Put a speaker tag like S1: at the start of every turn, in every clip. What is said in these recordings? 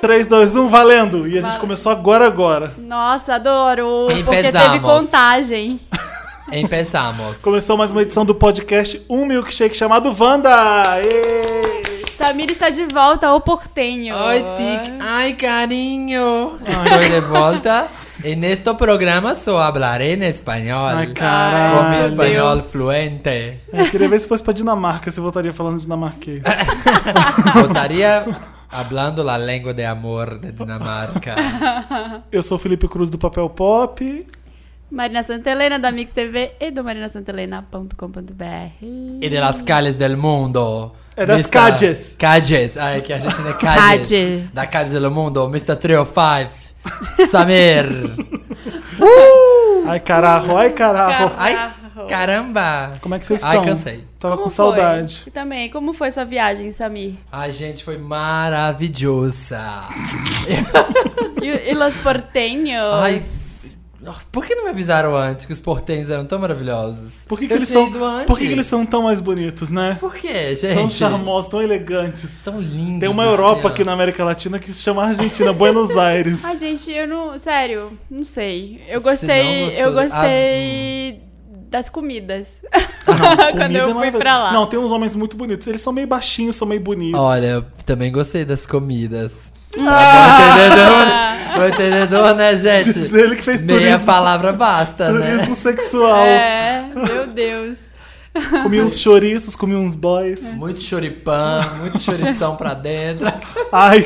S1: 3, 2, 1, valendo! E a gente começou agora, agora.
S2: Nossa, adoro! Porque teve
S3: Empezamos.
S2: contagem.
S3: Empezamos.
S1: Começou mais uma edição do podcast Um Milkshake chamado Wanda! Ê!
S2: Samir está de volta ao portenho.
S3: Oi, Tic. Ai, carinho. Estou de volta. En este programa só hablaré em espanhol.
S1: Ai,
S3: Com
S1: caralho.
S3: meu espanhol fluente.
S1: Eu queria ver se fosse pra Dinamarca, se eu voltaria falando dinamarquês.
S3: Voltaria hablando la lengua de amor de Dinamarca.
S1: Eu sou o Felipe Cruz do Papel Pop.
S2: Marina Santelena, da Mix TV e do marinasantelena.com.br.
S3: E de las calles del mundo.
S1: É das
S3: Mr.
S1: calles.
S3: Calles. Ai, que a gente não é
S2: Calle.
S3: calles. Da calles del mundo. Mr. 305. Samir.
S1: Ai, carajo, ai, carajo.
S2: Car-
S3: Ai, caramba.
S1: Como é que vocês
S3: Ai,
S1: estão?
S3: cansei.
S1: Tava com
S2: Como
S1: saudade.
S2: foi? E também, como foi sua viagem, Samir?
S3: A gente foi maravilhosa.
S2: E, e Los Portenhos?
S3: Ai, oh, por que não me avisaram antes que os portenhos eram tão maravilhosos?
S1: Por que, que
S3: Eu
S1: eles
S3: tinha
S1: são,
S3: ido antes.
S1: por que, que eles são tão mais bonitos, né?
S3: Por quê, gente?
S1: Tão charmosos, tão elegantes.
S3: Tão lindos.
S1: Tem uma
S3: assim,
S1: Europa
S3: ó.
S1: aqui na América Latina que se chama Argentina, Buenos Aires.
S2: Ai, gente, eu não. Sério, não sei. Eu
S3: Você não
S2: gostei.
S3: gostou Ah, hum.
S2: Eu
S3: do-
S2: gostei das comidas. Quando
S1: Ah, Comida é
S2: eu fui
S1: maravilhosa.
S2: pra lá.
S1: Não, tem uns homens muito bonitos. Eles são meio baixinhos, são meio bonitos.
S3: Olha, eu também gostei das comidas. Ah! Entendedor, entendedor, né, gente?
S1: Diz ele que fez
S3: Nem a
S1: turismo.
S3: palavra basta, né?
S1: Turismo sexual.
S2: É, meu Deus.
S1: Comi uns chouriços, comi uns boys.
S3: Muito choripã, muito chorição pra dentro.
S1: Ai,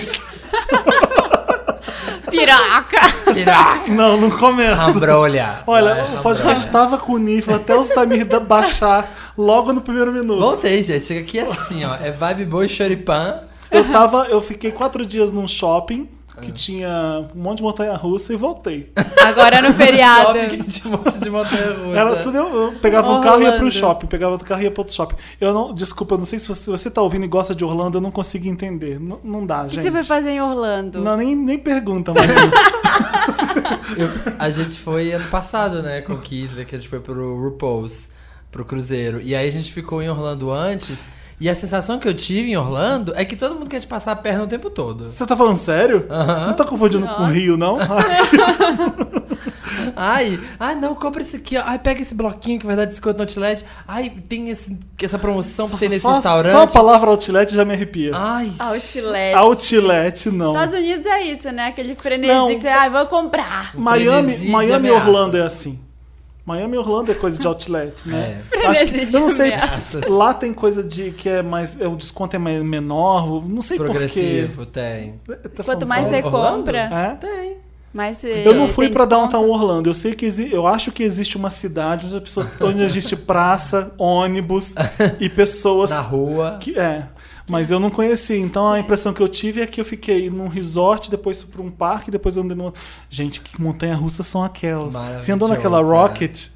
S2: Piraca!
S3: Piraca.
S1: não, não começa.
S3: Ambrolha.
S1: Olha,
S3: Vai,
S1: o
S3: ambrolha.
S1: podcast tava com o nível até o Samir da- baixar logo no primeiro minuto.
S3: Voltei, gente. Chega aqui assim, ó. É vibe boa e choripã.
S1: Eu tava, eu fiquei quatro dias num shopping que tinha um monte de montanha-russa e voltei.
S2: Agora no feriado.
S3: Shopping de monte de montanha russa.
S1: Era tudo, eu eu pegava um carro e ia pro
S2: Orlando.
S1: shopping, pegava outro carro e ia pro outro shopping. Eu não, desculpa, eu não sei se você, se você tá ouvindo e gosta de Orlando, eu não consigo entender. N- não dá,
S2: O que
S1: gente.
S2: que você foi fazer em Orlando?
S1: Não, nem, nem pergunta, Marina.
S3: Eu- a gente foi ano passado, né, com o Kisler, que a gente foi pro RuPaul's, pro Cruzeiro. E aí a gente ficou em Orlando antes. E a sensação que eu tive em Orlando é que todo mundo quer te passar a perna o tempo todo.
S1: Você tá falando sério?
S3: Aham.
S1: Não tá confundindo com o
S2: Nossa.
S1: Rio, não? Ah,
S3: Ai, ai não, compra isso aqui, ó. Ai, pega esse bloquinho que vai dar desconto no outlet. Ai, tem esse- essa promoção pra você ir nesse
S1: só,
S3: restaurante. Ah,
S1: só a palavra outlet já me arrepia. Ah,
S3: Ai,
S2: Ah, Outlet.
S1: outlet, não.
S2: Estados Unidos é isso, né? Aquele frenesi
S1: Não.
S2: que você, ai, vou comprar.
S1: Miami,
S3: Frenesi de
S1: Miami e
S3: ameaças.
S1: Orlando é assim. Miami e Orlando é coisa de outlet, né?
S3: É.
S1: Acho que-
S2: Frenesi de
S1: eu não sei.
S3: ameaças.
S1: Lá tem coisa de que é mais. É, o desconto é mais- menor, não sei É, porquê.
S3: progressivo, tem.
S2: Quanto mais você
S3: sério? Orlando?
S2: compra,
S1: tá É?
S3: Tem.
S2: mais você.
S1: Eu não fui
S2: tem
S1: pra
S2: desconto.
S1: Downtown Orlando. Eu sei que exi- eu acho que existe uma cidade onde as pessoas onde existe praça, ônibus e pessoas
S3: Na rua.
S1: que é. Mas eu não conheci, então a impressão que eu tive é que eu fiquei num resort, depois fui pra um parque, depois eu andei numa. Gente, que montanha-russa são aquelas? Você andou naquela
S3: Maravilhosa.
S1: Rocket,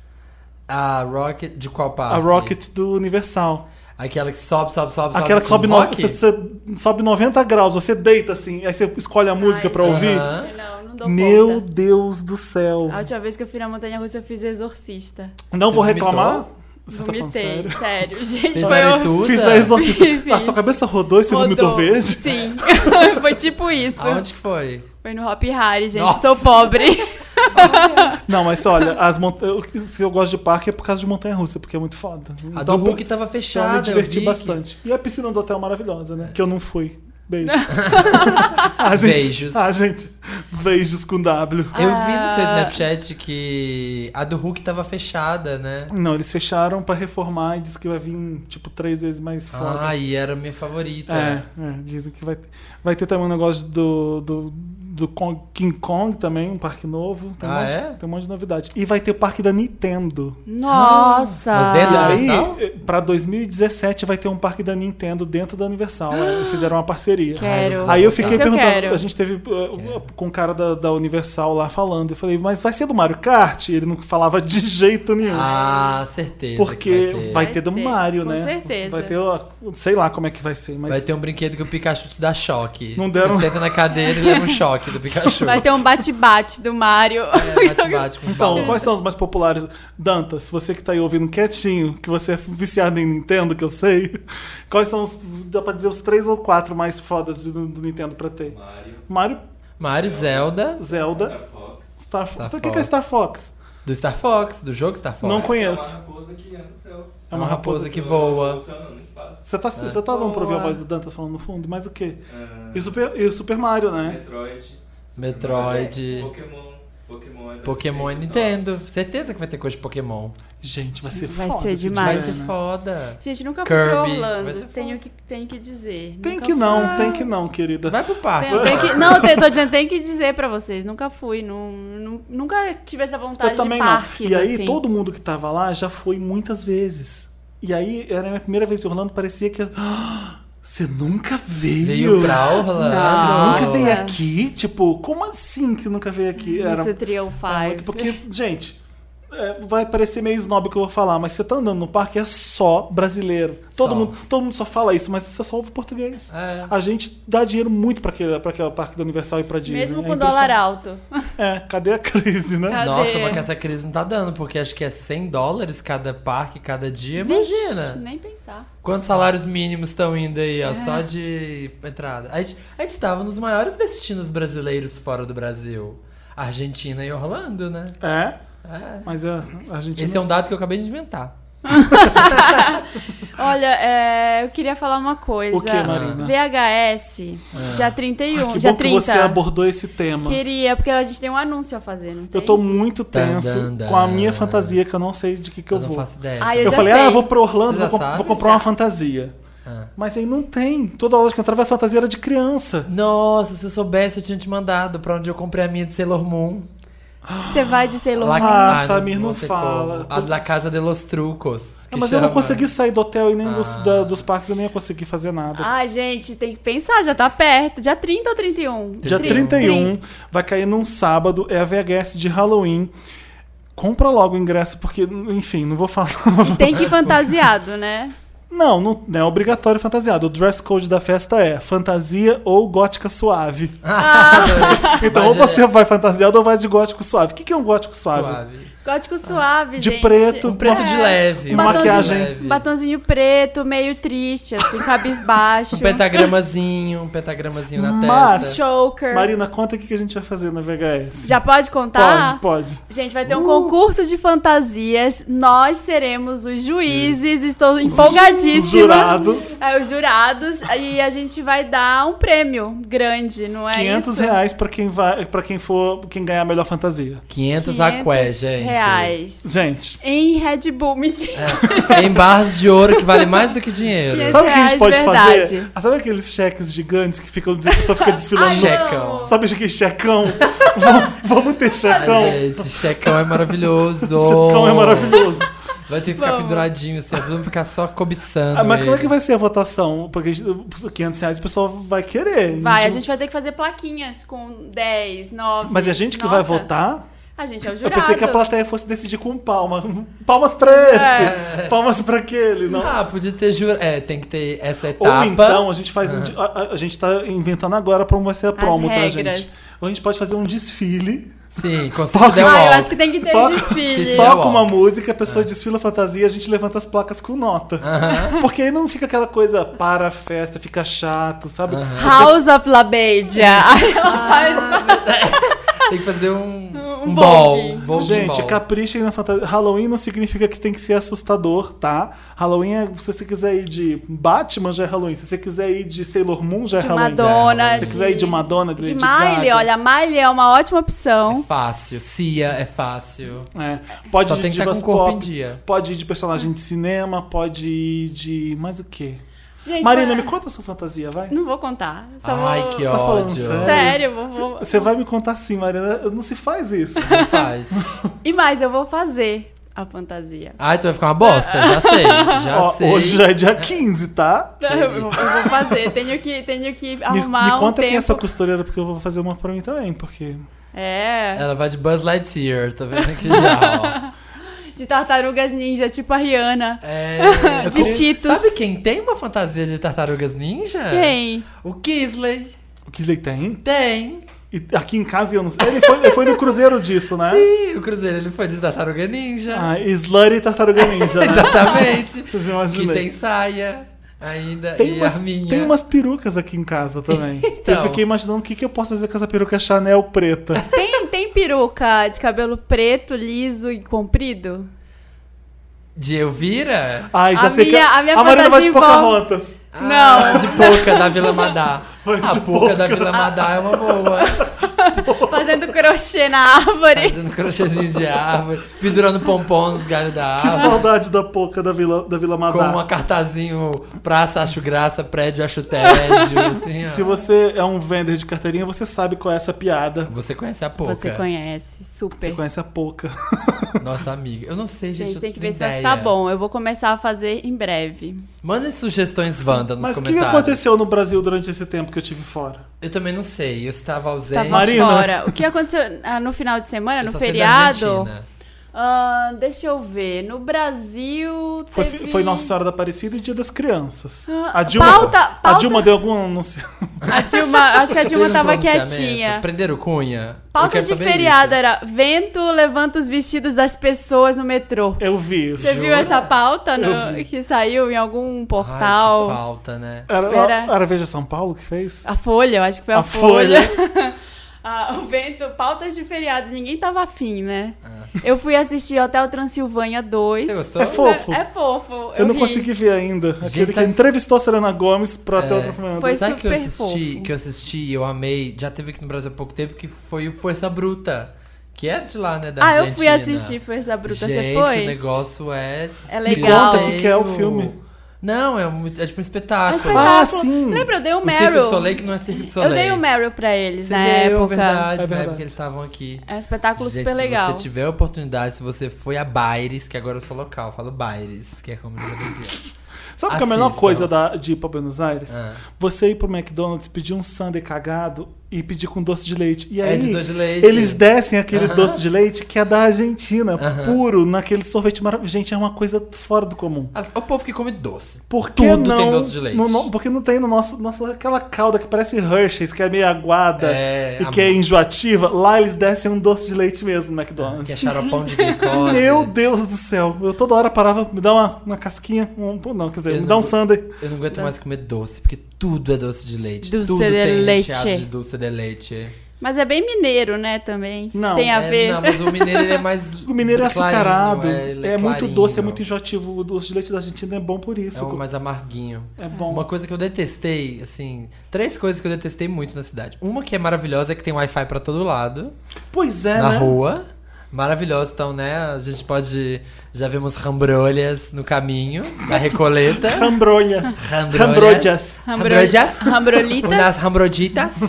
S3: A Rocket, de qual parte?
S1: a Rocket do Universal.
S3: Aquela que sobe, sobe, sobe,
S1: Aquela que sobe,
S3: com
S1: no-
S3: rock?
S1: você, você sobe 90 graus, você deita assim, aí você escolhe a música pra
S2: gente.
S1: ouvir.
S3: Aham.
S2: Não, não dou
S1: Meu
S2: conta.
S1: Deus do céu.
S2: A última vez que eu fui na Montanha Russa, eu fiz exorcista.
S1: Não
S3: Você
S1: vou
S3: vomitou?
S1: reclamar? Você tá falando
S2: Vomitei,
S1: sério?
S2: sério. Gente,
S3: Fez
S2: foi horrível.
S3: Aretusa?
S1: Fiz a exorcista.
S2: Fiz.
S1: A sua cabeça rodou e você vomitou
S2: Rodou.
S1: verde?
S2: Sim, foi tipo isso.
S3: Aonde que foi?
S2: Foi no Hop Harry, gente,
S3: Nossa.
S2: sou pobre.
S1: Não, mas olha, as mont... eu, o que eu gosto de parque é por causa de montanha-russa, porque é muito foda.
S3: A
S1: Então,
S3: do Hulk tava
S1: Então eu
S3: fechada.
S1: me diverti
S3: eu vi que-
S1: bastante. E a piscina do hotel maravilhosa, né? Que eu não fui. Beijo. ah, gente,
S3: Beijos.
S1: Ah, gente. Beijos com W.
S3: Eu vi no seu
S2: Ah.
S3: Snapchat que a do Hulk tava fechada, né?
S1: Não, eles fecharam pra reformar e diz que vai vir, tipo, três vezes mais foda.
S3: Ah, e era a minha favorita.
S1: É, é, dizem que vai ter. Vai ter também um negócio do, do, do Kong- King Kong também, um parque novo. Tem, um
S3: Ah,
S1: monte,
S3: é?
S1: tem um monte de novidade. E vai ter o parque da Nintendo.
S2: Nossa!
S3: Mas dentro
S1: E
S3: da
S1: aí,
S3: Universal?
S1: eh, pra 2017 vai ter um parque da Nintendo dentro da Universal. é, fizeram uma parceria.
S2: Quero.
S1: Aí eu fiquei
S2: Esse eu
S1: perguntando,
S2: quero.
S1: a gente teve uh, com o cara da, da Universal lá falando, eu falei, mas vai ser do Mario Kart? E ele não falava de jeito nenhum.
S3: Ah, certeza. que
S1: porque vai ter,
S3: vai ter.
S2: Vai
S1: do
S2: ter,
S1: Mario,
S2: com
S1: né?
S2: certeza.
S1: Vai ter, ó, sei lá como é que vai ser, mas
S3: Vai ter um brinquedo que o Pikachu te dá choque.
S1: Não deram-
S3: Você senta na cadeira e leva um choque do Pikachu.
S2: Vai ter um bate-bate do Mario.
S3: É, bate-bate com os
S1: Então,
S3: balões.
S1: quais são os mais populares? Dantas, você que tá aí ouvindo quietinho, que você é viciado em Nintendo, que eu sei. Quais são os. Dá pra dizer os três ou quatro mais fodas do, do Nintendo pra ter?
S4: Mario,
S1: Mario,
S3: Mario Zelda,
S1: Zelda,
S4: Star Fox.
S1: Star Fox.
S3: Star
S1: o que que é
S3: Fox.
S1: Star Fox?
S3: do Star Fox, do jogo Star Fox.
S1: Não
S4: Essa
S1: conheço.
S4: É uma raposa que anda no céu.
S3: É uma raposa É. que
S4: Ela
S3: voa.
S4: Não funciona no espaço.
S1: Você tá, você tá dando pra ouvir a
S2: Boa.
S1: voz do Dantas falando no fundo, mas o quê?
S4: Ah,
S1: E o Super, e o Super Mario, né?
S4: Metroid. Super
S3: Metroid.
S4: Mario, Pokémon. Pokémon é da
S3: Pokémon é
S4: só.
S3: Nintendo. Certeza que vai ter coisa de Pokémon.
S1: Gente, vai ser
S2: Vai
S1: foda.
S2: ser
S1: se tiver,
S2: demais.
S3: Vai ser
S1: né?
S3: foda.
S2: Gente, nunca fui pra
S3: Kirby. Vai ser
S2: Orlando.
S3: foda.
S2: Tenho que, tenho que dizer.
S1: Tem
S2: Nunca
S1: que
S2: fui.
S1: não, tem que não, querida.
S3: Vai pro parque.
S2: Tem- tem que- não, tem, tô dizendo, tem que dizer pra vocês. Nunca fui. Não, não- nunca tive essa vontade
S1: Eu também
S2: de parques.
S1: não. E aí,
S2: assim.
S1: todo mundo que tava lá já foi muitas vezes. E aí, era a minha primeira vez em Orlando, parecia que. "Ah, Você nunca veio.
S3: Veio pra Orlando.
S2: Não.
S1: Nunca
S2: Nossa.
S1: veio aqui? Tipo, como assim que nunca veio aqui? Era,
S2: Você triunfar.
S1: era muito Tipo, porque, gente. é, vai parecer meio snob que eu vou falar, mas você tá andando no parque é só brasileiro. Todo
S3: Só.
S1: mundo, todo mundo só fala isso, mas você só ouve português.
S3: É.
S1: A gente dá dinheiro muito pra aquele, pra aquele parque da Universal e pra Disney.
S2: Mesmo
S1: é
S2: com dólar
S1: impressionante.
S2: alto.
S1: É, cadê a crise, né?
S2: Cadê?
S3: Nossa, mas que essa crise não tá dando, porque acho que é 100 dólares cada parque, cada dia. Imagina.
S2: Vixe, É. nem pensar.
S3: Quantos salários mínimos estão indo aí, ó, só de entrada? A gente, a gente tava nos maiores destinos brasileiros fora do Brasil. Argentina e Orlando, né?
S1: É,
S3: É.
S1: mas a, a gente.
S3: Esse é um dado que eu acabei de inventar.
S2: Olha, é, eu queria falar uma coisa.
S1: O que, Marina?
S2: VHS, dia 31,
S1: Ah, que
S2: dia
S1: bom
S2: 30.
S1: que você abordou esse tema.
S2: Queria, porque a gente tem um anúncio a fazer, não tem?
S1: Eu tô muito tenso
S3: Dan, dan,
S1: com a
S3: dan.
S1: minha fantasia, que eu não sei de que, que eu,
S3: eu não
S1: vou.
S3: faço ideia.
S2: Ah,
S1: Eu,
S2: eu já
S1: falei,
S2: sei.
S1: ah, vou pro Orlando,
S3: Você já
S1: vou, comp-
S3: sabe?
S1: vou comprar
S2: Já.
S1: uma fantasia.
S3: Ah.
S1: Mas aí não tem. Toda loja que eu entrava é fantasia era de criança.
S3: Nossa, se eu soubesse, eu tinha te mandado pra onde eu comprei a minha de Sailor Moon.
S2: Você vai de Sailor Moon.
S1: Ah,
S3: Ah,
S1: Samir não
S3: tem
S1: fala.
S3: como. A da Casa de los Trucos.
S1: Ah,
S3: que
S1: mas eu não
S3: chama.
S1: consegui sair do hotel e nem dos,
S3: Ah.
S1: da- dos parques, eu nem ia conseguir fazer nada.
S2: Ah, gente, tem que pensar, já tá perto. Dia 30 ou 31?
S1: Dia
S2: Trin-
S1: 31 vai cair num sábado, é a VHS de Halloween. Compra logo o ingresso, porque, enfim, não vou falar.
S2: trin- Tem que ir fantasiado, né?
S1: Não, não, não é obrigatório fantasiado. O dress code da festa é fantasia ou gótica suave. então, ou
S3: Imagina-
S1: você vai fantasiado ou vai de gótico suave. O que, que é um gótico suave?
S3: Suave.
S2: Gótico suave,
S1: De
S2: gente.
S1: preto.
S3: Um preto de
S2: É.
S3: leve.
S2: Uma
S3: um preto de
S1: maquiagem.
S3: leve.
S2: Um batonzinho preto, meio triste, assim, cabisbaixo.
S3: Um pentagramazinho, um pentagramazinho na
S1: Mas-
S3: testa.
S2: Choker.
S1: Marina, conta o que, que a gente vai fazer na VHS.
S2: Já pode
S1: Pode,
S2: contar?
S1: pode. Uh.
S2: Gente, vai ter um concurso de fantasias. Nós seremos os juízes. Estou empolgadíssima.
S1: Os jurados.
S2: É, os jurados. E a gente vai dar um prêmio grande, não é
S1: 500
S2: isso?
S1: reais pra quem, vai, pra quem for quem ganhar a melhor fantasia.
S3: 500 aqué, gente.
S2: reais.
S1: Gente,
S2: Em Red Bull, mentira.
S3: É, Em barras de ouro que vale mais do que dinheiro.
S2: Quinhentos-
S1: sabe o que a gente
S2: reais,
S1: pode fazer?
S2: verdade. Ah,
S1: Ah, Sabe aqueles cheques gigantes que ficam, a pessoa fica desfilando?
S2: Ai,
S1: no-
S3: Checão.
S2: não.
S1: Sabe aquele checão? vamos, vamos ter
S3: Ai,
S1: checão.
S3: gente, checão é maravilhoso.
S1: Então.
S2: Oh.
S1: Checão é maravilhoso.
S3: Vai ter que ficar
S2: Vamos.
S3: penduradinho assim, vamos ficar só cobiçando.
S1: Ah, mas como é
S3: ele.
S1: que vai ser a votação? Porque a gente- 500 reais o pessoal vai querer.
S2: Vai, a gente vai ter que fazer plaquinhas com 10, 9.
S1: Mas é a gente que vai
S2: nota.
S1: votar?
S2: A gente é o
S1: Eu
S2: jurado.
S1: pensei que a plateia fosse decidir com palma. Palmas pra esse!
S2: É.
S1: Palmas pra aquele, não.
S3: Ah, podia ter juro. É, tem que ter essa
S1: Então Ou
S3: etapa.
S1: então a gente faz um. di- A, a- a gente tá inventando agora pra como vai ser a promo, tá,
S2: regras.
S1: gente? Ou a gente pode fazer um desfile.
S3: Sim,
S1: Toca-
S3: consigo The
S2: Ah, eu
S3: Wall.
S2: acho que tem que ter
S1: Toca-
S2: desfile.
S3: Toca-
S1: Toca
S3: walk.
S1: uma música, a
S2: É.
S1: pessoa desfila a fantasia a gente levanta as placas com nota. Porque aí não fica aquela coisa para a festa, fica chato, sabe?
S2: House of Labedia. Aí ela faz
S3: Tem que fazer um,
S2: um um
S3: ball.
S2: bom.
S3: bom
S1: Gente,
S3: ball.
S1: caprichem na fantasia. Halloween não significa que tem que ser assustador, tá? Halloween é. Se você quiser ir de Batman, já é Halloween. Se você quiser ir de Sailor Moon, já é
S2: De
S1: Halloween.
S2: Madonna.
S1: Se você quiser ir de Madonna, de,
S2: De
S1: Lady
S2: Miley,
S1: Gaga.
S2: olha, a Miley é uma ótima opção.
S3: É fácil. Cia é fácil.
S1: É, pode
S3: Só
S1: ir
S3: tem
S1: de
S3: que estar
S1: divas
S3: com o corpo em
S1: pop,
S3: dia.
S1: pode ir de personagem de cinema, pode ir de. mais o quê?
S2: Gente,
S1: Marina,
S2: mas-
S1: me conta sua fantasia, vai.
S2: Não vou contar. Só
S3: Ai,
S2: vou...
S3: que
S1: Tá falando
S3: ódio.
S1: sério?
S2: Sério, vou, vou-
S1: Você vai me contar sim, Marina. Não se faz isso.
S3: Não faz.
S2: E mais, eu vou fazer a fantasia.
S3: Ai, tu vai ficar uma bosta. Já sei. Já
S1: Ó,
S3: sei.
S1: hoje já é dia 15, tá?
S2: Eu, eu vou fazer, tenho que, tenho que
S1: Me,
S2: arrumar
S1: me
S2: um
S1: conta
S2: tempo.
S1: quem é sua costureira, porque eu vou fazer uma pra mim também, porque.
S2: É,
S3: Ela vai de Buzz Lightyear, tá vendo aqui já, ó.
S2: de tartarugas ninja, tipo a Rihanna.
S3: É...
S2: De Cheetos.
S3: Sabe quem tem uma fantasia de tartarugas ninja?
S2: Quem?
S3: O Kisley.
S1: O Kisley tem?
S3: Tem.
S1: E aqui em casa eu não sei. Ele foi, ele foi no cruzeiro disso, né?
S3: Sim, o Cruzeiro ele foi de tartaruga ninja.
S1: Ah, Slurry e Tartaruga Ninja, né?
S3: Exatamente.
S1: Eu já
S3: que
S1: imaginei.
S3: tem saia ainda
S1: Tem
S3: e
S1: umas,
S3: arminha.
S1: tem umas perucas aqui em casa também.
S3: Então.
S1: Eu fiquei imaginando o que, que eu posso fazer com essa peruca Chanel preta.
S2: Tem, tem peruca de cabelo preto, liso e comprido?
S3: De Elvira?
S1: Ai, já
S2: A
S1: sei que
S2: minha- a minha
S1: Marina vai
S2: fantasia
S1: de
S2: envolve-
S1: Pocahontas.
S3: Ah, De Pouca, da Vila Madá.
S1: Foi de
S3: a Pouca
S1: Pouca.
S3: da Vila Madá é uma boa.
S2: Fazendo crochê na árvore.
S3: Fazendo crochêzinho de árvore, pendurando pompom nos galhos da
S1: Que
S3: árvore.
S1: saudade da Poca da Vila, da Vila
S3: Com
S1: Madá.
S3: uma cartazinho praça, acho graça, prédio, acho tédio. Assim, ó.
S1: Se você é um vender de carteirinha, você sabe qual é essa piada.
S3: Você conhece a Pouca.
S2: Você conhece, super.
S1: Você conhece a Poca.
S3: Nossa amiga. Eu não sei, gente.
S2: Gente,
S3: eu
S2: tem que
S3: não
S2: ver se vai
S3: tenho
S2: ficar
S3: ideia.
S2: bom. Eu vou começar a fazer em breve.
S3: Mandem sugestões, Wanda, nos
S1: Mas o que que
S3: comentários.
S1: aconteceu no Brasil durante esse tempo que eu tive fora?
S3: Eu também não sei. Eu estava ausente.
S2: Tava
S1: Marina.
S2: fora. Tá O que aconteceu ah, no final de semana,
S3: eu
S2: no
S3: só sei da
S2: feriado?
S3: Argentina.
S2: Ah, deixa eu ver. No Brasil.
S1: Foi,
S2: teve...
S1: foi Nossa Senhora da Aparecida e Dia das Crianças.
S2: Ah,
S1: a, Dilma,
S2: pauta-
S1: a
S2: pauta-
S1: Dilma deu algum anúncio?
S2: A Dilma, acho que a
S3: Fez
S2: Dilma
S3: um
S2: tava
S3: pronunciamento.
S2: quietinha.
S3: Prenderam o Cunha. Eu
S2: Pauta
S3: quero
S2: de
S3: saber isso.
S2: feriado era vento levanta os vestidos das pessoas no metrô.
S1: Eu vi isso.
S2: Você viu essa pauta no-
S1: Eu
S2: que saiu em algum
S3: Ai, que
S2: portal?
S3: falta, né?
S1: Era,
S2: Era-
S1: era Veja São Paulo que fez?
S2: a Folha, eu acho que foi a,
S1: A Folha.
S2: Ah, o vento, pautas de feriado, ninguém tava afim, né?
S3: Ah.
S2: Eu fui assistir Hotel Transilvânia 2.
S3: Você gostou?
S1: É fofo.
S2: É fofo.
S1: Eu não
S2: ri.
S1: consegui ver ainda. Aquele que
S3: sabe-
S1: entrevistou a Serena Gomes pra ter
S3: É.
S1: outra semana.
S2: Foi
S3: Sabe que eu
S2: super
S3: assisti,
S2: fofo.
S3: que eu assisti e eu amei, já teve aqui no Brasil há pouco tempo, que foi o Força Bruta. Que é de lá, né? Da
S2: Ah, eu
S3: Argentina.
S2: fui assistir Força Bruta, você
S3: Gente,
S2: foi?
S3: o negócio é.
S2: É
S1: Me
S2: legal.
S1: conta o que que é o filme.
S3: Não, é, um, é
S2: É
S3: tipo um
S2: um
S3: espetáculo.
S2: espetáculo.
S1: Ah, sim.
S2: Lembra, eu dei o
S3: o Cirque
S2: Meryl.
S3: du Soleil que não é Cirque du
S2: eu
S3: Soleil.
S2: dei o Meryl pra eles
S3: Você
S2: na
S3: deu,
S2: época.
S3: verdade,
S1: É
S3: na época
S1: verdade.
S3: que eles estavam aqui.
S2: É um espetáculo
S3: Gente,
S2: super legal.
S3: Se você tiver a oportunidade, se você foi a Baires, que agora eu sou local, eu falo Baires, que é como eu dizia.
S1: Sabe que é a melhor
S3: Assistam.
S1: coisa da- de ir pra Buenos Aires?
S3: Ah.
S1: Você ir pro McDonald's, pedir um sundae cagado e pedir com doce de leite. E aí,
S3: É de doce de leite.
S1: eles descem aquele
S3: Aham.
S1: doce de leite que é da Argentina,
S3: Aham.
S1: puro, naquele sorvete maravilhoso. Gente, é uma coisa fora do comum.
S3: As- O povo que come doce.
S1: Por que
S3: Tudo
S1: não,
S3: tem doce de leite.
S1: no no- porque não tem no nosso, nosso... Aquela calda que parece Hershey's, que é meio aguada
S3: É,
S1: e
S3: a-
S1: que é enjoativa. Lá eles descem um doce de leite mesmo no McDonald's.
S3: Que é xaropão de glicose.
S1: Meu Deus do céu. Eu toda hora parava, me dá uma, uma casquinha, um, não, quer dizer,
S3: Eu
S1: me
S3: não
S1: dá um
S3: vou-
S1: sundae.
S3: Eu não aguento mais comer doce, porque tudo é doce de leite.
S2: Dulce
S3: tudo
S2: de
S3: tem
S2: leite.
S3: recheado de dulce de leite.
S2: Mas é bem mineiro, né, também.
S1: Não.
S2: Tem a
S3: É,
S2: ver.
S3: Não, mas o mineiro ele é mais
S1: O mineiro é
S3: clarinho,
S1: açucarado, é,
S3: ele
S1: muito
S3: clarinho.
S1: doce, é muito enjoativo. O doce de leite da Argentina é bom por
S3: É
S1: isso.
S3: um mais amarguinho.
S1: É bom.
S3: Uma coisa que eu detestei, assim, três coisas que eu detestei muito na cidade. Uma que é maravilhosa é que tem Wi-Fi pra todo lado,
S1: Pois é,
S3: na
S1: né?
S3: rua. Maravilhosa, então, né? A gente pode. Já vimos rambrolhas no caminho, na recoleta.
S1: Rambrolhas.
S3: Rambrolhas.
S1: Rambrolhas.
S3: Rambrolhas.
S2: Rambrolitas.
S3: Umas rambroditas.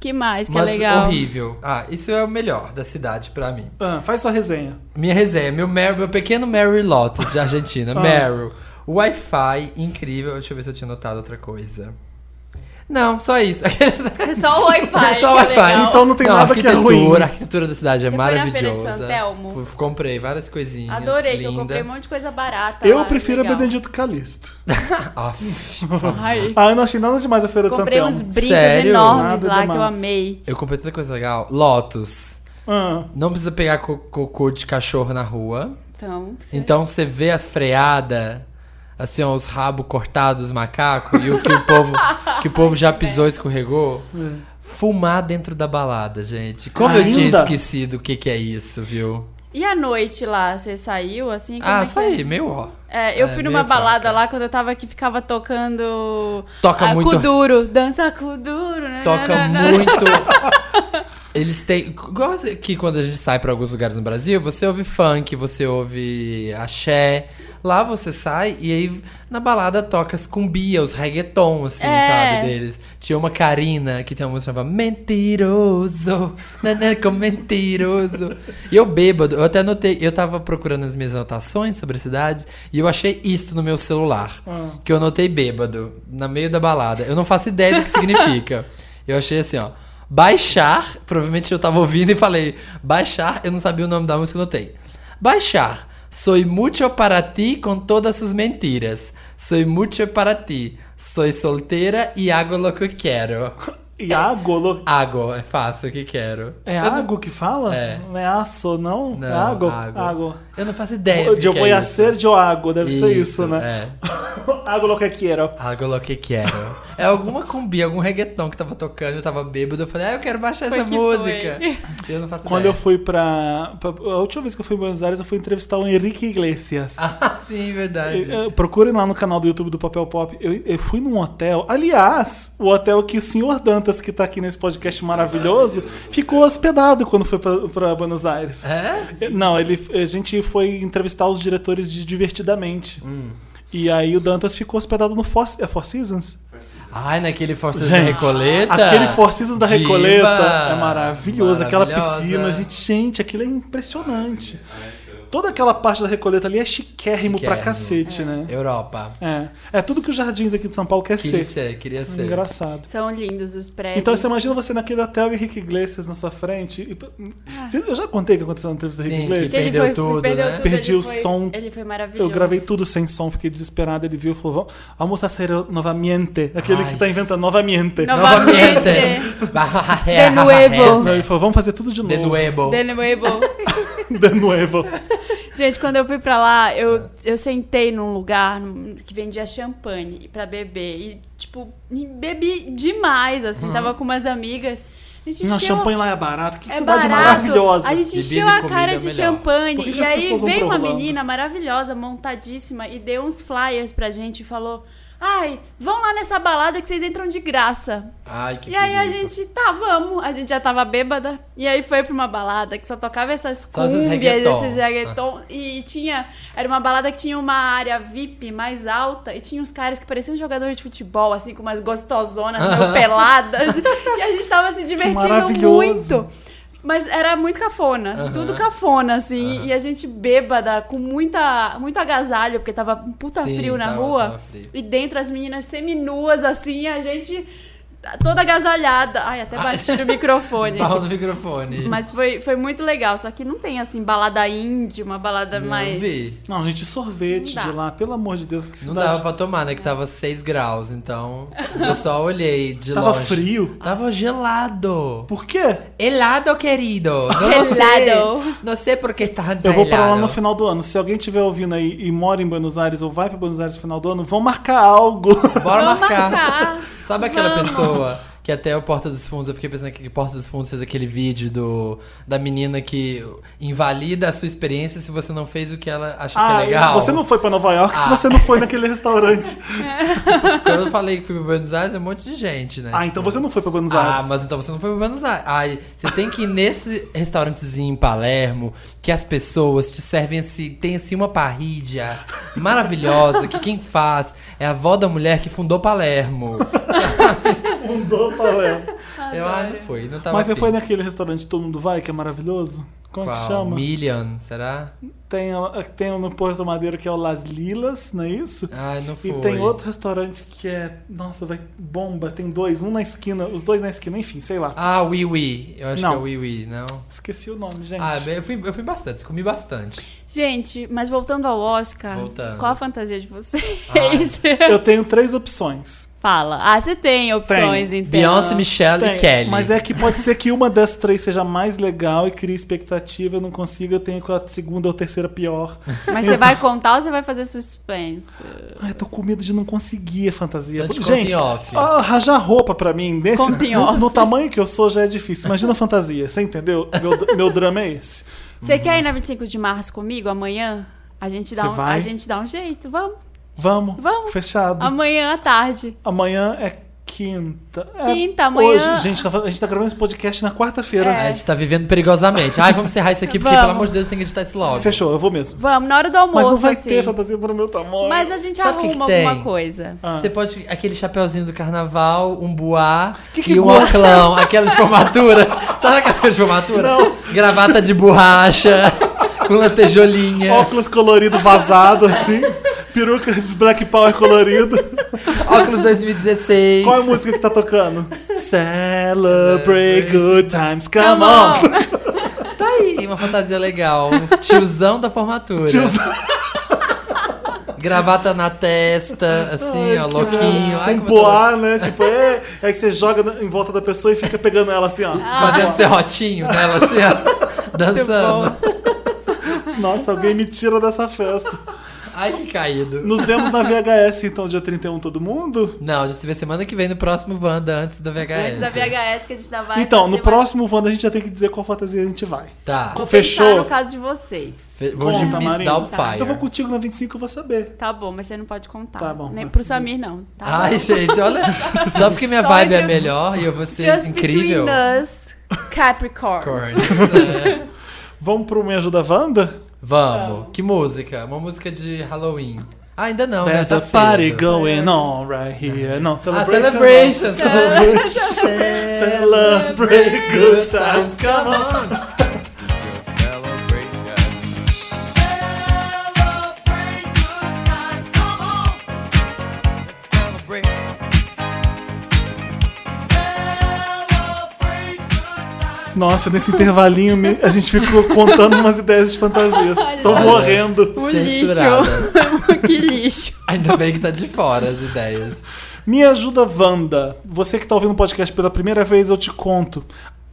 S2: Que mais que é
S3: Mas
S2: legal?
S3: horrível. Ah, isso é o melhor da cidade pra mim.
S1: Ah, faz sua resenha.
S3: Minha resenha, meu, Mer- meu pequeno Mary Lotus de Argentina.
S1: Ah.
S3: Meryl. Wi-Fi incrível. Deixa eu ver se eu tinha notado outra coisa. Não, só isso.
S2: É só o Wi-Fi.
S3: É só
S2: que
S3: Wi-Fi.
S2: legal.
S1: Então não tem
S3: a
S1: nada que é
S3: arquitetura,
S1: ruim.
S3: A arquitetura da cidade é
S2: Você foi na feira de
S3: maravilhosa.
S2: São Telmo?
S3: Fui- comprei várias coisinhas.
S2: Adorei, que eu
S3: linda.
S2: comprei um monte de coisa barata.
S1: Eu
S2: lá,
S1: prefiro a
S2: Ah, legal.
S1: Benedito Calixto.
S3: Aff.
S2: Ai.
S1: Ah, eu não achei nada demais a Feira de São
S2: Comprei uns
S1: Telmo.
S2: brincos
S3: Sério?
S2: enormes
S1: Nada
S2: lá que eu
S1: demais.
S2: amei.
S3: eu comprei tanta coisa legal. Lotus.
S1: Ah,
S3: Não precisa pegar co- cocô de cachorro na rua.
S2: Então,
S3: Então você vê as freadas, assim, ó,
S2: É.
S3: os rabos cortados, macaco, e o que o povo, que o povo já pisou, escorregou. Fumar dentro da balada, gente. Como eu tinha
S1: Ainda?
S3: esquecido o que, que é isso, viu?
S2: E a noite lá, você saiu assim? Como
S3: ah,
S2: é que é?
S3: saí, meio ó.
S2: É, eu
S3: É,
S2: fui
S3: meio
S2: numa balada
S3: fraca.
S2: lá quando eu tava aqui, ficava tocando.
S3: Toca muito-
S2: Kuduro, dança Kuduro, né?
S3: Toca
S2: né, né, né.
S3: muito. Eles têm. Igual que quando a gente sai pra alguns lugares no Brasil, você ouve funk, você ouve axé. Lá você sai e aí na balada toca as cumbia, os reggaeton, assim,
S2: É.
S3: sabe, deles. Tinha uma Karina que tinha uma música chamada Mentiroso, Naneco Mentiroso. E eu bêbado, eu até anotei, eu tava procurando as minhas anotações sobre cidades e eu achei isso no meu celular.
S1: ah.
S3: Que eu anotei bêbado, na meio da balada. Eu não faço ideia do que significa. Eu achei assim, ó. Baixar, provavelmente eu tava ouvindo e falei, baixar, eu não sabia o nome da música, eu anotei. Baixar, soy mucho para ti com todas sus mentiras. Soy mucho para ti. Soy solteira e hago lo que quero.
S1: Iago.
S3: Hago, é fácil o que quero.
S1: É
S3: Eu não-
S1: água que fala?
S3: É.
S1: Não é aço, não?
S3: Não,
S1: é água?
S3: água.
S1: Água.
S3: Eu não faço ideia do
S1: Eu
S3: que
S1: vou
S3: é
S1: a ser de água, deve ser isso, né?
S3: É.
S1: Água lo que quiero.
S3: Algo lo que Ah, quero. É alguma combi, algum reggaeton que tava tocando, eu tava bêbado, eu falei, ah, eu quero baixar
S2: Foi
S3: essa
S2: que
S3: música. Eu não faço
S1: Quando eu
S3: ideia.
S1: fui pra, pra- A última vez que eu fui em Buenos Aires, eu fui entrevistar o Henrique Iglesias.
S3: Ah, sim, verdade.
S1: Eh, eh, Procurem lá no canal do YouTube do Papel Pop. Eu, eu fui num hotel. Aliás, o hotel que o senhor Dantas, que tá aqui nesse podcast maravilhoso, ficou hospedado quando foi pra, pra Buenos Aires.
S3: É?
S1: Eh, Não, ele, a gente foi entrevistar os diretores de Divertidamente.
S3: Hum.
S1: E aí o Dantas ficou hospedado no Four, é Four Seasons.
S3: Ai, naquele Forças da
S1: Gente,
S3: Recoleta.
S1: Aquele Four Seasons da
S3: Diva.
S1: Recoleta é maravilhoso. Aquela
S3: Maravilhosa.
S1: piscina, gente, gente, aquilo é impressionante. Toda aquela parte da Recoleta ali é chiquérrimo, pra
S3: Chiquérrimo.
S1: cacete, né?
S3: Europa.
S1: É. É tudo que os jardins aqui de São Paulo quer
S3: Queria
S1: ser. Hum,
S3: ser, queria ser.
S1: Engraçado.
S2: São lindos os prédios.
S1: Então você imagina você naquele hotel e Henrique Iglesias na sua frente. e-
S2: Ah.
S1: Você- Eu já contei o que aconteceu na entrevista do Henrique
S3: Sim, que
S2: Que ele
S1: Iglesias.
S3: perdeu
S2: foi,
S3: tudo,
S2: perdeu
S3: né?
S2: tudo,
S1: Perdi
S2: ele
S1: o
S2: foi-
S1: som.
S2: Ele foi maravilhoso.
S1: Eu gravei tudo sem som, fiquei desesperado. Ele viu e falou: "Vamos- Vamos fazer novamente. Aquele
S3: Ai.
S1: que tá inventando novamente.
S2: Nova-
S3: Novamente. É,
S2: De nuevo.
S1: Não, ele falou: Vamos fazer tudo de
S3: De
S1: novo.
S3: nuevo.
S2: The Nuevo.
S1: De novo.
S2: Gente, quando eu fui pra lá, eu,
S1: É.
S2: eu sentei num lugar num- que vendia champanhe pra beber. E, tipo, me bebi demais, assim. Tava com umas amigas. A gente
S1: Não,
S2: encheu-
S1: Uhum. champanhe lá é barato. Que
S2: É
S1: cidade
S2: barato.
S1: maravilhosa.
S2: A gente
S3: Bebida
S2: encheu
S3: e
S2: a
S3: comida
S2: cara
S3: é
S2: de
S3: melhor.
S2: champanhe.
S1: Por que que
S2: e
S1: as
S2: aí
S1: pessoas vão
S2: veio
S1: pra
S2: uma
S1: Orlando?
S2: menina maravilhosa, montadíssima, e deu uns flyers pra gente e falou: Ai, vão lá nessa balada que vocês entram de graça.
S3: Ai, que
S2: e aí a
S3: perigo.
S2: gente, tá, vamos. A gente já tava bêbada. E aí foi pra uma balada que só tocava essas
S3: Só esses
S2: cúmbias,
S3: reggaeton. Ah.
S2: esses reggaeton. E tinha. Era uma balada que tinha uma área VIP mais alta. E tinha uns caras que pareciam jogadores de futebol, assim, com umas gostosonas meio peladas. E a gente tava se divertindo
S1: maravilhoso.
S2: muito. Mas era muito cafona,
S3: Aham.
S2: tudo cafona, assim. E a gente bêbada, com muita, muito agasalho, porque tava um puta
S3: Sim,
S2: frio na
S3: tava-
S2: rua.
S3: tava frio.
S2: E dentro as meninas seminuas, assim, e a gente toda agasalhada. Ai, até bati no microfone.
S3: Esbarrou no microfone.
S2: Mas foi, foi muito legal. Só que não tem, assim, balada indie, uma balada
S3: Não
S2: mais...
S3: vi.
S1: Não, gente, sorvete
S2: Não dá.
S1: de lá. Pelo amor de Deus, que
S3: Não
S1: cidade.
S3: dava pra tomar, né? Que tava 6 graus, então. Eu só olhei de
S1: Tava
S3: longe.
S1: frio.
S3: Tava gelado.
S1: Por quê?
S3: Helado, querido. Não sei.
S2: Helado.
S3: Não sei por que tá
S1: Eu vou pra lá
S3: helado.
S1: no final do ano. Se alguém estiver ouvindo aí e mora em Buenos Aires ou vai pra Buenos Aires no final do ano, vão marcar algo.
S3: Bora
S2: Vamos
S3: marcar.
S2: marcar.
S3: Sabe aquela
S2: Vamos.
S3: pessoa que até o Porta dos Fundos, eu fiquei pensando que o Porta dos Fundos fez aquele vídeo do da menina que invalida a sua experiência se você não fez o que ela acha que é legal.
S1: Ah, você não foi pra Nova York se
S3: Ah.
S1: você não foi naquele restaurante.
S3: Quando eu falei que fui pra Buenos Aires, é um monte de gente, né?
S1: Ah, então você não foi pra Buenos Aires.
S3: Ah, mas então você não foi pra Buenos Aires. Ai, você tem que ir nesse restaurantezinho em Palermo, que as pessoas te servem assim, tem assim uma parrídia maravilhosa, que quem faz é a avó da mulher que fundou Palermo.
S1: Fundou Palermo.
S3: Eu, ai, não fui, não tava
S1: Mas você
S3: afim.
S1: foi naquele restaurante que Todo Mundo Vai, que é maravilhoso? Como é
S3: Qual?
S1: que chama?
S3: Million, será?
S1: Tem, tem um no Porto Madeiro que é o Las Lilas, não é isso?
S3: Ai, não fui.
S1: E tem outro restaurante que é. Nossa, vai. Bomba, tem dois, um na esquina, os dois na esquina, enfim, sei lá.
S3: Ah, Wii Wii. Eu acho
S1: Não.
S3: que é Wii Wii, não?
S1: Esqueci o nome, gente.
S3: Ah, bem, eu fui, eu fui bastante, comi bastante.
S2: Gente, mas voltando ao Oscar,
S3: Voltando.
S2: qual a fantasia de vocês?
S1: Eu tenho três opções.
S2: Fala. Ah, você tem opções, então.
S3: Beyoncé, Michelle
S1: ah, Tem,
S3: e Kelly.
S1: Mas é que pode ser que uma das três seja mais legal e crie expectativa, eu não consigo, eu tenho com a segunda ou terceira terceira pior.
S2: Mas você vai contar ou você vai fazer suspense?
S1: Ai, eu tô com medo de não conseguir a fantasia.
S3: Então te conta
S1: Gente,
S3: em off.
S1: ah, rajar roupa pra mim, nesse,
S2: Conta em
S1: no,
S2: off.
S1: no tamanho que eu sou, já é difícil. Imagina a fantasia, você entendeu? Meu, meu drama é esse.
S2: Você
S3: Uhum.
S2: quer ir na 25 de março comigo amanhã? A gente dá,
S1: Você
S2: um,
S1: vai?
S2: a gente dá um jeito, vamos.
S1: Vamos,
S2: Vamos.
S1: fechado.
S2: Amanhã à tarde.
S1: Amanhã é quinta. É
S2: Quinta, amanhã-
S1: Hoje, gente, tá falando- a gente tá gravando esse podcast na quarta-feira.
S2: É.
S3: A gente tá vivendo perigosamente. Ai, vamos encerrar isso aqui, porque,
S2: Vamos.
S3: pelo amor de Deus, tem que editar isso logo.
S1: Fechou, eu vou mesmo.
S2: É. Vamos, na hora do
S1: Mas
S2: almoço,
S1: não vai
S2: assim.
S1: ter fantasia pro meu tamanho.
S2: Mas a gente
S3: Sabe o que
S2: arruma
S3: que tem?
S2: alguma coisa.
S1: Ah.
S3: Você pode. Aquele chapeuzinho do carnaval, um buá
S1: Que que
S3: e um
S1: buá?
S3: oclão, aquelas de formatura. Sabe aquelas de formatura?
S1: Não.
S3: Gravata de borracha, com lantejolinha,
S1: Óculos colorido vazado, assim. Peruca de Black Power colorido.
S3: óculos 2016.
S1: Qual é a música que tá tocando? Celebrate good times, come
S2: Come
S1: on!
S2: on.
S3: Tá aí, uma fantasia legal. Tiozão da formatura.
S1: Tiozão.
S3: Gravata na testa, assim, ó, louquinho. Ai,
S1: um
S3: como eu tô
S1: poá, né? Tipo, é, é que você joga na- em volta da pessoa e fica pegando ela assim, ó.
S3: Fazendo serrotinho nela, assim, ó. Dançando.
S1: Nossa, alguém me tira dessa festa.
S3: Ai, que caído.
S1: Nos vemos na VHS, então, dia 31, todo mundo?
S3: Não, a gente se vê semana que vem no próximo Wanda, antes da VHS.
S2: Antes da VHS que a gente ainda vai
S1: É então,
S2: fazer
S1: no
S2: mais-
S1: próximo Wanda a gente já tem que dizer qual fantasia a gente vai.
S3: Tá.
S2: Vou
S1: Fechou?
S2: pensar no caso de vocês.
S3: Fe- Vou de
S1: Conta,
S3: Miss
S1: Marina.
S3: Doubtfire.
S1: Então, Eu vou contigo na 25 eu vou saber.
S2: Tá bom, mas você não pode contar.
S1: Tá bom.
S2: Nem pro Samir, não. Tá
S3: Ai,
S2: bom?
S3: gente, olha. Só porque minha
S2: Só
S3: vibe é
S2: entre-
S3: melhor e eu vou ser
S2: Just
S3: incrível.
S2: between us, Capricorn.
S3: Corns. É.
S1: Vamos pro Me Ajuda Wanda?
S3: Vamos. Que música? Uma música de Halloween. Ah, ainda não, né?
S1: There's
S3: Tá
S1: a party
S3: cedo.
S1: going on right here. Não,
S3: Ah,
S1: celebration. né?
S3: celebration. Celebration.
S1: Celebrate good times, come on. Nossa, nesse intervalinho me- a gente ficou contando umas ideias de fantasia. Tô
S3: Olha.
S1: morrendo.
S2: O
S3: Censurada.
S2: lixo. que lixo.
S3: Ainda bem que tá de fora as ideias.
S1: Me ajuda, Wanda. Você que tá ouvindo o podcast pela primeira vez, eu te conto.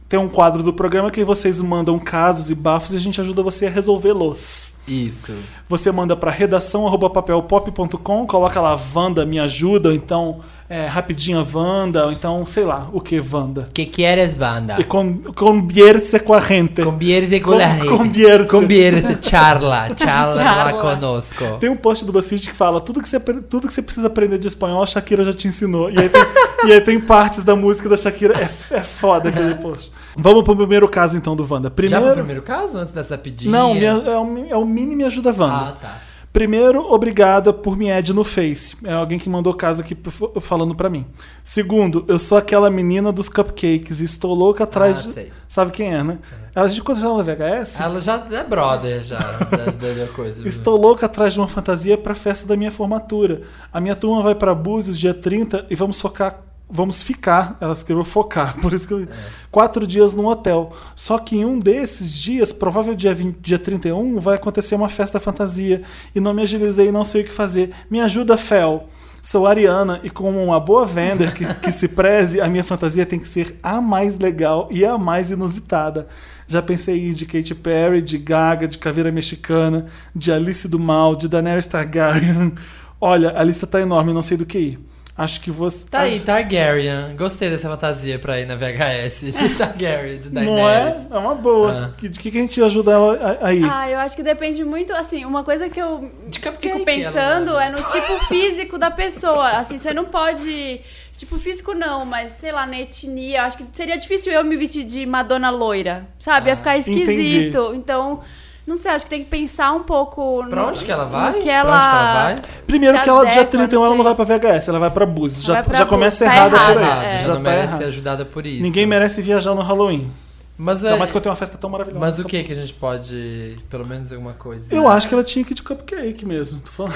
S1: Tem um quadro do programa que vocês mandam casos e bafos e a gente ajuda você a resolvê-los.
S3: Isso.
S1: Você manda para redação@papelpop.com, coloca lá Wanda me ajuda, ou então é, rapidinha Wanda, ou então sei lá, o que Wanda.
S3: Que quieres, banda?
S1: E con, convierte com a gente.
S3: Convierte con la gente.
S1: Convierte.
S3: Convierte, charla, charla,
S2: Charla.
S3: conosco.
S1: Tem um post do BuzzFeed que fala tudo que você, apre- tudo que você precisa aprender de espanhol, a Shakira já te ensinou. E aí tem, e aí tem partes da música da Shakira. É, f- é foda aquele post. Vamos pro primeiro caso, então, do Wanda.
S3: Já
S1: Primeiro...
S3: foi o primeiro caso, antes dessa pedinha?
S1: Não, me- é, o, mi- é o mini Me Ajuda Wanda.
S3: Ah, tá.
S1: Primeiro, obrigada por me add no Face. É alguém que mandou caso aqui f- falando pra mim. Segundo, eu sou aquela menina dos cupcakes e estou louca atrás
S3: Ah,
S1: de.
S3: sei.
S1: Sabe quem é, né? A gente quando ela na VHS?
S3: Ela já é brother, já, da, da- da coisa.
S1: Estou louca atrás de uma fantasia para a festa da minha formatura. A minha turma vai para Búzios dia 30 e vamos focar. Vamos ficar, ela escreveu focar, por isso que eu. Quatro dias num hotel. Só que em um desses dias, provável dia, 20, dia 31, vai acontecer uma festa fantasia. E não me agilizei e não sei o que fazer. Me ajuda, Fel. Sou Ariana e, como uma boa vender que, que se preze, a minha fantasia tem que ser a mais legal e a mais inusitada. Já pensei em de Katy Perry, de Gaga, de Caveira Mexicana, de Alice do Mal, de Daenerys Targaryen. Olha, a lista tá enorme, não sei do que ir. Acho que você.
S3: Tá aí, Targaryen. Gostei dessa fantasia pra ir na VHS. De Targaryen, de Daenerys.
S1: Não é? É uma boa.
S3: Ah.
S1: Que- De que, que a gente ajuda a- a- aí?
S2: Ah, eu acho que depende muito, assim, uma coisa que eu
S3: De cupcake,
S2: fico pensando
S3: ela-
S2: é no tipo físico da pessoa. Assim, você não pode. Tipo, físico não, mas sei lá, na etnia. Eu acho que seria difícil eu me vestir de Madonna loira, sabe?
S3: Ah,
S2: Ia ficar esquisito. Então, não sei, acho que tem que pensar um pouco.
S3: Pra
S2: no-
S3: onde que ela vai?
S2: no que
S3: Pra onde que ela
S2: ela- tá
S3: vai?
S1: Primeiro
S2: se
S1: que ela, dia
S2: adequa,
S1: 31, ela não vai
S2: sei.
S1: pra VHS, ela vai pra Búzios.
S2: Ela
S1: Já,
S2: vai pra
S1: já
S2: Búzios,
S1: começa
S2: tá
S1: errado
S2: errado,
S1: por
S3: Errado,
S1: aí.
S2: é.
S1: Já
S3: não
S1: tá
S3: merece
S1: errado.
S3: ser ajudada por isso.
S1: Ninguém merece viajar no Halloween.
S3: Mas, é,
S1: Ainda mais quando tem uma festa tão maravilhosa.
S3: mas o que que a gente pode... Pelo menos alguma coisa.
S1: Eu acho que ela tinha que ir de cupcake mesmo. Tô falando.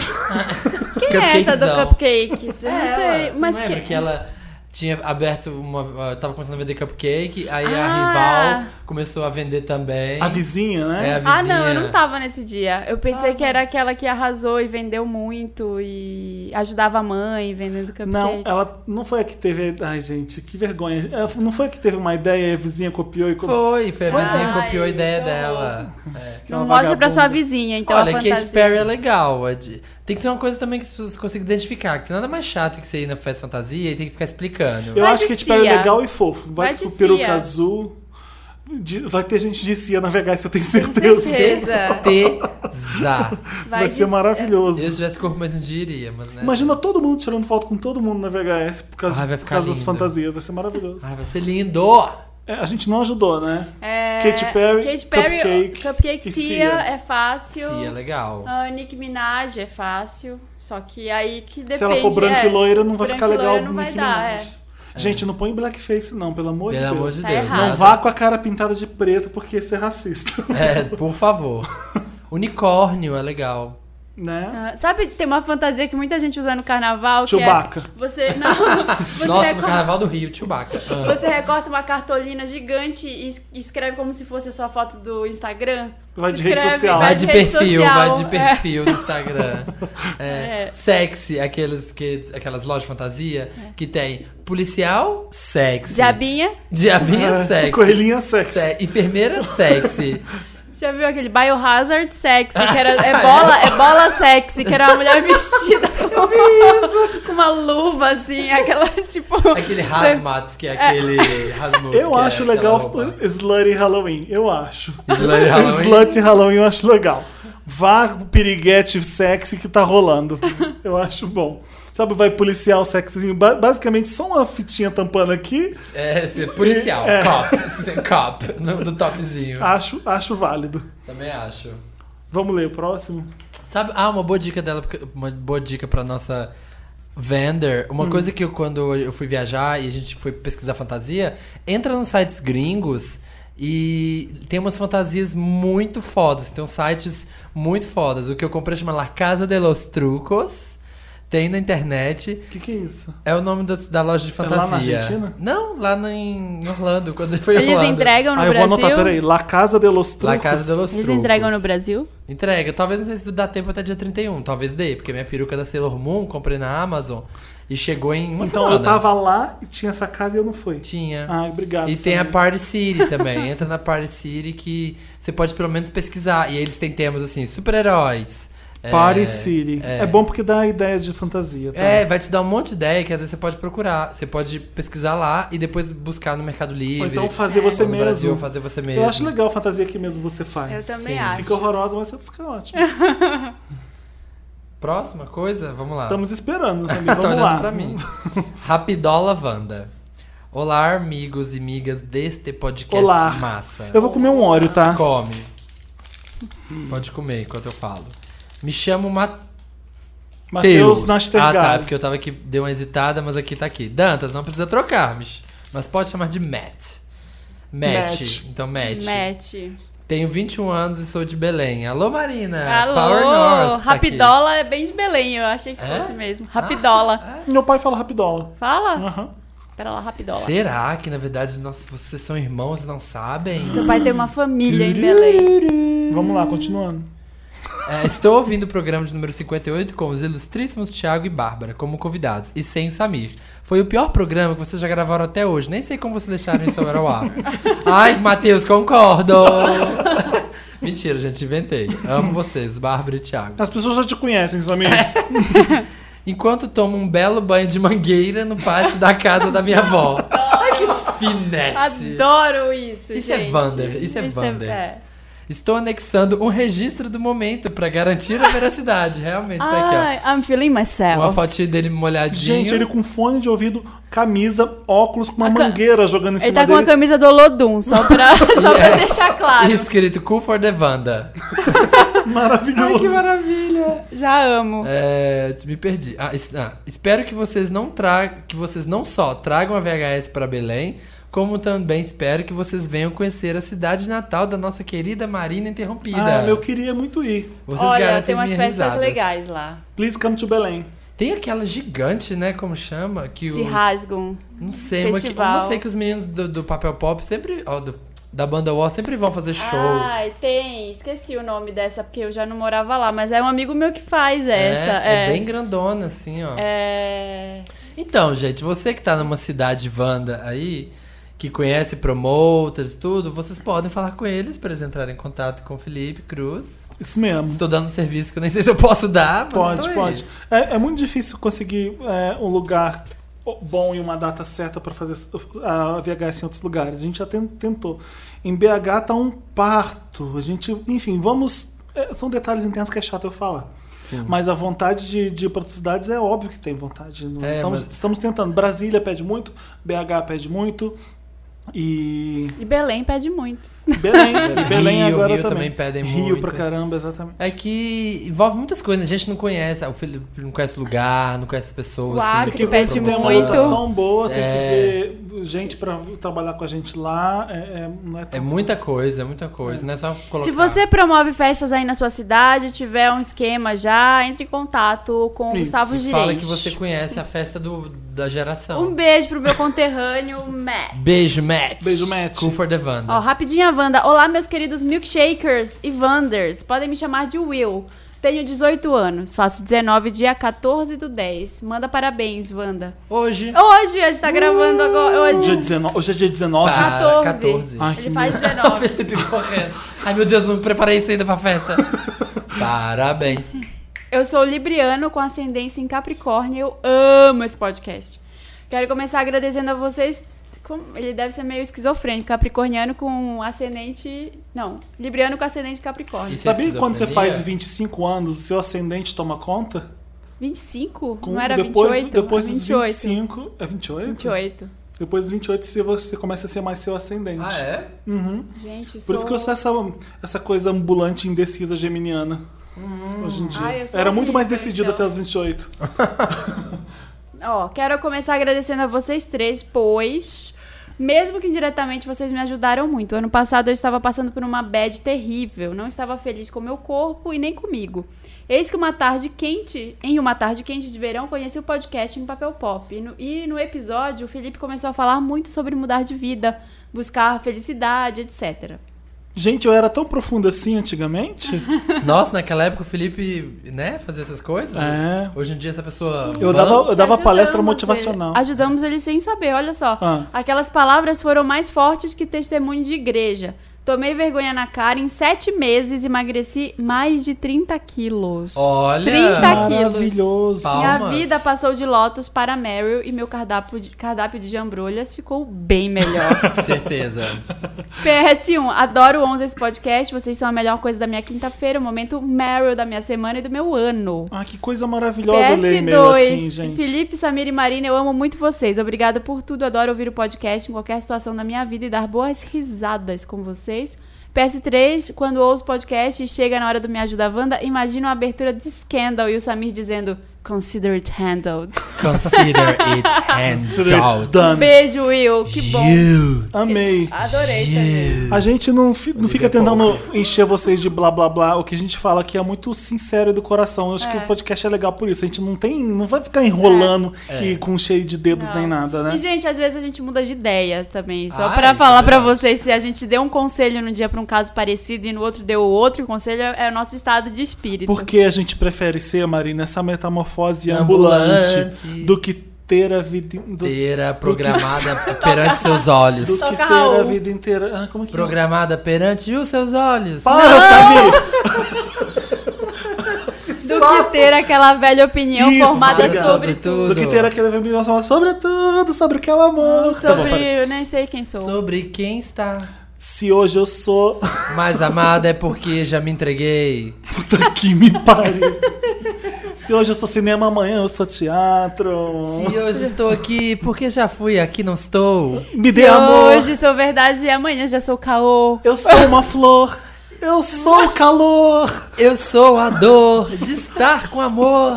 S2: Quem é essa do
S3: Cupcakezão.
S2: cupcakes? Eu não sei.
S3: ela, É, você
S2: mas
S3: não lembra que...
S2: que
S3: ah, ela tinha aberto uma... Tava começando a vender cupcake, aí
S2: Ah.
S3: a rival começou a vender também.
S1: A vizinha, né?
S3: É, a
S2: Ah, não, eu
S3: vizinha.
S2: não tava nesse dia. Eu pensei
S3: Ah,
S2: que era aquela que arrasou e vendeu muito e ajudava a mãe vendendo cupcakes.
S1: Não, ela não foi a que teve. Ai, gente, que vergonha. Ela não foi a que teve uma ideia e a vizinha copiou e copiou.
S3: Foi, foi a
S1: Foi.
S3: vizinha que copiou a
S2: Ai,
S3: ideia
S2: não.
S3: dela. É.
S1: Que é
S2: Não
S1: uma
S2: mostra pra sua
S1: vagabunda.
S2: vizinha, então
S3: Olha,
S2: a
S3: Katy
S2: fantasia.
S3: Perry é legal. é de- Tem que ser uma coisa também que as pessoas consigam identificar. Que tem nada mais chato que você ir na festa fantasia e tem que ficar explicando.
S1: Eu
S2: Vai
S1: acho
S2: de
S1: que tipo, é
S2: Cia.
S1: legal e fofo. Vai,
S2: Vai
S1: com
S2: de
S1: peruca
S2: Cia.
S1: azul. De- vai ter gente de Cia navegar, isso eu tenho certeza.
S2: certeza. Certeza.
S3: Certeza.
S1: Vai,
S2: de-
S1: ser maravilhoso.
S3: Eu se tivesse corpo, mas não diria, mas né?
S1: Imagina todo mundo tirando foto com todo mundo na VHS por causa,
S3: Ai, vai
S1: por
S3: ficar
S1: causa das
S3: lindo.
S1: fantasias, vai ser maravilhoso.
S3: Ai, vai ser lindo!
S1: É, a gente não ajudou, né?
S2: É,
S1: Katy Perry,
S2: Katy Perry,
S1: Cupcake e
S2: Cupcake Cia,
S1: Cia.
S2: é fácil.
S3: Sim, é legal.
S2: Ah, Nick Minaj é fácil. Só que aí que depende.
S1: Se ela for branca
S2: é.
S1: e loira, não vai
S2: Branca
S1: ficar
S2: e
S1: legal
S2: loira não
S1: no
S2: vai
S1: Nicki
S2: dar, é.
S1: Minaj. Gente, não põe blackface, não, pelo amor
S3: Pelo
S1: de Deus.
S3: amor de
S2: Tá
S3: Deus.
S2: errado.
S3: nada.
S1: Não vá com a cara pintada de preto, porque isso é racista.
S3: É, por favor. Unicórnio é legal.
S1: Né?
S2: Ah, sabe, tem uma fantasia que muita gente usa no carnaval.
S1: Chewbacca.
S2: Que é, você não. Você,
S3: Nossa, no
S2: recorta,
S3: Carnaval do Rio, Chewbacca. Ah.
S2: você recorta uma cartolina gigante e es- escreve como se fosse a sua foto do Instagram.
S1: Vai de rede
S2: Escreve,
S1: social.
S3: Ah, Vai
S2: Vai
S3: de
S2: de rede
S3: perfil,
S2: social,
S3: vai de
S2: é.
S3: perfil no Instagram. É.
S2: É.
S3: Sexy, aqueles que, aquelas lojas de fantasia que tem policial sexy.
S2: Diabinha.
S3: Diabinha sexy.
S1: Coelhinha É, Ah, sexy.
S3: Se- enfermeira sexy.
S2: Já viu aquele Biohazard sexy, que era é bola, é bola sexy, que era uma mulher vestida com, com uma luva, assim, aquela tipo.
S3: Aquele hazmat, que é aquele hazmat.
S1: Eu
S3: que é
S1: acho
S3: aquela
S1: legal
S3: roupa.
S1: Slutty Halloween, eu acho.
S3: Slutty Halloween?
S1: Slutty Halloween eu acho legal. Vá com piriguete sexy que tá rolando. Eu acho bom. Sabe, vai policial sexyzinho. ba- basicamente, só uma fitinha tampando aqui,
S3: É, se- policial,
S1: É. Ah.
S3: cop. Cop, no, no topzinho.
S1: acho, acho válido.
S3: Também acho.
S1: Vamos ler o próximo?
S3: Sabe, ah, uma boa dica dela, porque- uma boa dica pra nossa vendor.
S1: Hum.
S3: Uma coisa que eu, quando eu fui viajar e a gente foi pesquisar fantasia, entra nos sites gringos e tem umas fantasias muito fodas. Tem uns sites muito fodas. O que eu comprei chama La Casa de los Trucos. Tem na internet.
S1: O que, que é isso?
S3: É o nome da, da loja de
S1: É lá na
S3: fantasia.
S1: Argentina?
S3: Não, lá no- em Orlando, quando foi
S2: Eles
S3: Orlando.
S2: entregam Então, no
S1: ah, eu
S2: Brasil.
S1: vou anotar, peraí. La Casa de los Trucos.
S3: La Casa de los
S2: Eles
S3: Trucos.
S2: entregam no Brasil?
S3: Entrega. Talvez não sei se dá tempo até dia 31. Talvez dê, porque minha peruca é da Sailor Moon comprei na Amazon e chegou em uma
S1: Então,
S3: semana.
S1: eu tava Ah, lá e tinha essa casa e eu não fui.
S3: Tinha.
S1: Ai, obrigado.
S3: E tem a
S1: Samir.
S3: Party City também. Entra na Party City que você pode pelo menos pesquisar. E eles têm temas assim, super-heróis. é,
S1: Party City.
S3: É,
S1: É. bom porque dá a ideia de fantasia, tá?
S3: É, vai te dar um monte de ideia que às vezes você pode procurar. Você pode pesquisar lá e depois buscar no Mercado Livre.
S1: Ou então fazer você
S3: É, no
S1: mesmo.
S3: Brasil, fazer você mesmo.
S1: Eu acho legal a fantasia que mesmo você faz.
S2: Eu também
S3: Ah, Sim.
S2: acho.
S1: Fica horrorosa, mas fica ótimo.
S3: Tá. Próxima coisa? Vamos lá.
S1: Estamos esperando, Samir.
S3: tá
S1: Vamos
S3: olhando
S1: lá.
S3: pra mim. Rapidola Wanda. Olá, amigos e amigas deste podcast
S1: Olá.
S3: massa.
S1: Eu vou comer um óleo, tá?
S3: Come. Pode comer enquanto eu falo. Me chamo Matheus.
S1: Matheus
S3: Ah, tá,
S1: Nastergaard.
S3: porque eu tava aqui, dei uma hesitada, mas aqui tá aqui. Dantas, não precisa trocar, mas, mas pode chamar de Matt. Matt.
S1: Matt.
S3: Então, Matt.
S2: Match.
S3: Tenho 21 anos e sou de Belém. Alô, Marina. É, Power North. tá
S2: Alô!
S3: aqui.
S2: Rapidola é bem de Belém, eu achei que
S3: É?
S2: fosse mesmo. Rapidola.
S3: tá.
S1: Meu pai fala rapidola.
S2: Fala?
S1: Aham.
S2: Pera lá, Rapidola.
S3: Será que, na verdade, nós, vocês são irmãos e não sabem?
S2: Seu pai tem uma família em Belém.
S1: Vamos lá, continuando.
S3: É, estou ouvindo o programa de número 58 com os ilustríssimos Thiago e Bárbara como convidados e sem o Samir. Foi o pior programa que vocês já gravaram até hoje. Nem sei como vocês deixaram isso ao ar. Ai, Matheus, concordo! Mentira, gente, inventei. Amo vocês, Bárbara e Thiago.
S1: As pessoas já te conhecem, Samir.
S3: É, Enquanto tomo um belo banho de mangueira no pátio da casa da minha avó. Ai, que finesse!
S2: Adoro isso,
S3: Isso é
S2: gente.
S3: Wander, isso é Wander.
S2: é-
S3: Estou anexando um registro do momento pra garantir a veracidade. Realmente, tá aqui, ó.
S2: Ai, I'm feeling myself.
S3: Uma fotinha dele molhadinho.
S1: Gente, ele com fone de ouvido, camisa, óculos, com uma
S2: A ca-
S1: mangueira jogando em
S2: Ah, Ele
S1: cima
S2: tá com a
S1: dele.
S2: camisa do Olodum, só pra, só pra
S3: Yeah.
S2: deixar claro.
S3: Escrito Cool for the Wanda.
S1: Maravilhoso.
S3: maravilha!
S2: Já amo.
S3: É, me perdi. Ah, es- ah, espero que vocês não tragam, que vocês não só tragam a VHS para Belém, como também espero que vocês venham conhecer a cidade natal da nossa querida Marina Interrompida.
S1: Ah, eu queria muito ir.
S3: Vocês
S2: Olha,
S3: garantem
S2: tem umas
S3: minhas
S2: festas
S3: risadas.
S2: legais lá.
S1: Please come to Belém.
S3: Tem aquela gigante, né? Como chama? Que
S2: Se
S3: o...
S2: rasgam.
S3: Não sei, mas que, eu
S2: Festival.
S3: não sei que os meninos do, do Papel Pop sempre. ó, do, da banda Wall sempre vão fazer show.
S2: Ai, tem. Esqueci o nome dessa, porque eu já não morava lá, mas é um amigo meu que faz
S3: É,
S2: essa.
S3: é
S2: É,
S3: bem grandona, assim, ó.
S2: É.
S3: Então, gente, você que tá numa cidade Wanda aí, que conhece promoters e tudo, vocês podem falar com eles para eles entrarem em contato com o Felipe Cruz.
S1: Isso mesmo.
S3: Estou dando um serviço que eu nem sei se eu posso dar, mas
S1: Hum. Pode,
S3: estou aí.
S1: pode. É, é muito difícil conseguir é, um lugar bom e uma data certa para fazer a VHS em outros lugares. A gente já ten- tentou. Em BH tá um parto. A gente, enfim, vamos. é, são detalhes internos que é chato eu falar.
S3: Sim.
S1: Mas a vontade de, de ir para outras cidades é óbvio que tem vontade. Não-
S3: É,
S1: estamos,
S3: mas-
S1: estamos tentando. Brasília pede muito, BH pede muito. E
S2: E Belém pede muito.
S1: Belém, e Belém
S3: Rio,
S1: agora
S3: Rio
S1: também.
S3: também pedem
S1: Rio
S3: muito.
S1: pra caramba, exatamente.
S3: É que envolve muitas coisas, a gente não conhece, ah, o Felipe não conhece o lugar, não conhece as pessoas.
S2: O
S3: assim,
S2: Acre
S1: Tem que ver
S2: pede
S1: se tem uma
S2: Ah, muito.
S1: lotação boa, tem
S3: É.
S1: que ver gente pra trabalhar com a gente lá. É, é- não é, tão
S3: É muita
S1: fácil.
S3: coisa, é muita coisa, não é só
S2: Se
S3: colocar.
S2: você promove festas aí na sua cidade, tiver um esquema já, entre em contato com o
S1: Isso.
S2: Gustavo Girente.
S3: Fala que você conhece a festa do, da geração.
S2: Um beijo pro meu conterrâneo, Matt.
S3: Beijo, Matt.
S1: Beijo, Matt.
S3: Cool for the Wanda.
S2: Ó, rapidinho a Wanda. Olá, meus queridos milkshakers e Wanders. Podem me chamar de Will. Tenho 18 anos, faço 19 dia 14 do 10. Manda parabéns, Wanda.
S3: Hoje.
S2: Hoje, a gente tá gravando agora.
S1: Dia
S2: Hoje,
S1: 19 hoje é dia 19.
S3: Tá.
S2: Dia
S3: 14.
S2: 14.
S1: Ai, que
S2: Ele faz
S3: O
S2: 19.
S3: Felipe correndo. Ai, meu Deus, não preparei isso ainda pra festa. Parabéns.
S2: Eu sou libriano com ascendência em Capricórnio. Eu amo esse podcast. Quero começar agradecendo a vocês. com- Ele deve ser meio esquizofrênico, capricorniano com ascendente. Não, libriano com ascendente Capricórnio.
S3: Isso.
S1: Sabia que quando você
S3: Esquizofrenia?
S1: faz 25 anos, o seu ascendente toma conta?
S2: 25?
S1: Com-
S2: não era
S1: depois,
S2: 28?
S1: Depois
S2: Era
S1: dos
S2: 28.
S1: 25. É 28?
S2: 28.
S1: Depois dos 28, se você começa a ser mais seu ascendente.
S3: Ah, é?
S1: Uhum.
S2: Gente,
S1: Por isso que eu sou essa, essa coisa ambulante indecisa geminiana.
S3: Hum.
S1: Hoje em dia.
S2: Ai, eu sou
S1: Era muito mais
S2: horrível,
S1: decidido
S2: então.
S1: até os 28.
S2: Ó, quero começar agradecendo a vocês três, pois. Mesmo que indiretamente vocês me ajudaram muito. Ano passado eu estava passando por uma bad terrível. Não estava feliz com meu corpo e nem comigo. Eis que uma tarde quente, em uma tarde quente de verão, conheci o podcast no Papel Pop. E no, e no episódio, o Felipe começou a falar muito sobre mudar de vida, buscar felicidade, etc.
S1: Gente, eu era tão profunda assim antigamente.
S3: Nossa, naquela época o Felipe, né, fazia essas coisas.
S1: É.
S3: Hoje em dia essa pessoa.
S1: Eu dava, eu
S2: Te
S1: dava
S2: ajudamos
S1: palestra
S2: ele.
S1: motivacional.
S2: Ajudamos ele sem saber, olha só.
S1: Ah.
S2: Aquelas palavras foram mais fortes que testemunho de igreja. Tomei vergonha na cara em sete meses emagreci mais de 30 quilos.
S3: Olha.
S2: 30 quilos.
S1: Maravilhoso.
S3: Tá Pau.
S2: Minha
S3: palmas.
S2: vida passou de Lotus para Meryl e meu cardápio de, cardápio de jambrolhas ficou bem melhor.
S3: Certeza.
S2: PS1, adoro o 11 esse podcast, vocês são a melhor coisa da minha quinta-feira, o momento Meryl da minha semana e do meu ano.
S1: Ah, que coisa maravilhosa ler e-mail
S2: PS2,
S1: assim, gente.
S2: Felipe, Samir e Marina, eu amo muito vocês. Obrigada por tudo. Adoro ouvir o podcast em qualquer situação da minha vida e dar boas risadas com vocês. PS3, quando ouço o podcast e chega na hora do Me Ajuda Wanda, imagino a abertura de Scandal e o Samir dizendo Consider it handled.
S3: Consider it hand out.
S1: Done.
S2: Beijo, Will. Que bom.
S3: You.
S1: Amei.
S2: Adorei também.
S1: A gente não, fi- não fica
S3: Olivia
S1: tentando encher vocês de blá blá blá. O que a gente fala aqui é muito sincero e do coração. Eu acho que o podcast é legal por isso. A gente não tem. não vai ficar enrolando
S3: É.
S1: e com cheio de dedos nem nada, né?
S2: E, gente, às vezes a gente muda de ideia também. Só
S3: Ah,
S2: pra
S3: isso é
S2: falar pra
S3: verdade.
S2: vocês, se a gente deu um conselho num dia pra um caso parecido e no outro deu outro conselho, é o nosso estado de espírito.
S1: Porque a gente prefere ser, Marina, essa metamorfose ambulante,
S3: Ambulante.
S1: do que ter a vida. in- Do,
S3: Inteira programada perante seus olhos.
S1: do que
S2: Tocar
S1: ser a
S2: o-
S1: vida inteira. Ah, como é que é?
S3: Programada perante os seus olhos.
S1: Para, Samir!
S2: Do que ter aquela velha opinião
S1: Isso,
S2: formada
S1: obrigado.
S2: sobre tudo.
S1: Do que ter aquela vida sobre tudo, sobre o que é o amor. Tá bom,
S2: Sobre
S1: parei.
S2: eu nem sei quem sou.
S3: Sobre quem está
S1: Se hoje eu sou.
S3: mais amada é porque já me entreguei.
S1: Puta que me pariu. Se hoje eu sou cinema, amanhã eu sou teatro.
S3: Se hoje estou aqui, porque já fui aqui, não estou.
S1: Me
S2: Se
S1: dê amor.
S2: hoje sou verdade e amanhã já sou caô.
S1: Eu sou uma flor. Eu sou o calor.
S3: Eu sou a dor de estar com amor.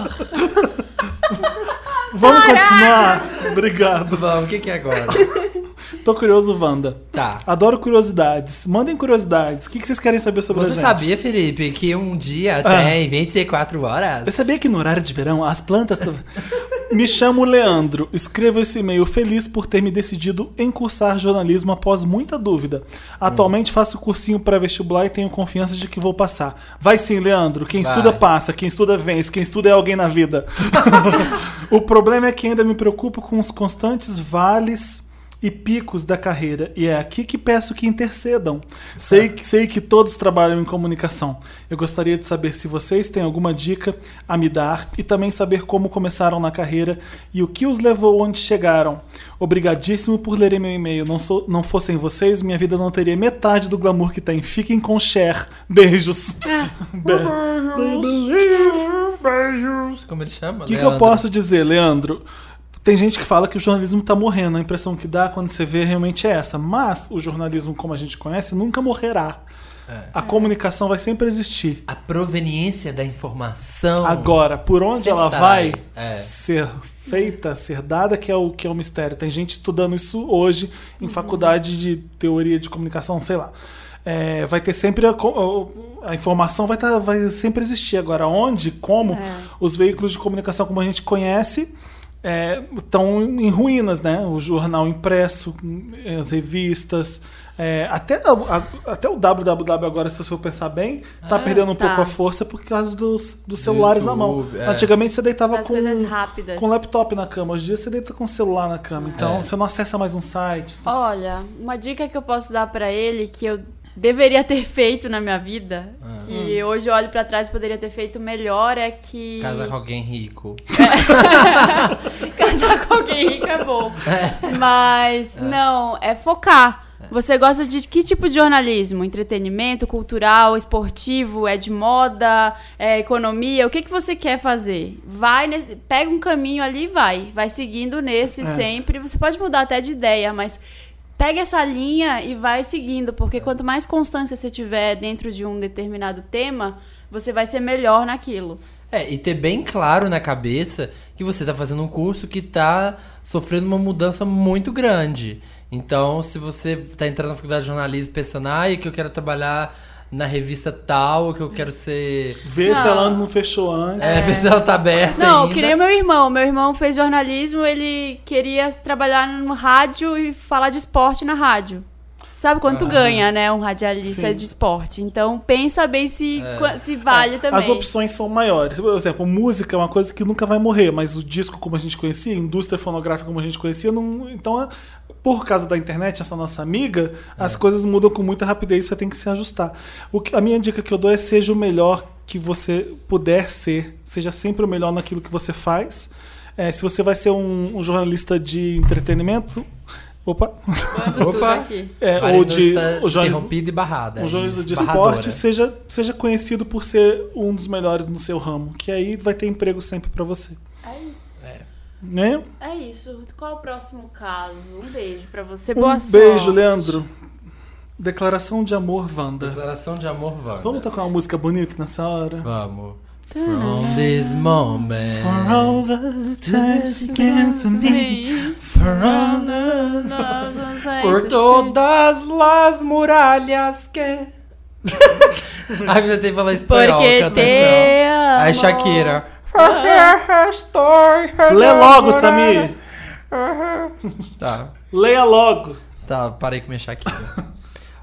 S1: Vamos continuar? Obrigado.
S3: Vamos, o que, que é agora?
S1: Tô curioso, Wanda.
S3: Tá.
S1: Adoro curiosidades. Mandem curiosidades. O que que vocês querem saber sobre
S3: Você
S1: a gente?
S3: sabia, Felipe, que um dia tem 24 horas?
S1: Você sabia que no horário de verão as plantas. Me chamo Leandro. Escrevo esse e-mail feliz por ter me decidido em cursar jornalismo após muita dúvida. Atualmente faço cursinho pré-vestibular e tenho confiança de que vou passar. Vai sim, Leandro. Quem
S3: Vai.
S1: estuda passa, quem estuda vence, quem estuda é alguém na vida. o problema é que ainda me preocupo com os constantes vales e picos da carreira, e é aqui que peço que intercedam. Sei, que- sei que todos trabalham em comunicação. Eu gostaria de saber se vocês têm alguma dica a me dar e também saber como começaram na carreira e o que os levou onde chegaram. Obrigadíssimo por lerem meu e-mail. Não, sou, não fossem vocês, minha vida não teria metade do glamour que tem. Fiquem com Cher. Beijos. Beijos.
S3: Beijos, Como ele chama? né,
S1: O que, que eu
S3: Leandro.
S1: posso dizer, Leandro? Tem gente que fala que o jornalismo tá morrendo. A impressão que dá quando você vê realmente é essa. Mas o jornalismo, como a gente conhece, nunca morrerá. A comunicação vai sempre existir.
S3: A proveniência da informação.
S1: Agora, por onde
S3: Sempre
S1: ela
S3: estará
S1: vai
S3: aí. É.
S1: ser feita, ser dada, que é, o, que é o mistério. Tem gente estudando isso hoje em
S3: Uhum.
S1: faculdade de teoria de comunicação, sei lá. É, vai ter sempre a, co- a informação vai, tá- vai sempre existir. Agora, onde, como,
S2: É.
S1: os veículos de comunicação como a gente conhece é, estão em ruínas, né? O jornal impresso, as revistas. é, até, a- a- até o www agora, se você for pensar bem,
S3: Ah,
S1: tá perdendo um
S2: tá.
S1: pouco a força por causa dos, dos celulares na mão.
S3: YouTube, é.
S1: Antigamente você deitava
S2: As
S1: com
S2: coisas rápidas.
S1: com laptop na cama, hoje em dia você deita com o celular na cama. Então
S3: É.
S1: você não acessa mais um site.
S2: Olha, uma dica que eu posso dar pra ele que eu deveria ter feito na minha vida,
S1: Ah.
S2: que hoje eu olho pra trás e poderia ter feito melhor, é que
S3: Casa com alguém rico.
S2: Casar com alguém rico é bom. Mas não, é focar. Você gosta de que tipo de jornalismo? Entretenimento, cultural, esportivo, é de moda, é economia? O que, que você quer fazer? Vai, nesse- pega um caminho ali e vai. Vai seguindo nesse sempre. Você pode mudar até de ideia, mas pega essa linha e vai seguindo, porque quanto mais constância você tiver dentro de um determinado tema, você vai ser melhor naquilo.
S3: É, e ter bem claro na cabeça que você tá fazendo um curso que tá sofrendo uma mudança muito grande. Então, se você tá entrando na faculdade de jornalismo pensando, ai, que eu quero trabalhar na revista tal, que eu quero ser.
S1: Vê se
S2: Não.
S1: ela não fechou antes.
S3: É, ver se ela tá aberta.
S2: Não,
S3: ainda.
S2: eu queria meu irmão. Meu irmão fez jornalismo, ele queria trabalhar no rádio e falar de esporte na rádio. Sabe quanto ganha, né, um radialista
S1: Sim.
S2: de esporte? Então pensa bem se,
S3: É.
S2: qua- se vale também.
S1: As opções são maiores. Por exemplo, música é uma coisa que nunca vai morrer, mas o disco como a gente conhecia, a indústria fonográfica como a gente conhecia, não... então por causa da internet, essa nossa amiga, as coisas mudam com muita rapidez, você tem que se ajustar. O que- a minha dica que eu dou é seja o melhor que você puder ser, seja sempre o melhor naquilo que você faz. É, se você vai ser um- um jornalista de entretenimento, opa,
S2: Tudo
S3: Opa.
S2: aqui.
S1: É,
S3: Marina
S1: ou de
S3: está
S1: o jornalismo,
S3: interrompida e barrada. é
S1: um jornalista de
S3: esbarradora.
S1: esporte seja, seja conhecido por ser um dos melhores no seu ramo, que aí vai ter emprego sempre pra você.
S2: É isso.
S1: Né?
S2: É isso. Qual o próximo caso? Um beijo pra você.
S1: Um
S2: Boa
S1: beijo,
S2: sorte.
S1: Leandro. Declaração de amor, Wanda.
S3: Declaração de amor, Wanda.
S1: Vamos tá- tocar uma música bonita nessa hora?
S3: Vamos. From this moment.
S1: For all the times you came for me,
S2: Sim.
S1: for all the-
S2: Nós vamos sair
S3: Por
S2: desse-
S3: todas as muralhas que. Ai, você tem que falar espanhol,
S2: Porque
S3: canta
S2: te
S3: espanhol.
S2: amo.
S3: Aí Shakira.
S2: Ah, é.
S1: Lê logo, Samir!
S3: Tá,
S1: Leia logo!
S3: tá, parei com minha Shakira.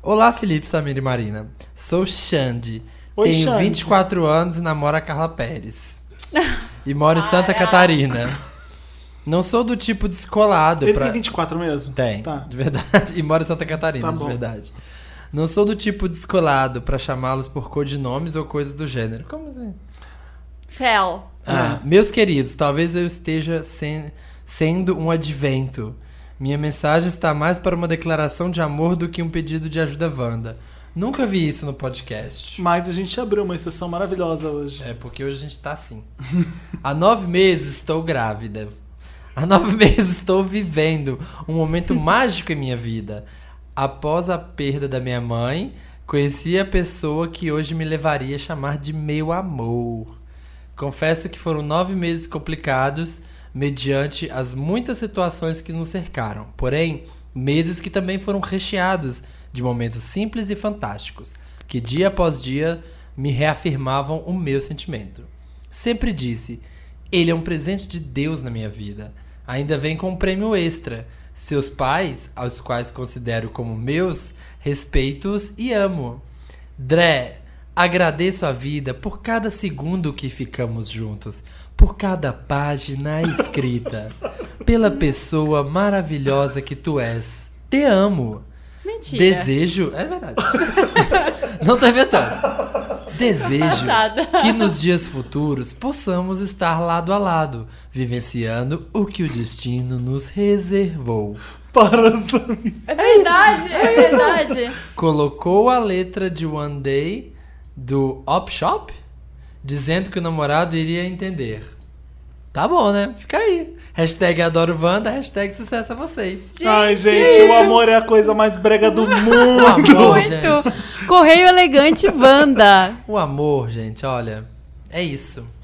S3: Olá, Felipe, Samir e Marina. Sou Xande.
S1: Oi,
S3: tenho
S1: Xande.
S3: 24 anos e namoro a Carla Pérez. E moro em Santa Catarina. Não sou do tipo descolado
S1: Ele
S3: pra...
S1: tem 24 mesmo?
S3: Tem,
S1: Tá.
S3: de verdade. E mora em Santa Catarina,
S1: Tá
S3: de
S1: bom.
S3: verdade. Não sou do tipo descolado pra chamá-los por codinomes ou coisas do gênero. Como assim?
S2: Fel.
S3: Ah, Meus queridos, talvez eu esteja sen- sendo um advento. Minha mensagem está mais para uma declaração de amor do que um pedido de ajuda Wanda. Nunca vi isso no podcast.
S1: Mas a gente abriu uma exceção maravilhosa hoje.
S3: É, porque hoje a gente tá assim. Há nove meses estou grávida. Há nove meses estou vivendo um momento mágico em minha vida. Após a perda da minha mãe, conheci a pessoa que hoje me levaria a chamar de meu amor. Confesso que foram nove meses complicados, mediante as muitas situações que nos cercaram. Porém, meses que também foram recheados de momentos simples e fantásticos, que dia após dia me reafirmavam o meu sentimento. Sempre disse: ele é um presente de Deus na minha vida. Ainda vem com um prêmio extra. Seus pais, aos quais considero como meus, respeito-os e amo. Dré, agradeço a vida por cada segundo que ficamos juntos, por cada página escrita, pela pessoa maravilhosa que tu és. Te amo.
S2: Mentira.
S3: Desejo. É verdade. Não tô inventando. Desejo
S2: Passada.
S3: que nos dias futuros possamos estar lado a lado, vivenciando o que o destino nos reservou.
S1: Para Samir.
S2: É verdade, é, verdade.
S3: Colocou a letra de One Day do Op Shop, dizendo que o namorado iria entender. Tá bom, né? Fica aí. Hashtag adoro Wanda, hashtag sucesso a vocês.
S2: Gente,
S1: Ai, gente, o amor é a coisa mais brega do
S3: O
S1: mundo.
S3: amor, gente.
S2: Muito. Correio Elegante Wanda.
S3: O amor, gente, olha. É isso.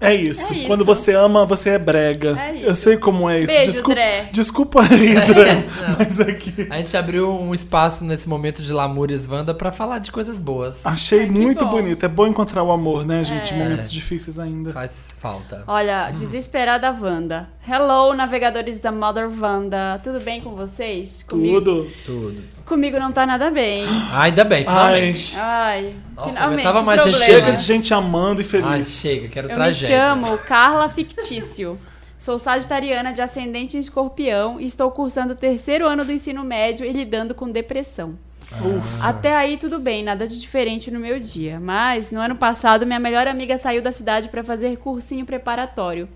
S1: É isso.
S2: É isso.
S1: Quando você ama, você é brega.
S2: É isso.
S1: Eu sei como é isso.
S2: Beijo,
S1: desculpa,
S2: Dré. É,
S1: desculpa aí, Dré.
S3: Não.
S1: Mas é aqui.
S3: A gente abriu um espaço nesse momento de Lamúrias Wanda pra falar de coisas boas.
S1: Achei
S2: Ai, que
S1: muito
S2: bom.
S1: bonito. É bom encontrar o amor, né, gente?
S2: É.
S1: Em Momentos difíceis ainda.
S3: Faz falta.
S2: Olha, desesperada Wanda. Hello, navegadores da Mother Wanda. Tudo bem com vocês? Comigo,
S1: Tudo.
S3: Tudo.
S2: comigo não tá nada bem.
S3: Ah, ainda bem,
S1: Ai,
S3: finalmente.
S2: Ai,
S3: Nossa,
S2: finalmente.
S3: aguentava
S2: que
S3: mais gente
S2: problema.
S1: chega de gente amando e feliz.
S3: Ai, chega, quero
S2: Eu
S3: tragédia.
S2: me chamo Carla Fictício. Sou sagitariana de ascendente em escorpião e estou cursando o terceiro ano do ensino médio e lidando com depressão.
S1: Ufa.
S2: Até aí tudo bem, nada de diferente no meu dia. Mas no ano passado, minha melhor amiga saiu da cidade para fazer cursinho preparatório.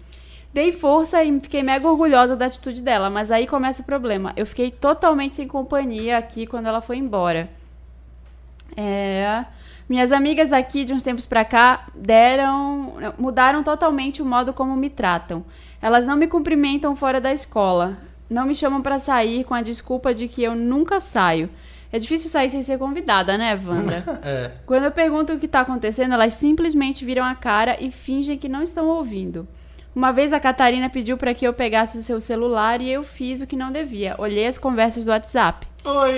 S2: Dei força e fiquei mega orgulhosa da atitude dela, mas aí começa o problema. Eu fiquei totalmente sem companhia aqui quando ela foi embora. É. Minhas amigas aqui de uns tempos pra cá deram, mudaram totalmente o modo como me tratam. Elas não me cumprimentam fora da escola, não me chamam pra sair com a desculpa de que eu nunca saio. É difícil sair sem ser convidada, né, Wanda?
S3: É.
S2: Quando eu pergunto o que tá acontecendo, elas simplesmente viram a cara e fingem que não estão ouvindo. Uma vez a Catarina pediu pra que eu pegasse o seu celular e eu fiz o que não devia. Olhei as conversas do WhatsApp.
S1: Oi.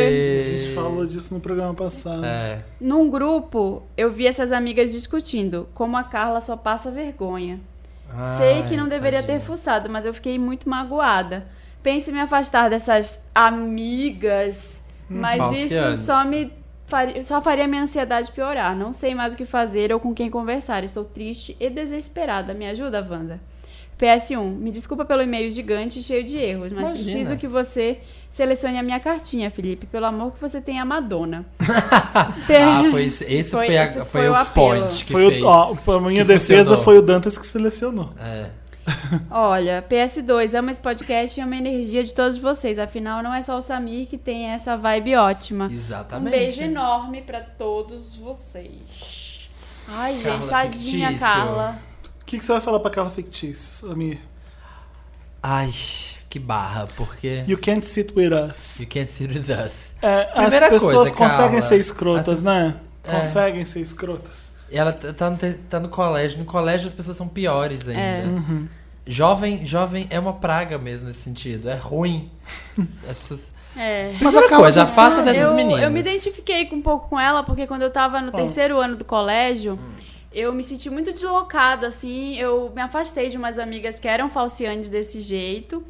S3: Ei.
S1: A gente falou disso no programa passado.
S3: É.
S2: Num grupo, eu vi essas amigas discutindo como a Carla só passa vergonha.
S3: Ah,
S2: Sei que não
S3: Ai,
S2: deveria ter
S3: tadinha.
S2: fuçado, mas eu fiquei muito magoada. Pense em me afastar dessas amigas, mas isso
S3: Falcianes.
S2: só me faria, só faria minha ansiedade piorar. Não sei mais o que fazer ou com quem conversar. Estou triste e desesperada. Me ajuda, Wanda. PS1, me desculpa pelo e-mail gigante e cheio de erros, mas
S3: Imagina.
S2: preciso que você selecione a minha cartinha, Felipe. Pelo amor que você tem a Madonna.
S3: Ah, foi isso. Esse
S2: Foi-
S3: foi, a-
S2: esse
S3: foi
S2: foi
S3: o,
S2: o apelo.
S3: point que
S1: Foi
S3: fez.
S1: o, ó, pra minha
S3: que
S1: defesa,
S3: funcionou.
S1: foi o Dantas que selecionou.
S3: É.
S2: Olha, PS2, amo esse podcast e amo a energia de todos vocês. Afinal, não é só o Samir que tem essa vibe ótima. Um
S3: Exatamente.
S2: beijo enorme pra todos vocês. Ai, gente,
S3: Carla
S2: sadinha,
S3: Fictício.
S2: Carla.
S1: O que, que você vai falar pra Carla Fictício, Samir?
S3: Ai, que barra, porque
S1: You can't sit with us.
S3: you can't see with us.
S1: É, as
S3: Primeira coisa,
S1: pessoas conseguem
S3: Carla,
S1: ser escrotas,
S3: essas-
S1: né?
S3: É.
S1: Conseguem ser escrotas.
S3: E Ela t- tá no, te- tá no colégio. No colégio as pessoas são piores ainda.
S2: É.
S1: Uhum.
S3: Jovem, jovem é uma praga mesmo nesse sentido. É ruim. As pessoas...
S2: É.
S1: Mas
S3: Primeira coisa,
S1: Fictício-
S3: afasta dessas
S2: eu,
S3: meninas.
S2: eu me identifiquei com- um pouco com ela, porque quando eu tava no terceiro ano do colégio,
S3: Hum.
S2: eu me senti muito deslocada, assim. Eu me afastei de umas amigas que eram falciantes desse jeito.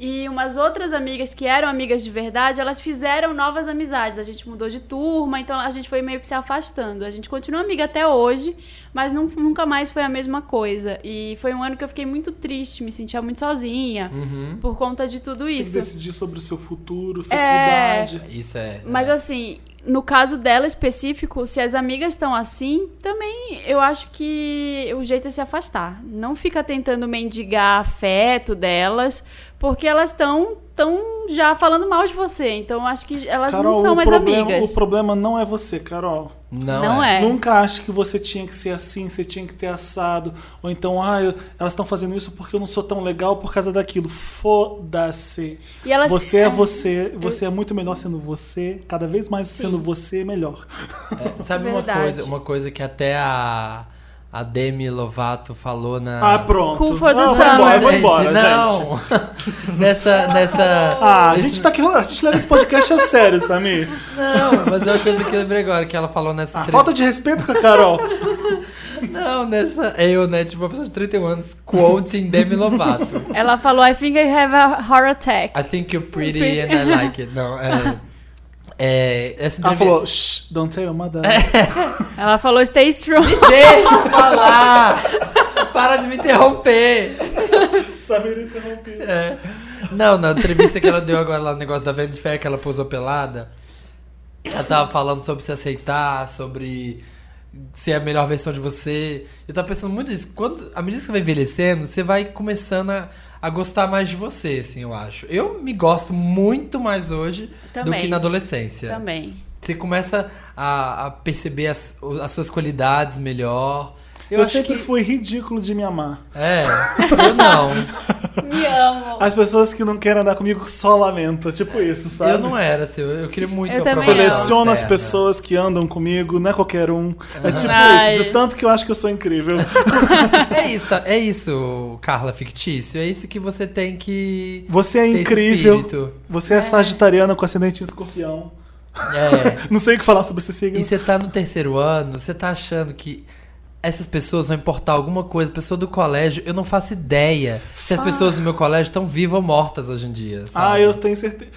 S2: E umas outras amigas que eram amigas de verdade, elas fizeram novas amizades. A gente mudou de turma, então a gente foi meio que se afastando. A gente continua amiga até hoje, mas nun- nunca mais foi a mesma coisa. E foi um ano que eu fiquei muito triste, me sentia muito sozinha
S3: Uhum.
S2: por conta de tudo
S1: Tem que
S2: isso. É,
S1: decidir sobre o seu futuro, faculdade.
S3: Isso é...
S2: Mas assim, no caso dela específico, se as amigas estão assim, também eu acho que o jeito é se afastar. Não fica tentando mendigar afeto delas, porque elas estão tão já falando mal de você. Então eu acho que elas não são
S1: o,
S2: mais
S1: problema,
S2: amigas.
S1: o problema não é você, Carol.
S3: Não,
S2: não
S3: é.
S2: é.
S1: Nunca ache que você tinha que ser assim, você tinha que ter assado. Ou então, ah, eu- elas estão fazendo isso porque eu não sou tão legal por causa daquilo. Foda-se.
S2: E elas-
S1: Você é
S2: é.
S1: você, você é muito melhor sendo você, cada vez mais
S2: Sim.
S1: sendo você melhor.
S3: É, Sabe uma
S2: Verdade.
S3: coisa, uma coisa que até a, a Demi Lovato falou na.
S1: Ah, pronto.
S2: Cool for the
S1: ah, vou
S2: summer.
S1: embora, vou
S3: Gente,
S1: embora, gente.
S3: não. nessa, nessa.
S1: Ah, a
S3: esse-
S1: gente tá aqui, a gente leva esse podcast a sério, Samir.
S3: Não, mas é uma coisa que eu lembrei agora que ela falou nessa.
S1: A
S3: entre-
S1: falta de respeito com a Carol.
S3: Não, nessa. Eu, né? Tipo, uma pessoa de 31 anos, quoting Demi Lovato.
S2: Ela falou, I think I have a heart attack.
S3: I think you're pretty and I like it. Não, é. É. Essa
S1: Ela
S3: entrevista-
S1: falou, shh, don't tell your mother.
S3: É.
S2: Ela falou, stay strong.
S3: Deixa eu falar! Para de me interromper!
S1: Samira interrompeu.
S3: É. Não, na entrevista que ela deu agora lá no negócio da Vanity Fair, que ela posou pelada, ela tava falando sobre se aceitar, sobre ser a melhor versão de você. Eu tava pensando muito nisso. Quando, à medida que você vai envelhecendo, você vai começando a, a gostar mais de você, assim, eu acho. Eu me gosto muito mais hoje do
S2: Também.
S3: que na adolescência.
S2: Também.
S3: Você começa a, a perceber as, as suas qualidades melhor.
S1: Eu,
S3: Eu, acho
S1: sempre
S3: que...
S1: fui ridículo de me amar.
S3: É, eu não.
S2: Me amo.
S1: As pessoas que não querem andar comigo só lamentam, tipo isso, sabe?
S3: Eu não né? era, assim, eu, eu queria muito
S2: Eu
S3: a
S2: também
S3: aprovação
S1: Seleciona as
S3: externa.
S1: pessoas que andam comigo, não é qualquer um. É tipo
S2: Ai.
S1: isso, de tanto que eu acho que eu sou incrível.
S3: É isso, tá- é isso, Carla Fictício. É isso que você tem que.
S1: Você é
S3: ter esse
S1: incrível.
S3: espírito.
S1: Você é sagitariana com ascendente em escorpião.
S3: É.
S1: Não sei o que falar sobre esse signo.
S3: E você tá no terceiro ano, você tá achando que essas pessoas vão importar alguma coisa, pessoa do colégio, eu não faço ideia se
S2: Ah.
S3: as pessoas do meu colégio estão vivas ou mortas hoje em dia. é sabe?
S1: Ah, eu tenho certeza.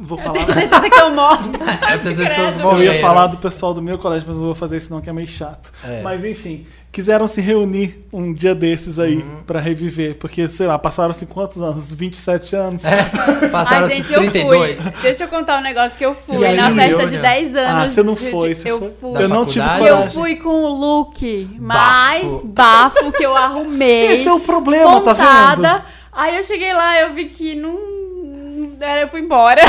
S1: Vou falar.
S2: Tenho certeza que eu morto.
S3: As pessoas todas
S1: Eu ia
S3: morreram.
S1: falar do pessoal do meu colégio, mas não vou fazer isso não, que é meio chato.
S3: É.
S1: Mas enfim, quiseram se reunir um dia desses aí
S3: Uhum.
S1: pra reviver. Porque, sei lá, passaram-se quantos anos? 27 anos?
S3: É, passaram
S2: Ai, gente,
S3: 32.
S2: eu fui. Deixa eu contar um negócio que eu
S1: E
S2: fui
S1: aí,
S2: na festa
S3: reunião?
S2: de 10 anos.
S1: Ah, você não
S2: de-
S1: foi.
S2: de-
S1: você
S2: eu
S1: foi?
S2: fui.
S3: Da
S1: Eu não tive
S3: faculdade?
S1: coragem.
S2: Eu fui com o look mais bafo que eu arrumei.
S1: Esse é o problema, tá vendo?
S2: montada. Aí eu cheguei lá, eu vi que não. Era, eu fui embora.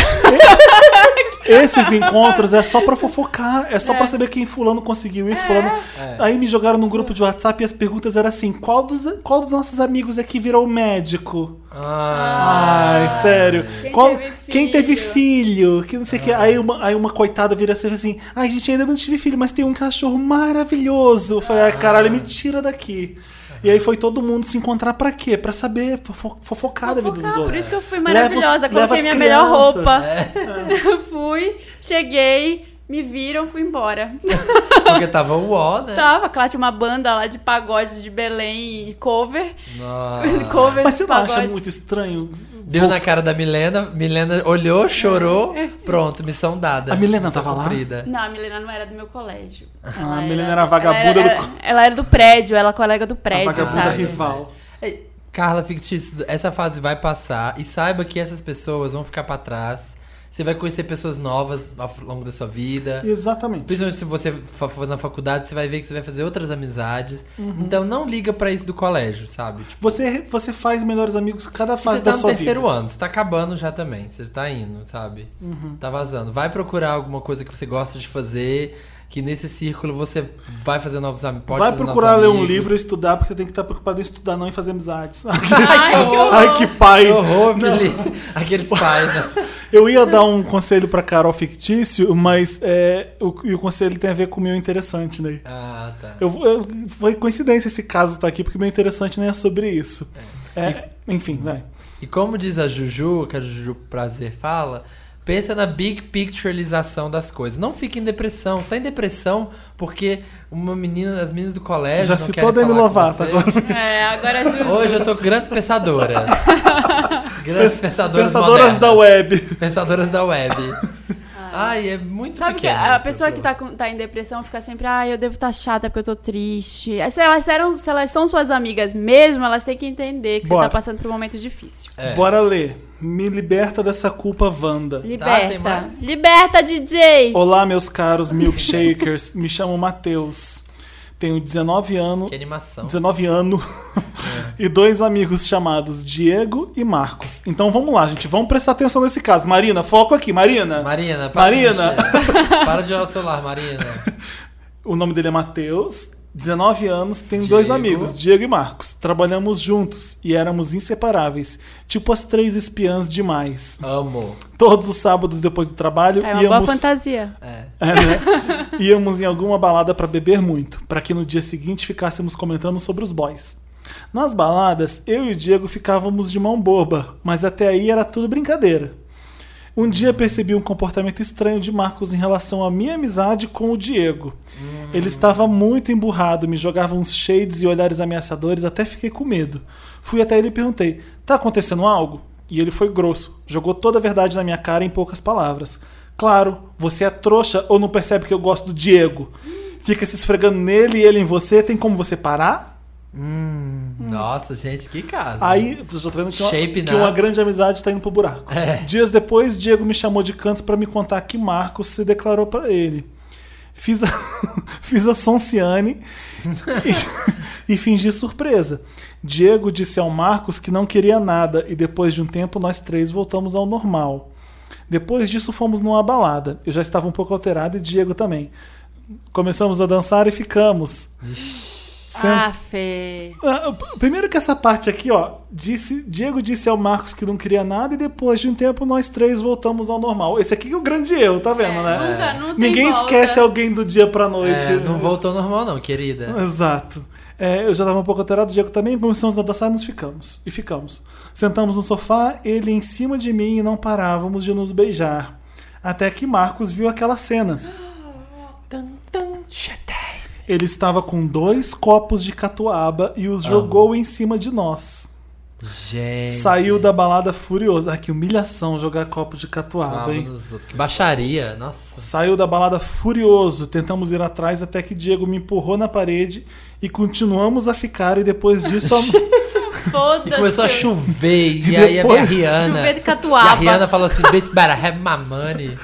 S1: Esses encontros é só pra fofocar, é só pra saber quem fulano conseguiu
S2: É.
S1: isso, fulano.
S3: É.
S1: Aí me jogaram num grupo de WhatsApp e as perguntas eram assim: qual dos, qual dos nossos amigos aqui virou médico?
S3: Ah,
S1: Ai, sério.
S2: Quem
S1: Qual-
S2: teve
S1: quem
S2: filho? Ah.
S1: teve filho? Que não sei o que. Aí uma, aí uma coitada vira assim, assim: ai, gente, ainda não tive filho, mas tem um cachorro maravilhoso. Eu
S2: Ah.
S1: falei: ai, caralho, me tira daqui. E aí foi todo mundo se encontrar pra quê? Pra saber, fofo- fofocar da vida dos
S2: Por
S1: outros.
S2: isso que eu fui
S1: Leva os-
S2: maravilhosa,
S1: leva
S2: coloquei
S1: as
S2: minha melhor
S1: crianças.
S2: roupa.
S1: É.
S2: Eu fui, cheguei, me viram, fui embora. Ah.
S3: porque tava o ó, né?
S2: Tava, claro, tinha uma banda lá de pagode de Belém e cover.
S1: Ah.
S3: Nossa.
S2: cover
S1: Mas
S2: de
S1: você não acha
S2: pagodes.
S1: muito estranho?
S3: Deu na cara da Milena, Milena olhou, chorou, pronto, missão dada.
S1: A Milena
S3: Missão
S1: tava lá?
S3: cumprida.
S2: Não, a Milena não era do meu colégio.
S1: Ah, a Milena era a vagabunda
S2: ela era,
S1: do co-
S2: Ela era do prédio, ela é colega do
S1: A
S2: prédio,
S1: vagabunda
S2: sabe?
S1: rival.
S3: É, Carla, fictício, essa fase vai passar e saiba que essas pessoas vão ficar pra trás. Você vai conhecer pessoas novas ao longo da sua vida.
S1: Exatamente.
S3: Principalmente se você fa- for na faculdade, você vai ver que você vai fazer outras amizades.
S1: Uhum.
S3: Então não liga pra isso do colégio, sabe? Tipo,
S1: Você, você faz melhores amigos cada fase
S3: você
S1: da
S3: tá no
S1: sua
S3: terceiro
S1: vida.
S3: ano, você tá acabando já também. Você tá indo, sabe?
S1: Uhum.
S3: Tá vazando. Vai procurar alguma coisa que você gosta de fazer. Que nesse círculo você vai fazer novos amigos. pode
S1: Vai
S3: fazer novos
S1: procurar ler um
S3: amigos.
S1: livro e estudar, porque você tem que estar preocupado em estudar, não em fazer amizades.
S2: Ai, que horror.
S1: Ai, que pai!
S3: Que horror, Felipe. Aqueles pais, né?
S1: Eu ia dar um conselho pra Carol fictício, mas é, o, e o conselho tem a ver com o meu interessante, né?
S3: Ah, tá.
S1: Eu, eu- foi coincidência esse caso estar aqui, porque o meu interessante nem é sobre isso. É, enfim, vai.
S3: E como diz a Juju, que a Juju Prazer fala, pensa na big pictureização das coisas. Não fique em depressão. Você tá em depressão porque uma menina, as meninas do colégio.
S1: Já
S3: não
S1: citou
S3: querem
S1: Demi
S3: falar com
S1: Lovato
S3: você.
S1: agora.
S2: É, agora Juju.
S3: Hoje eu tô com grandes pensadoras. grandes pensadoras,
S1: Pensadoras
S3: modernas.
S1: da web. Ah.
S3: Pensadoras da web. Ai, é muito
S2: Sabe que
S3: pequeno
S2: a
S3: isso,
S2: pessoa
S3: pô.
S2: que tá, com- tá em depressão fica sempre, ah, eu devo estar chata porque eu tô triste. Aí, se, elas eram, se elas são suas amigas mesmo, elas têm que entender que você
S1: Bora.
S2: tá passando por um momento difícil.
S3: É.
S1: Bora ler. Me liberta dessa culpa, Wanda.
S3: tem
S2: Liberta.
S3: mais?
S2: Liberta, DJ!
S1: Olá, meus caros milkshakers. Me chamo Matheus. Tenho 19 anos.
S3: Que animação.
S1: 19 anos. e dois amigos chamados Diego e Marcos. Então vamos lá, gente. Vamos prestar atenção nesse caso. Marina, foco aqui, Marina.
S3: Marina, para
S1: Marina.
S3: de mexer. Para de olhar o celular, Marina.
S1: O nome dele é Matheus. 19 anos, tem dois
S3: Diego.
S1: amigos, Diego e Marcos. Trabalhamos juntos e éramos inseparáveis, tipo as três espiãs demais.
S3: Amo.
S1: Todos os sábados depois do trabalho
S2: É uma boa
S1: íamos
S2: fantasia.
S3: É.
S1: É, né? Íamos em alguma balada pra beber muito, pra que no dia seguinte ficássemos comentando sobre os boys. Nas baladas, eu e o Diego ficávamos de mão boba, mas até aí era tudo brincadeira. Um dia percebi um comportamento estranho de Marcos em relação à minha amizade com o Diego. Ele estava muito emburrado, me jogava uns shades e olhares ameaçadores, até fiquei com medo. Fui até ele e perguntei: Tá acontecendo algo? E ele foi grosso, jogou toda a verdade na minha cara em poucas palavras. Claro, você é trouxa ou não percebe que eu gosto do Diego? Fica se esfregando nele e ele em você, tem como você parar?
S3: Nossa, gente, que caso.
S1: Aí, eu tô vendo que uma,
S3: Shape
S1: que
S3: na-
S1: uma grande amizade tá indo pro buraco.
S3: É.
S1: Dias depois, Diego me chamou de canto pra me contar que Marcos se declarou pra ele. Fiz a, fiz a Sonciane e, e fingi surpresa. Diego disse ao Marcos que não queria nada e depois de um tempo nós três voltamos ao normal. Depois disso fomos numa balada. Eu já estava um pouco alterado e Diego também. Começamos a dançar e ficamos. Sen-
S2: Ah, Fê.
S1: ah, p- Primeiro que essa parte aqui, ó, disse, Diego disse ao Marcos que não queria nada e depois de um tempo nós três voltamos ao normal. Esse aqui que é o grande erro, tá vendo,
S2: É,
S1: né?
S2: nunca- não tem
S1: Ninguém
S2: volta.
S1: esquece é alguém do dia pra noite. né?
S3: É, não voltou ao normal, não, querida.
S1: Exato. É, eu já tava um pouco alterado, o Diego também, começamos a dançar e nos ficamos. E ficamos. Sentamos no sofá, ele em cima de mim e não parávamos de nos beijar. Até que Marcos viu aquela cena. Ele estava com dois copos de catuaba e
S3: Ah.
S1: os jogou em cima de nós.
S3: Gente.
S1: Saiu da balada furioso. Ah, que humilhação jogar copo de catuaba,
S3: Tava
S1: hein?
S3: nos outros. Que baixaria, nossa.
S1: Saiu da balada furioso. Tentamos ir atrás até que Diego me empurrou na parede e continuamos a ficar. E depois disso. a-
S2: Foda-se.
S3: E começou a chover, e,
S1: E
S3: aí a
S1: depois-
S3: Rihanna.
S2: Chover de
S3: E a
S2: catuaba.
S3: Rihanna falou assim: Bitch, better have my money.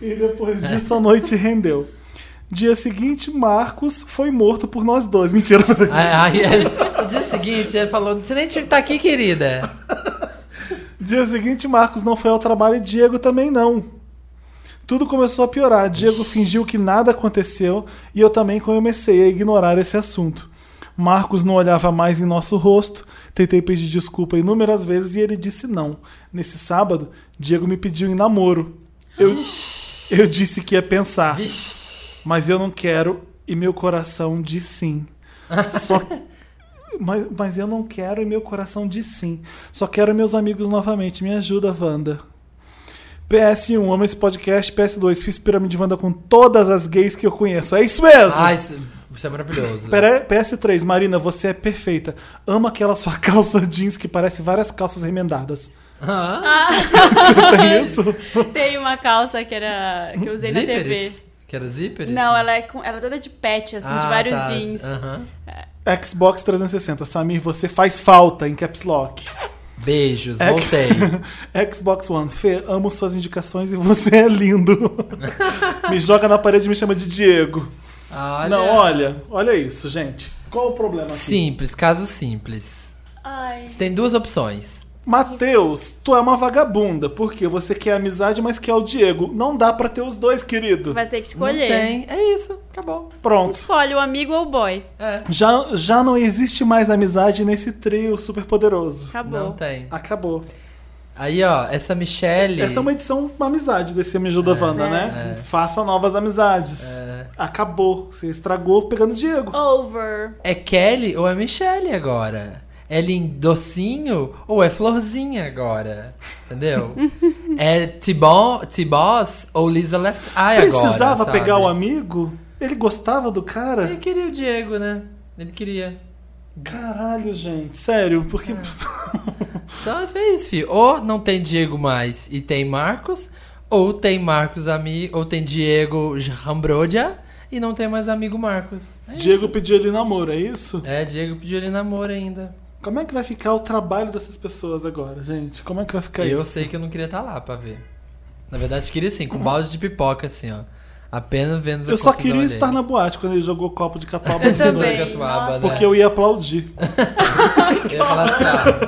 S1: e depois disso a noite rendeu. Dia seguinte, Marcos foi morto por nós dois. Mentira.
S3: Aí, aí, no dia seguinte, ele falou: Você nem tinha que estar aqui, querida.
S1: Dia seguinte, Marcos não foi ao trabalho e Diego também não. Tudo começou a piorar. Diego fingiu que nada aconteceu e eu também comecei a ignorar esse assunto. Marcos não olhava mais em nosso rosto, tentei pedir desculpa inúmeras vezes e ele disse não. Nesse sábado, Diego me pediu em namoro. Eu, eu disse que ia pensar,
S3: Vixe.
S1: mas eu não quero e meu coração diz sim. Só mas, mas eu não quero e meu coração diz sim. Só quero meus amigos novamente. Me ajuda, Wanda. PS1, amo esse podcast. PS2, fiz pirâmide Wanda com todas as gays que eu conheço. É isso mesmo!
S3: Ai, isso, isso é maravilhoso.
S1: Pera- PS3, Marina, você é perfeita. Amo aquela sua calça jeans que parece várias calças remendadas.
S3: Hã?
S1: Você tem isso?
S2: Ah. Tem uma calça que era que eu usei na TV.
S3: Zíperes? Que era zíperes?
S2: Não, ela é, com, ela é toda de patch, assim, de
S3: né? Ah,
S2: vários
S3: tá.
S2: jeans.
S3: Aham.
S1: Xbox 360, Samir, você faz falta em Caps Lock.
S3: Beijos,
S1: É que-
S3: voltei.
S1: Xbox One, Fê, amo suas indicações e você é lindo. me joga na parede e me chama de Diego.
S3: Olha.
S1: Não, olha, olha isso, gente. Qual o problema aqui?
S3: Simples, caso simples.
S2: Ai.
S3: Você tem duas opções.
S1: Matheus, tu é uma vagabunda, porque você quer amizade, mas quer o Diego. Não dá pra ter os dois, querido.
S2: Vai ter que
S3: Não
S2: escolher.
S3: tem. É isso, acabou.
S1: Pronto.
S2: Escolhe o amigo ou o boy.
S3: É.
S1: Já, já não existe mais amizade nesse trio super poderoso.
S2: Acabou.
S3: Não tem.
S1: Acabou.
S3: Aí, ó, essa Michelle.
S1: Essa é uma edição, uma amizade desse Me Ajuda Wanda, né? Faça novas amizades.
S3: É.
S1: Acabou. Você estragou pegando o Diego.
S2: Over.
S3: É Kelly ou é Michelle agora? É lindocinho ou é florzinha agora? Entendeu? é Tibon- T-Boss ou Lisa Left Eye agora?
S1: Precisava
S3: sabe?
S1: pegar o amigo? Ele gostava do
S3: Ele
S1: cara?
S3: queria o Diego, né? Ele queria.
S1: Caralho, gente. Sério,
S3: Ah,
S1: porque.
S3: é Só fez, Então, é filho. Ou não tem Diego mais e tem Marcos, ou tem Marcos amigo, ou tem Diego Rambrodia e não tem mais amigo Marcos. É
S1: Diego pediu ele namoro, é isso?
S3: isso. É, Diego pediu ele namoro ainda.
S1: Como é que vai ficar o trabalho dessas pessoas agora, gente? Como é que vai ficar
S3: Eu
S1: isso?
S3: sei que eu não queria estar lá pra ver. Na verdade, queria sim, com balde de pipoca, assim, ó. Apenas vendo essa
S1: Eu só
S3: confusão
S1: queria
S3: alheia.
S1: estar na boate quando ele jogou o copo de catuaba
S3: Eu
S1: nos
S2: também.
S1: dois.
S3: Catuaba,
S2: Nossa.
S3: né?
S1: Porque eu ia aplaudir.
S3: Eu ia falar assim,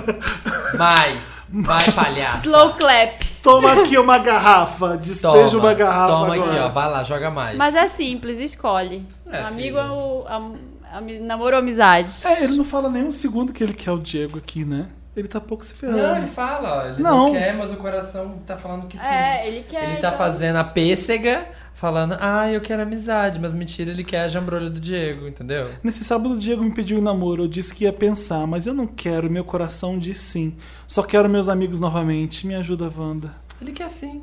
S3: ó. Mais! Vai, palhaço!
S2: Slow clap.
S1: Toma aqui uma garrafa. Despeja uma garrafa
S3: Toma
S1: agora.
S3: aqui, ó. Vai lá, joga mais.
S2: Mas é simples, escolhe.
S3: É,
S2: amigo
S3: filha.
S2: ou am- ami- namoro ou amizade?
S1: É, ele não fala nem um segundo que ele quer o Diego aqui, né? Ele tá pouco se ferrando.
S3: Não, ele fala, ó. Ele não.
S1: Não.
S3: quer, mas o coração tá falando que sim.
S2: É, ele quer.
S3: Ele tá
S2: então-
S3: fazendo a pêssega, falando, ah, eu quero amizade, mas mentira, ele quer a jambrolha do Diego, entendeu?
S1: Nesse sábado, o Diego me pediu em namoro. Eu disse que ia pensar, mas eu não quero. Meu coração diz sim. Só quero meus amigos novamente. Me ajuda, Wanda.
S3: Ele quer sim.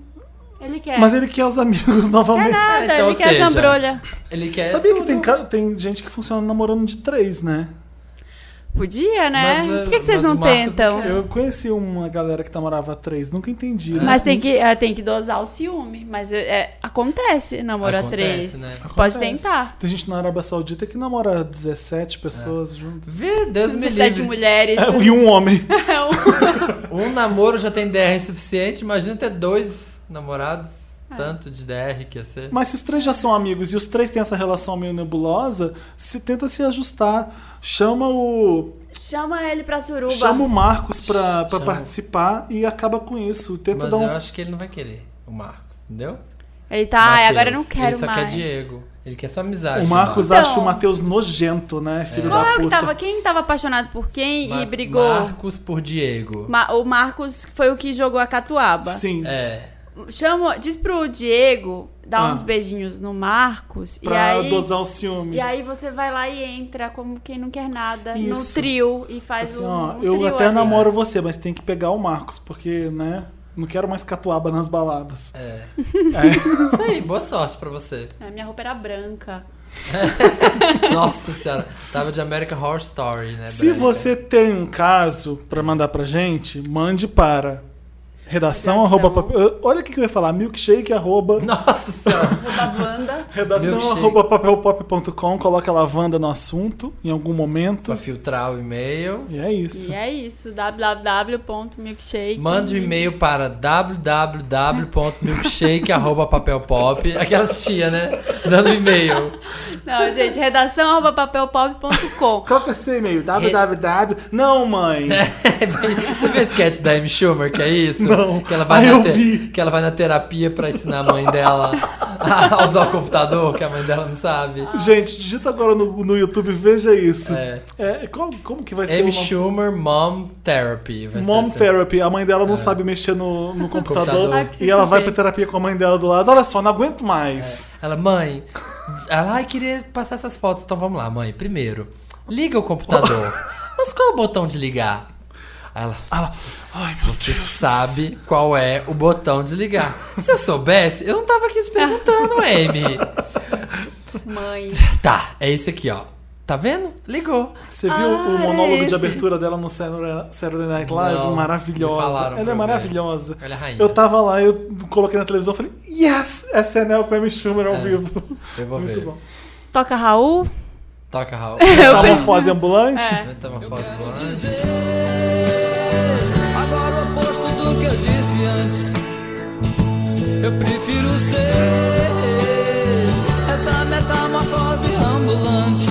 S2: Ele quer.
S1: Mas é ele quer os amigos novamente.
S2: Quer É. nada, É
S3: Então, ou
S2: ele quer
S3: seja,
S2: jambrolha.
S3: Ele quer.
S1: Sabia que
S3: tudo.
S1: tem, ca- tem gente que funciona namorando de três, né?
S2: Podia, né?
S3: Mas, uh,
S2: Por que, que vocês
S3: mas
S2: não
S3: o Marcos não
S2: tentam?
S3: quer.
S1: Eu conheci uma galera que namorava três, nunca entendi. né?
S2: Mas tem que, É. é, tem que dosar o ciúme. Mas é, é, acontece namoro a
S3: Acontece,
S2: três.
S3: né?
S2: Pode
S1: Acontece.
S2: tentar.
S1: Tem gente na Arábia Saudita que namora 17 pessoas juntas.
S3: Vê, Deus me
S2: 17
S3: livre.
S2: mulheres.
S1: É, e um homem.
S2: É um-
S3: Um namoro já tem DR suficiente, imagina ter dois namorados.
S2: É.
S3: Tanto de DR que ia ser.
S1: Mas se os três já são amigos e os três têm essa relação meio nebulosa, se tenta se ajustar. Chama o.
S2: Chama ele pra suruba.
S1: Chama o Marcos pra, pra
S3: Chama.
S1: participar e acaba com isso. Tenta
S3: Mas
S1: dar um.
S3: eu acho que ele não vai querer, o Marcos, entendeu?
S2: Ele tá, ai,
S3: Mateus.
S2: agora eu não quero
S1: é
S3: Ele só
S2: mais.
S3: quer Diego. Ele quer só amizade.
S1: O Marcos
S2: Então.
S1: acha o Matheus nojento, né? Filho
S2: Qual
S1: da
S2: é o
S1: puta.
S2: que tava? Quem tava apaixonado por quem
S3: Ma-
S2: e brigou?
S3: Marcos por Diego.
S2: Ma- o Marcos foi o que jogou a catuaba.
S1: Sim.
S3: É.
S2: Chama, diz pro Diego dar
S1: Ah.
S2: uns beijinhos no Marcos. e
S1: Pra
S2: aí,
S1: dosar o ciúme.
S2: E aí você vai lá e entra como quem não quer nada
S1: Isso.
S2: no trio e faz
S1: Assim,
S2: um,
S1: ó,
S2: um
S1: eu
S2: trio
S1: até
S2: ali.
S1: namoro você, mas tem que pegar o Marcos, porque, né? Não quero mais catuaba nas baladas.
S3: É.
S1: É.
S3: Isso aí, boa sorte pra você.
S2: É, minha roupa era branca.
S3: Nossa senhora, tava de American Horror Story, né?
S1: Se
S3: Branca?
S1: você tem um caso pra mandar pra gente, mande para redação,
S2: Redação.
S1: arroba papel. Olha o que que eu ia falar, milkshake arroba.
S3: Nossa senhora.
S2: Roupa Wanda.
S1: Redação
S3: Milkshake.
S1: arroba papelpop.com, coloca a lavanda no assunto em algum momento.
S3: pra filtrar o e-mail.
S1: E é isso.
S2: E é isso. www.milkshake.
S3: Mande um e-mail para www.milkshake.papelpop. Aquelas tia, né? Dando e-mail.
S2: Não, gente, redação arroba papelpop.com.
S1: Coloca esse é e-mail, www. Não, mãe!
S3: É. Você vê o sketch da Amy Schumer, que é isso?
S1: Não.
S3: Que ela vai,
S1: Ah,
S3: na
S1: eu
S3: te-
S1: vi.
S3: que ela vai na terapia pra ensinar a mãe dela a usar o computador, que a mãe dela não sabe.
S1: Gente, digita agora no, no YouTube, veja isso.
S3: É.
S1: É, qual- como que vai ser
S3: Amy
S1: o nome?
S3: Schumer Mom Therapy. vai ser
S1: Mom
S3: essa.
S1: Therapy. A mãe dela não sabe mexer no, no computador.
S3: computador.
S2: Ai, que
S1: E ela vai pra
S2: sujeito.
S1: terapia com a mãe dela do lado. Olha só, não aguento mais.
S3: Ela, mãe, ela ai, queria passar essas fotos, então vamos lá, mãe. Primeiro, liga o computador. Mas qual é o botão de ligar? Aí Ela,
S1: Ela, ai, meu
S3: você sabe qual é o botão de ligar. Se eu soubesse, eu não tava aqui te perguntando, Amy.
S2: Mãe.
S3: Tá, é esse aqui, ó. Tá vendo? Ligou.
S1: Você viu
S3: Ah,
S1: o
S3: era
S1: monólogo de
S3: esse.
S1: abertura dela no Saturday Saturday Night Live?
S3: Não, me
S1: maravilhosa. Ela
S3: falaram pra
S1: é
S3: eu ver.
S1: maravilhosa.
S3: Ela é rainha.
S1: Eu tava lá, eu coloquei na televisão e falei, yes! SNL com Amy Schumer ao vivo.
S3: Eu É. vou
S1: Muito
S3: ver. Tá
S1: bom.
S2: Toca Raul. Tá
S3: Toca, Raul.
S1: É, Metamorfose ambulante?
S2: É.
S3: Aumenta uma foto do anjo.
S5: dizer. Agora o oposto do que eu disse antes. Eu prefiro ser essa metamorfose ambulante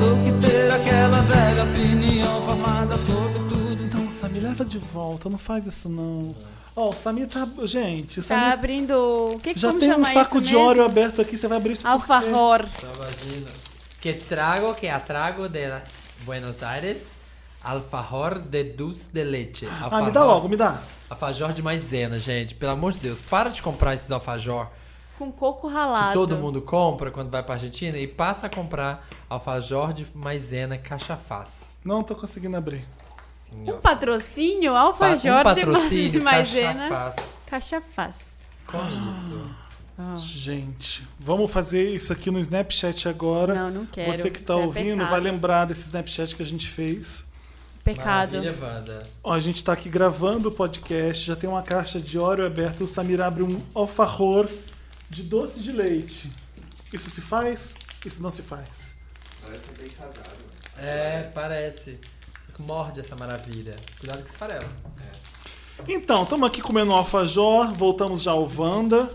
S5: do que ter aquela velha opinião formada sobre tudo.
S1: Não, Samir, leva de volta, não faz isso não. Ó, o Samir tá. Gente, o
S2: Tá
S1: Samir
S2: abrindo. O que, que
S1: já
S2: vamos
S1: tem um
S2: chamar
S1: saco
S2: isso
S1: de
S2: mesmo?
S1: óleo aberto aqui, você vai abrir isso por quê?
S2: Alfajor.
S3: Só imagino. Que trago, que atrago de la- Buenos Aires, alfajor de dulce de leite.
S1: Ah, me
S3: Alfajor-
S1: dá logo, me dá.
S3: Alfajor de maisena, gente. Pelo amor de Deus, para de comprar esses alfajor
S2: Com coco
S3: que
S2: ralado.
S3: todo mundo compra quando vai pra Argentina e passa a comprar alfajor de maisena cachafaz.
S1: Não tô conseguindo abrir.
S3: Assim, ó.
S2: Um patrocínio,
S3: Pa-
S2: alfajor
S3: um
S2: de né?
S3: patrocínio,
S2: maisena.
S3: cachafaz.
S2: Cachafaz.
S3: Com isso.
S1: Ah.
S2: Ah.
S1: Gente, vamos fazer isso aqui no Snapchat agora.
S2: Não, não quero.
S1: Você que tá
S2: Isso é
S1: ouvindo
S2: pecado.
S1: vai lembrar desse Snapchat que a gente fez.
S2: Pecado.
S3: Maravilha, Wanda.
S1: Ó, a gente tá aqui gravando o podcast, já tem uma caixa de óleo aberta. O Samir abre um alfajor de doce de leite. Isso se faz? Isso não se faz.
S4: Então, Parece bem casado.
S3: É, parece. Morde essa maravilha. Cuidado com esse farelo.
S1: Então, estamos aqui comendo um alfajor, voltamos já ao Wanda.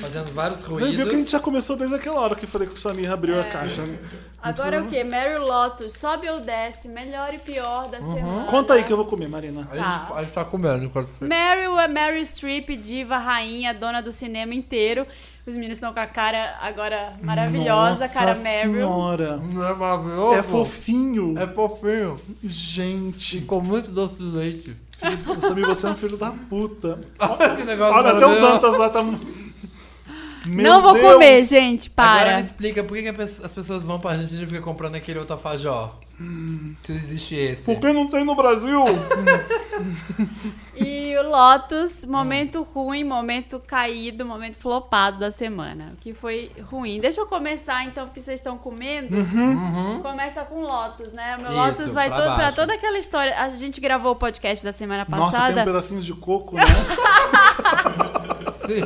S3: Fazendo vários
S1: Você viu que a gente
S3: ruídos.
S1: já começou desde aquela hora que eu falei que o Samir abriu
S2: É.
S1: a caixa. né?
S2: Agora é o quê? Mary Lotus, sobe ou desce, melhor e pior
S3: Uhum.
S2: da semana.
S1: Conta aí que eu vou comer, Marina.
S3: A gente, a gente tá comendo enquanto
S2: Meryl é Mary Streep, diva, rainha, dona do cinema inteiro. Os meninos estão com a cara agora maravilhosa,
S1: Nossa
S2: cara Meryl.
S1: senhora.
S3: Não é maravilhoso?
S1: É fofinho.
S3: É fofinho.
S1: Gente,
S3: E com muito doce de leite.
S1: filho- Samir, você é um filho da puta.
S3: Olha que negócio
S1: Olha, até o
S3: maravilhoso.
S1: Dantas lá tá. Meu
S2: Não vou
S1: Deus.
S2: comer, gente,
S3: Agora
S2: para.
S3: me explica por que, que a pessoa- as pessoas vão pra Argentina e ficam comprando aquele outro alfajor. Se existe esse.
S1: Por que não tem no Brasil?
S2: E o Lotus, momento ruim, momento caído, momento flopado da semana. Que foi ruim. Deixa eu começar então, porque vocês estão comendo.
S1: Uhum.
S2: Começa com Lotus, né? O meu
S3: Isso,
S2: Lotus vai
S3: pra
S2: todo pra
S3: baixo.
S2: toda aquela história. A gente gravou o podcast da semana
S1: Nossa, tem
S2: passada.
S1: um pedacinhos de coco, né?
S3: Sim.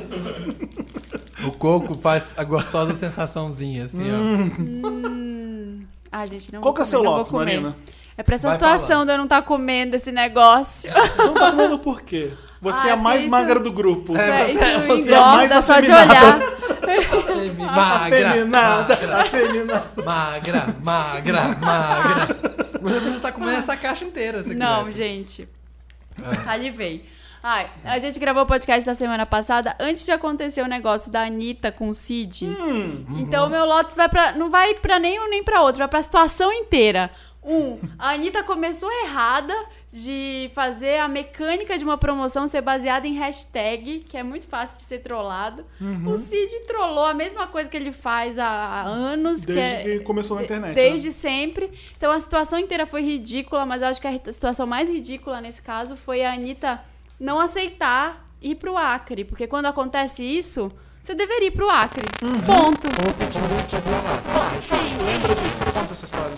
S3: O coco faz a gostosa sensaçãozinha, assim, ó.
S2: Ah, gente, não
S1: um Qual
S2: vou
S1: que é
S2: comer,
S1: seu
S2: não vou
S1: Lotus,
S2: comer.
S1: Marina?
S2: É pra essa
S3: Vai
S2: situação
S3: falando.
S2: de eu não estar comendo esse negócio.
S1: Você não tá comendo por quê? Você
S2: Ah,
S1: é a mais
S2: isso-
S1: magra do grupo.
S2: Isso
S1: você é a mais
S2: engorda só de olhar.
S1: afeminada.
S3: Magra, Ah,
S1: Afeminada,
S3: magra,
S1: afeminada.
S3: magra, magra, magra. Você podia estar comendo essa caixa inteira, se
S2: Não,
S3: quisesse.
S2: gente.
S1: Ah.
S2: Salivei. Ai, a gente gravou o podcast da semana passada antes de acontecer o negócio da Anitta com o Cid.
S1: Hum.
S2: Então o meu Lotus vai pra, não vai pra nenhum nem pra outro, vai pra situação inteira. Um, a Anitta começou errada de fazer a mecânica de uma promoção ser baseada em hashtag, que é muito fácil de ser trollado.
S1: Uhum.
S2: O Cid trollou a mesma coisa que ele faz há, há anos.
S1: Desde
S2: é-
S1: que começou na internet, né?
S2: Desde sempre. Então a situação inteira foi ridícula, mas eu acho que a situação mais ridícula nesse caso foi a Anitta não aceitar ir pro Acre. Porque quando acontece isso, você deveria ir pro Acre. Ponto. Sim, sim.
S1: Conta essa história.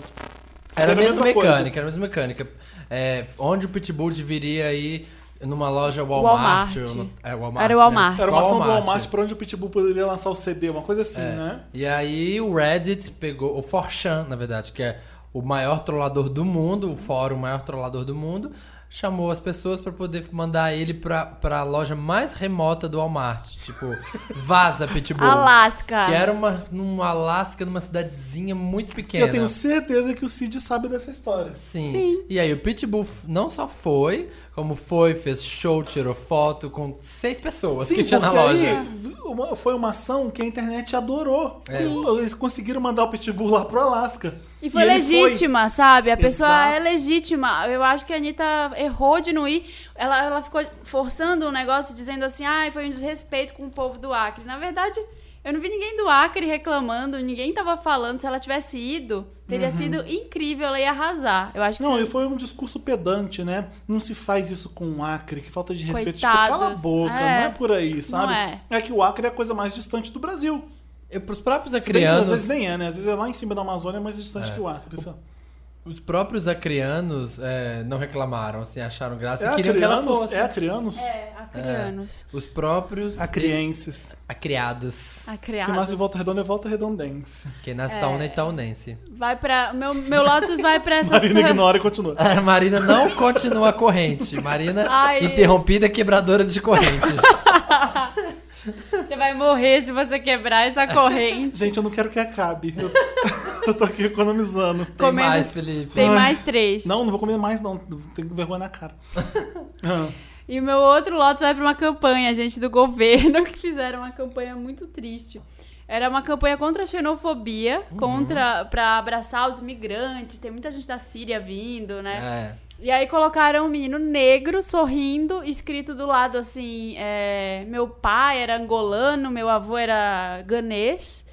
S3: Era
S1: Seria a
S3: a mesma
S1: mesma coisa.
S3: mecânica, era a mesma mecânica. É, onde o Pitbull deveria ir numa loja Walmart.
S2: Walmart.
S3: ou no- é, Walmart
S2: Era o
S3: né?
S2: Walmart.
S1: Era uma ação do Walmart pra onde o Pitbull poderia lançar o CD, uma coisa assim,
S3: É.
S1: né?
S3: E aí o Reddit pegou, o 4chan, na verdade, que é o maior trollador do mundo, o fórum maior trollador do mundo, chamou as pessoas pra poder mandar ele pra, pra loja mais remota do Walmart, tipo Vaza Pitbull.
S2: Alasca.
S3: Que era uma, num Alasca, numa cidadezinha muito
S1: E
S3: pequena.
S1: eu tenho um certeza que o Cid sabe dessa história.
S3: Sim.
S2: Sim.
S3: E aí o Pitbull f- não só foi, como foi, fez show, tirou foto com seis pessoas que tinha na
S1: porque
S3: loja.
S1: aí
S3: É.
S1: é. uma- foi uma ação que a internet adorou.
S2: Sim.
S1: Eles conseguiram mandar o Pitbull lá pro Alasca.
S2: E foi
S1: ele
S2: legítima, sabe? A pessoa
S1: Exato.
S2: é legítima. Eu acho que a Anitta errou de não ir. Ela, ela ficou forçando um negócio, dizendo assim, ah, foi um desrespeito com o povo do Acre. Na verdade, eu não vi ninguém do Acre reclamando, ninguém tava falando. Se ela tivesse ido, teria sido incrível, ela ia arrasar. Eu acho que...
S1: Uhum. Não, e foi um discurso pedante, né? Não se faz isso com o Acre, que falta de respeito. Tipo, cala a
S2: Coitados.
S1: boca,
S2: É.
S1: não é por aí, sabe?
S2: é.
S1: que o Acre é a coisa mais distante do Brasil.
S3: E pros próprios
S1: Se bem que às
S3: acrianos.
S1: vezes nem é, né? Às vezes é lá em cima da Amazônia, é mais distante que o Acre. sabe?
S3: Os próprios acrianos é, não reclamaram, assim, acharam graça
S1: É
S3: e queriam que ela
S1: acrianos?
S3: fosse.
S1: É acrianos?
S2: É, acrianos.
S3: Os próprios
S1: Acrienses.
S3: acriados.
S2: Acreados.
S1: É. Que nasce em volta redonda é volta redondense.
S3: Que nasce
S2: é.
S3: taune e taunense.
S2: Vai pra... Meu, meu Lotus vai pra essa...
S1: Marina ignora e continua.
S3: A Marina não continua a corrente. Marina
S2: Ai.
S3: interrompida quebradora de correntes.
S2: Você vai morrer se você quebrar essa corrente.
S1: Gente, eu não quero que acabe. Eu, eu tô aqui economizando.
S3: Tem
S2: Comendo-
S3: mais, Felipe.
S2: Tem mais três.
S1: Não, não vou comer mais, não. Tenho vergonha na cara. Ah,
S2: E o meu outro lote vai para uma campanha, gente, do governo, que fizeram uma campanha muito triste. Era uma campanha contra a xenofobia, contra para abraçar os imigrantes. Tem muita gente da Síria vindo, né?
S3: É.
S2: E aí colocaram um menino negro sorrindo, escrito do lado assim: é, meu pai era angolano, meu avô era ganês.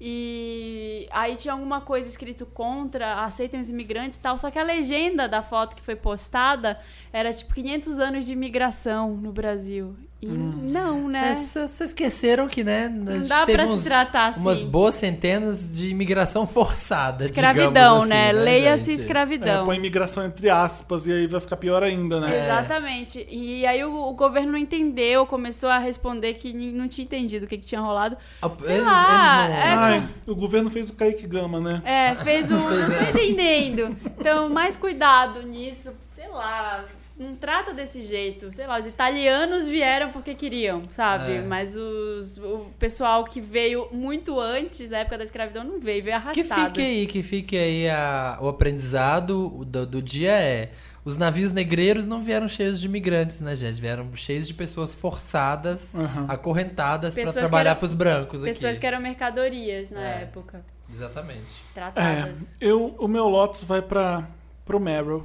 S2: E aí tinha alguma coisa escrito contra, aceitem os imigrantes e tal. Só que a legenda da foto que foi postada era tipo 500 anos de imigração no Brasil. E não, né?
S3: Mas vocês vocês esqueceram que, né? a
S2: Não
S3: gente
S2: dá
S3: teve
S2: pra
S3: uns-
S2: se tratar assim.
S3: Umas boas centenas de imigração forçada.
S2: escravidão,
S3: digamos assim,
S2: né?
S3: né
S2: Leia-se
S3: gente?
S1: é,
S2: escravidão.
S1: põe imigração entre aspas e aí vai ficar pior ainda,
S3: É.
S1: né?
S2: Exatamente. E aí o, o governo não entendeu, começou a responder que nin- não tinha entendido o que, que tinha rolado. Sei
S3: Ah, Eles-
S2: lá,
S3: eles não-
S2: é-
S1: Ai, o governo fez o Kaique Gama, né?
S2: É, fez um.
S3: Fez,
S2: não
S3: é.
S2: tô entendendo. Então, mais cuidado nisso. Sei lá, não trata desse jeito. Sei lá, os italianos vieram porque queriam, sabe?
S3: É.
S2: Mas os, o pessoal que veio muito antes da época da escravidão não veio, veio
S3: Que
S2: arrastado.
S3: fique aí, que fique aí a- o aprendizado do, do dia é. Os navios negreiros não vieram cheios de imigrantes, né, gente? Vieram cheios de pessoas forçadas,
S2: É.
S1: Aham.
S3: acorrentadas pra
S2: Hum. Pessoas que
S3: trabalhar
S2: eram-
S3: pros brancos
S2: Pessoas
S3: aqui.
S2: que eram mercadorias na
S3: É.
S2: época.
S3: Exatamente.
S1: É,
S2: Tratadas.
S1: eu, o meu Lotus vai pra, pro Meryl.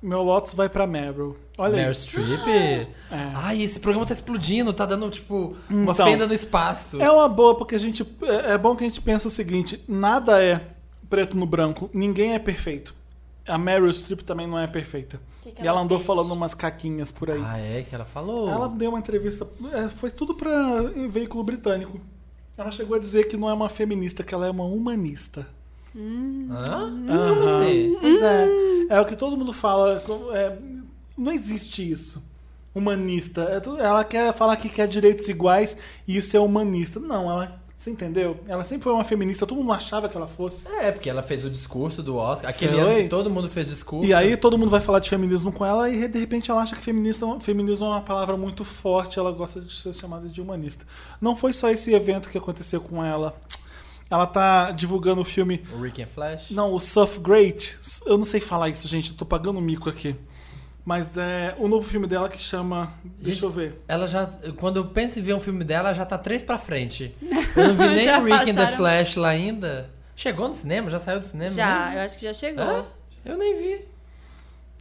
S1: Meu Lotus vai pra Meryl. Olha
S3: Meryl
S1: isso.
S3: Streep.
S1: É.
S2: Ah.
S3: Ai, esse programa tá explodindo, tá dando, tipo, uma
S1: Então.
S3: fenda no espaço.
S1: É uma boa, porque a gente. É é bom que a gente pensa o seguinte: nada é preto no branco, ninguém é perfeito. A Meryl Streep também não é perfeita.
S2: Que que
S1: e ela
S2: ela
S1: andou
S2: fez?
S1: falando umas caquinhas por aí.
S3: Ah, é que ela falou.
S1: Ela deu uma entrevista, é, foi tudo pra eh, veículo britânico. Ela chegou a dizer que não é uma feminista, que ela é uma humanista.
S3: Hã?
S1: Aham.
S3: Como assim?
S1: Pois é. É o que todo mundo fala. co- é, não existe isso. Humanista. É tu- Ela quer falar que quer direitos iguais e isso é humanista. Não, ela. Você entendeu? Ela sempre foi uma feminista, todo mundo achava que ela fosse.
S3: É, porque ela fez o discurso do Oscar. Aquele
S1: Foi.
S3: ano que todo mundo fez discurso.
S1: E aí todo mundo vai falar de feminismo com ela e de repente ela acha que feminismo, feminismo é uma palavra muito forte, ela gosta de ser chamada de humanista. Não foi só esse evento que aconteceu com ela. Ela tá divulgando o filme
S3: O Rick and Flash?
S1: Não, o Surf Great. Eu não sei falar isso, gente. Eu tô pagando um mico aqui. Mas é o novo filme dela que chama. Deixa
S3: Gente,
S1: eu ver.
S3: Ela já. Quando eu penso em ver um filme dela, já tá três pra frente. Eu não vi nem
S2: Já
S3: o Rick and the
S2: passaram.
S3: Flash lá ainda. Chegou no cinema? Já saiu do cinema?
S2: Já,
S3: Nem
S2: eu
S3: vi.
S2: acho que já chegou. Hum,
S3: Hã? Eu nem vi.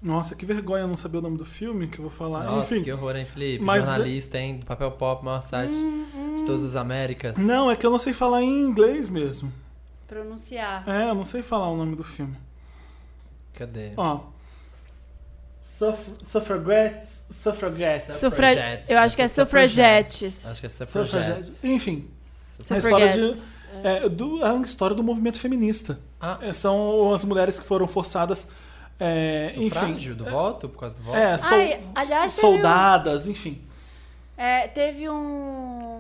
S1: Nossa, que vergonha não saber o nome do filme que eu vou falar.
S3: Nossa,
S1: Ah, Enfim.
S3: que horror, hein, Felipe?
S1: mas- Hum.
S3: Jornalista, hein? Do papel pop, maior site
S2: hum,
S3: de todas as Américas.
S1: Não, é que eu não sei falar em inglês mesmo.
S2: Pronunciar.
S1: É, eu não sei falar o nome do filme.
S3: Cadê?
S1: Ó. Suff- Suffragettes. Suffragettes.
S3: Suffragettes.
S2: Eu acho que é
S3: Acho
S2: suffragettes.
S3: que é Suffragettes.
S1: Suffragettes. Enfim. A história de-
S2: Suffragettes. É.
S1: É, do, a história do movimento feminista.
S3: Ah.
S1: É, são as mulheres que foram forçadas. É,
S3: Sufrágio
S1: enfim.
S3: do voto? Por causa do voto?
S1: É, sol-
S2: Ai, aliás, teve um-
S1: soldadas, enfim.
S2: É, teve um.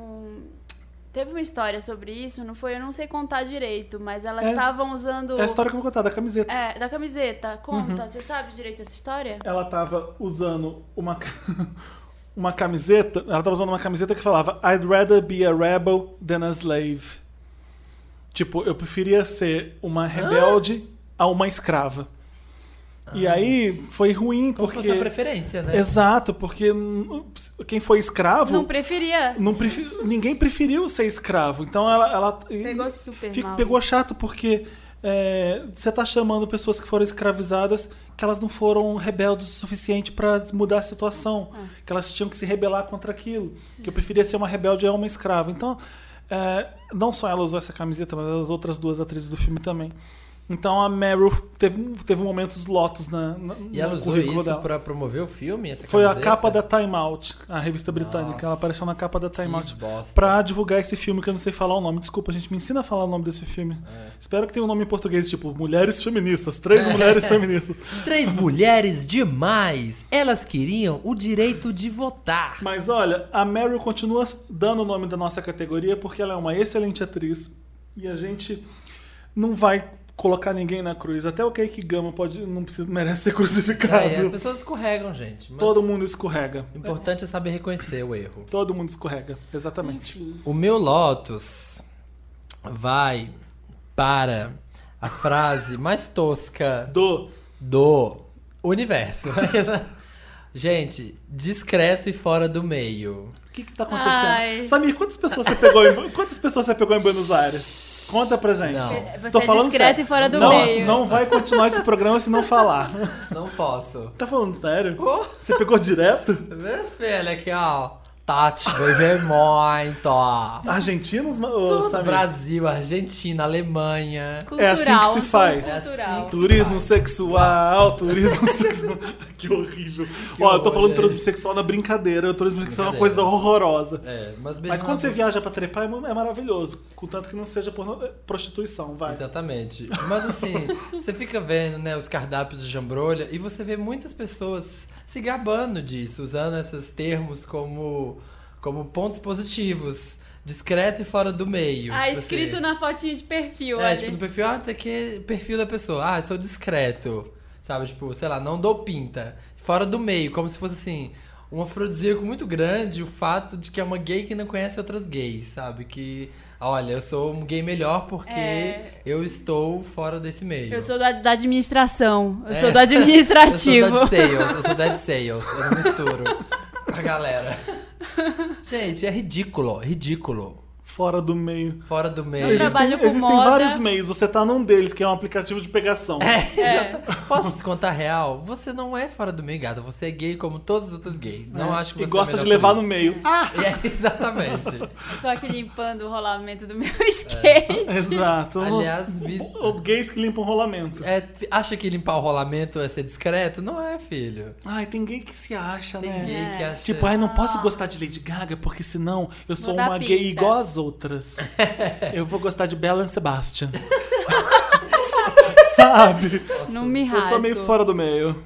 S2: Teve uma história sobre isso, não foi? Eu não sei contar direito, mas elas
S1: É,
S2: estavam usando.
S1: É a história Uhum. que eu vou contar da camiseta.
S2: É, da camiseta. Conta, você sabe direito essa história?
S1: Ela tava usando uma, ca- uma camiseta. Ela tava usando uma camiseta que falava I'd rather be a rebel than a slave. Tipo, eu preferia ser uma rebelde a uma escrava. E aí foi ruim
S3: Como
S1: porque.
S3: fosse a preferência, né?
S1: Exato, porque hum, quem foi escravo.
S2: Não preferia.
S1: não prefe- Ninguém preferiu ser escravo. Então ela. ela
S2: Pegou super
S1: Fica-
S2: mal.
S1: pegou chato porque é, você tá chamando pessoas que foram escravizadas que elas não foram rebeldes o suficiente para mudar a situação, que elas tinham que se rebelar contra aquilo. Que eu preferia ser uma rebelde a uma escrava. Então, é, não só ela usou essa camiseta, mas as outras duas atrizes do filme também. Então a Meryl teve, teve momentos lotos na, na,
S3: E ela
S1: no
S3: usou
S1: currículo
S3: isso
S1: dela.
S3: pra promover o filme? Essa
S1: Foi a
S3: camiseta?
S1: capa da Time Out, a revista britânica. Ela apareceu na capa da Time
S3: Que
S1: Out
S3: bosta.
S1: pra divulgar esse filme que eu não sei falar o nome. Desculpa, gente, me ensina a falar o nome desse filme.
S3: É.
S1: Espero que tenha um nome em português, tipo Mulheres Feministas, Três Mulheres Feministas.
S3: Três mulheres demais! Elas queriam o direito de votar.
S1: Mas olha, a Meryl continua dando o nome da nossa categoria porque ela é uma excelente atriz e a gente não vai colocar ninguém na cruz. Até o Cake Gama pode, não precisa, merece ser
S3: Aí, É, as
S1: crucificado.
S3: pessoas escorregam, gente. mas
S1: Todo mundo escorrega.
S3: O importante é saber reconhecer o erro.
S1: Todo mundo escorrega, exatamente.
S2: Enfim.
S3: O meu Lotus vai para a frase mais tosca
S1: Do
S3: do universo. Gente, discreto e fora do meio.
S1: O que que tá acontecendo?
S2: Ai.
S1: Samir, quantas pessoas você pegou em, quantas pessoas você pegou em Buenos Aires? Conta pra gente.
S3: Não.
S2: Você
S1: Tô
S2: é
S1: falando
S2: discreto
S1: sério.
S2: e fora do
S1: não, assim,
S2: meio.
S1: Não vai continuar esse programa se não falar.
S3: Não posso.
S1: Tá falando sério?
S3: Oh.
S1: Você pegou direto?
S3: Minha filha aqui, ó. Tati, beber muito.
S1: Argentinos, ma- ô,
S3: Tudo,
S1: Samir?
S3: Brasil, Argentina, Alemanha.
S1: É
S2: Cultural.
S1: assim que se faz.
S3: É assim
S2: Cultural.
S1: Turismo sexual, turismo sexual. que horrível. Ó, eu tô
S3: horror,
S1: falando
S3: gente.
S1: turismo sexual na brincadeira. O turismo sexual é uma
S3: Brincadeira.
S1: coisa horrorosa.
S3: É, mas, mesmo
S1: Mas quando você
S3: assim-
S1: viaja pra trepar é ma- é maravilhoso. Contanto que não seja porno- prostituição, vai.
S3: é. Exatamente. Mas assim, você fica vendo, né, os cardápios de jambrolha e você vê muitas pessoas se gabando disso, usando esses termos como, como pontos positivos. Discreto e fora do meio.
S2: Ah,
S3: tipo
S2: escrito
S3: assim.
S2: na fotinha de perfil,
S3: É,
S2: olha.
S3: tipo, no perfil, ah, não sei o que, perfil da pessoa. Ah, eu sou discreto. Sabe, tipo, sei lá, não dou pinta. Fora do meio, como se fosse assim, um afrodisíaco muito grande, o fato de que é uma gay que não conhece outras gays, sabe? Que, olha, eu sou um gay melhor porque
S2: É.
S3: eu estou fora desse meio.
S2: Eu sou da, da administração. Eu
S3: É.
S2: sou do administrativo.
S3: Eu sou dead sales, eu sou dead sales, eu não misturo com a galera. Gente, é ridículo, ridículo.
S1: fora do meio.
S3: Fora do
S2: Eu
S3: meio.
S2: trabalho com
S1: existem
S2: moda.
S1: vários meios, você tá num deles, que é um aplicativo de pegação.
S3: É,
S2: É.
S3: exata- Posso te contar a real? Você não é fora do meio, gata. Você é gay como todos os outros gays. Não acho que
S1: e
S3: você
S1: gosta
S3: é
S1: de levar no meio. Ah!
S3: meio. É, exatamente.
S2: Eu tô aqui limpando o rolamento do meu skate.
S1: Exato.
S3: Aliás, vi-
S1: O- o- gays que limpam rolamento.
S3: É, fi- acha que limpar o rolamento é ser discreto? Não é, filho.
S1: Ai, tem gay que se acha,
S3: Tem
S1: né?
S3: gay que acha.
S1: Tipo, ai, não posso gostar de Lady Gaga, porque senão eu sou
S2: Ah. dar
S1: uma gay
S2: pinta.
S1: igual às outras. eu vou gostar de Bella and Sebastian. Sabe?
S3: É.
S2: Não me
S1: Eu
S2: rasgo.
S1: sou meio fora do meio.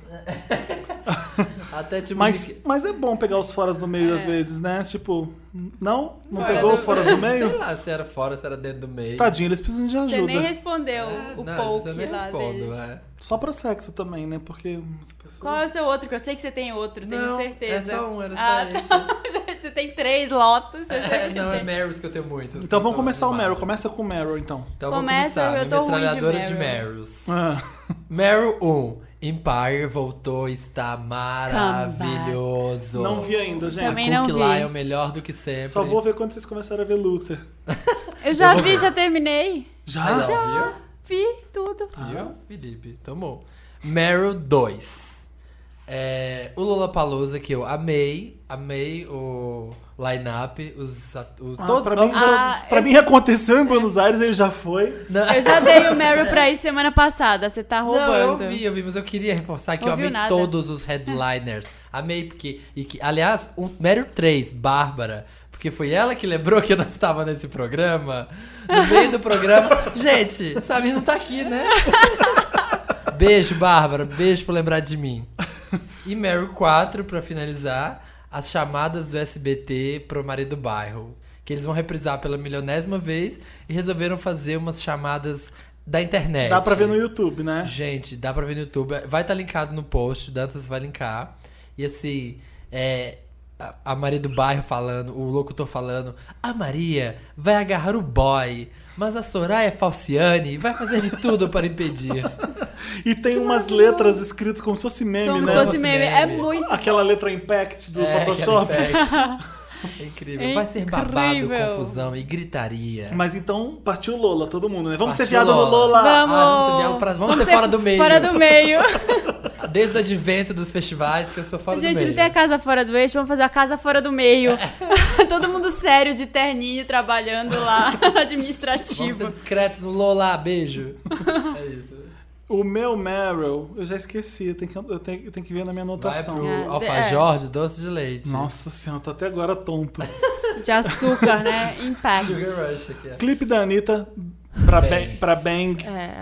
S3: Até tipo.
S1: Mas,
S3: Nick-
S1: mas é bom pegar os foras do meio às vezes, né? Tipo, não? Não
S2: É. Fora
S1: pegou
S2: do-
S1: os foras do meio?
S3: Sei lá se era fora, se era dentro do meio. Ah,
S1: Tadinho, eles precisam de
S2: Você nem
S1: ajuda.
S2: respondeu o
S3: É. não,
S2: poke
S3: isso eu nem
S2: lá
S3: respondo,
S2: deles.
S3: é.
S1: Só pra sexo também, né? Porque. essa
S2: Qual
S1: pessoa-
S2: é o seu outro? Que eu sei que você tem outro, tenho
S3: Não,
S2: certeza.
S3: É só um, era só
S2: Ah,
S3: esse.
S2: você tem três lotos. Você
S3: É,
S2: sabe que
S3: não, é
S2: tem.
S3: Marys que eu tenho muitos.
S1: Então
S3: que
S1: vamos
S3: eu tô
S1: começar o Meryl.
S3: animado.
S1: Começa com o Meryl, então.
S3: Então vamos
S2: Começa,
S3: começar.
S2: eu
S3: minha
S2: tô ruim de
S3: metralhadora de
S2: Meryl.
S3: Marys.
S1: Ah,
S3: Meryl 1. Empire voltou, está maravilhoso.
S1: não vi ainda, gente.
S2: Também
S3: Cook
S2: não vi.
S3: Lion é melhor do que sempre.
S1: Só vou ver quando vocês começarem a ver Luther.
S3: é-
S2: Eu já vi, já terminei.
S1: Já?
S3: Ah,
S1: Já.
S3: não, viu?
S2: Vi tudo.
S1: Ah.
S3: Viu, Felipe? Tomou. Meryl 2. É, o Lollapalooza que eu amei. Amei o line-up. Os, at- o,
S1: Ah,
S3: todo,
S1: pra mim,
S3: ah,
S1: já,
S2: ah, É.
S1: pra
S2: eu-
S1: mim aconteceu em Buenos Aires, ele já foi.
S3: não,
S2: Eu já dei o Meryl pra ir semana passada. Você tá
S3: Não, eu
S2: roubando.
S3: vi, eu vi, mas eu queria reforçar que eu
S2: Ouviu
S3: amei
S2: nada.
S3: todos os headliners. Amei porque. E que, aliás, o Meryl 3, Bárbara. Porque foi ela que lembrou que nós estava nesse programa. No meio do programa. Gente, Samir não tá aqui, né? Beijo, Bárbara. Beijo por lembrar de mim. E Meryl 4, pra finalizar, as chamadas do SBT pro marido bairro. Que eles vão reprisar pela milionésima vez e resolveram fazer umas chamadas da internet.
S1: Dá pra ver no YouTube, né?
S3: Gente, dá pra ver no YouTube. Vai estar linkado no post, o Dantas vai linkar. E assim, é, a, a Maria do Bairro falando, o locutor falando, a Maria vai agarrar o boy, mas a Soraya Falciane vai fazer de tudo para impedir.
S1: E tem umas letras escritas como se fosse meme,
S2: Como
S1: né?
S2: se fosse
S3: Nossa,
S2: meme.
S3: meme.
S2: É muito.
S1: Aquela letra Impact do
S3: É,
S1: Photoshop.
S3: aquele effect. É incrível. Vai ser babado,
S2: Incrível.
S3: confusão e gritaria.
S1: Mas então partiu Lola, todo mundo, né? Vamos ser
S3: Partiu
S1: viado no Lola!
S3: Lola.
S2: Vamos.
S3: Ah, vamos ser viado pra- vamos ser fora do meio.
S2: Fora do meio.
S3: Desde o advento dos festivais, que eu sou fora do
S2: Gente,
S3: meio.
S2: não tem a casa fora do eixo, vamos fazer a casa fora do meio.
S1: É.
S2: Todo mundo sério, de terninho, trabalhando lá,
S3: Vamos ser
S2: administrativo.
S3: discreto no Lola, beijo. é isso.
S1: O meu Meryl, eu já esqueci, eu tenho que, eu tenho, eu tenho que ver na minha
S3: Vai
S1: anotação.
S3: pro
S2: É,
S3: alfajor de doce de leite.
S1: Nossa senhora, tô até agora tonto.
S2: De açúcar, né? Impact.
S3: Sugar Rush aqui, ó.
S1: Clipe da Anitta pra Bang. pra Bang.
S2: É,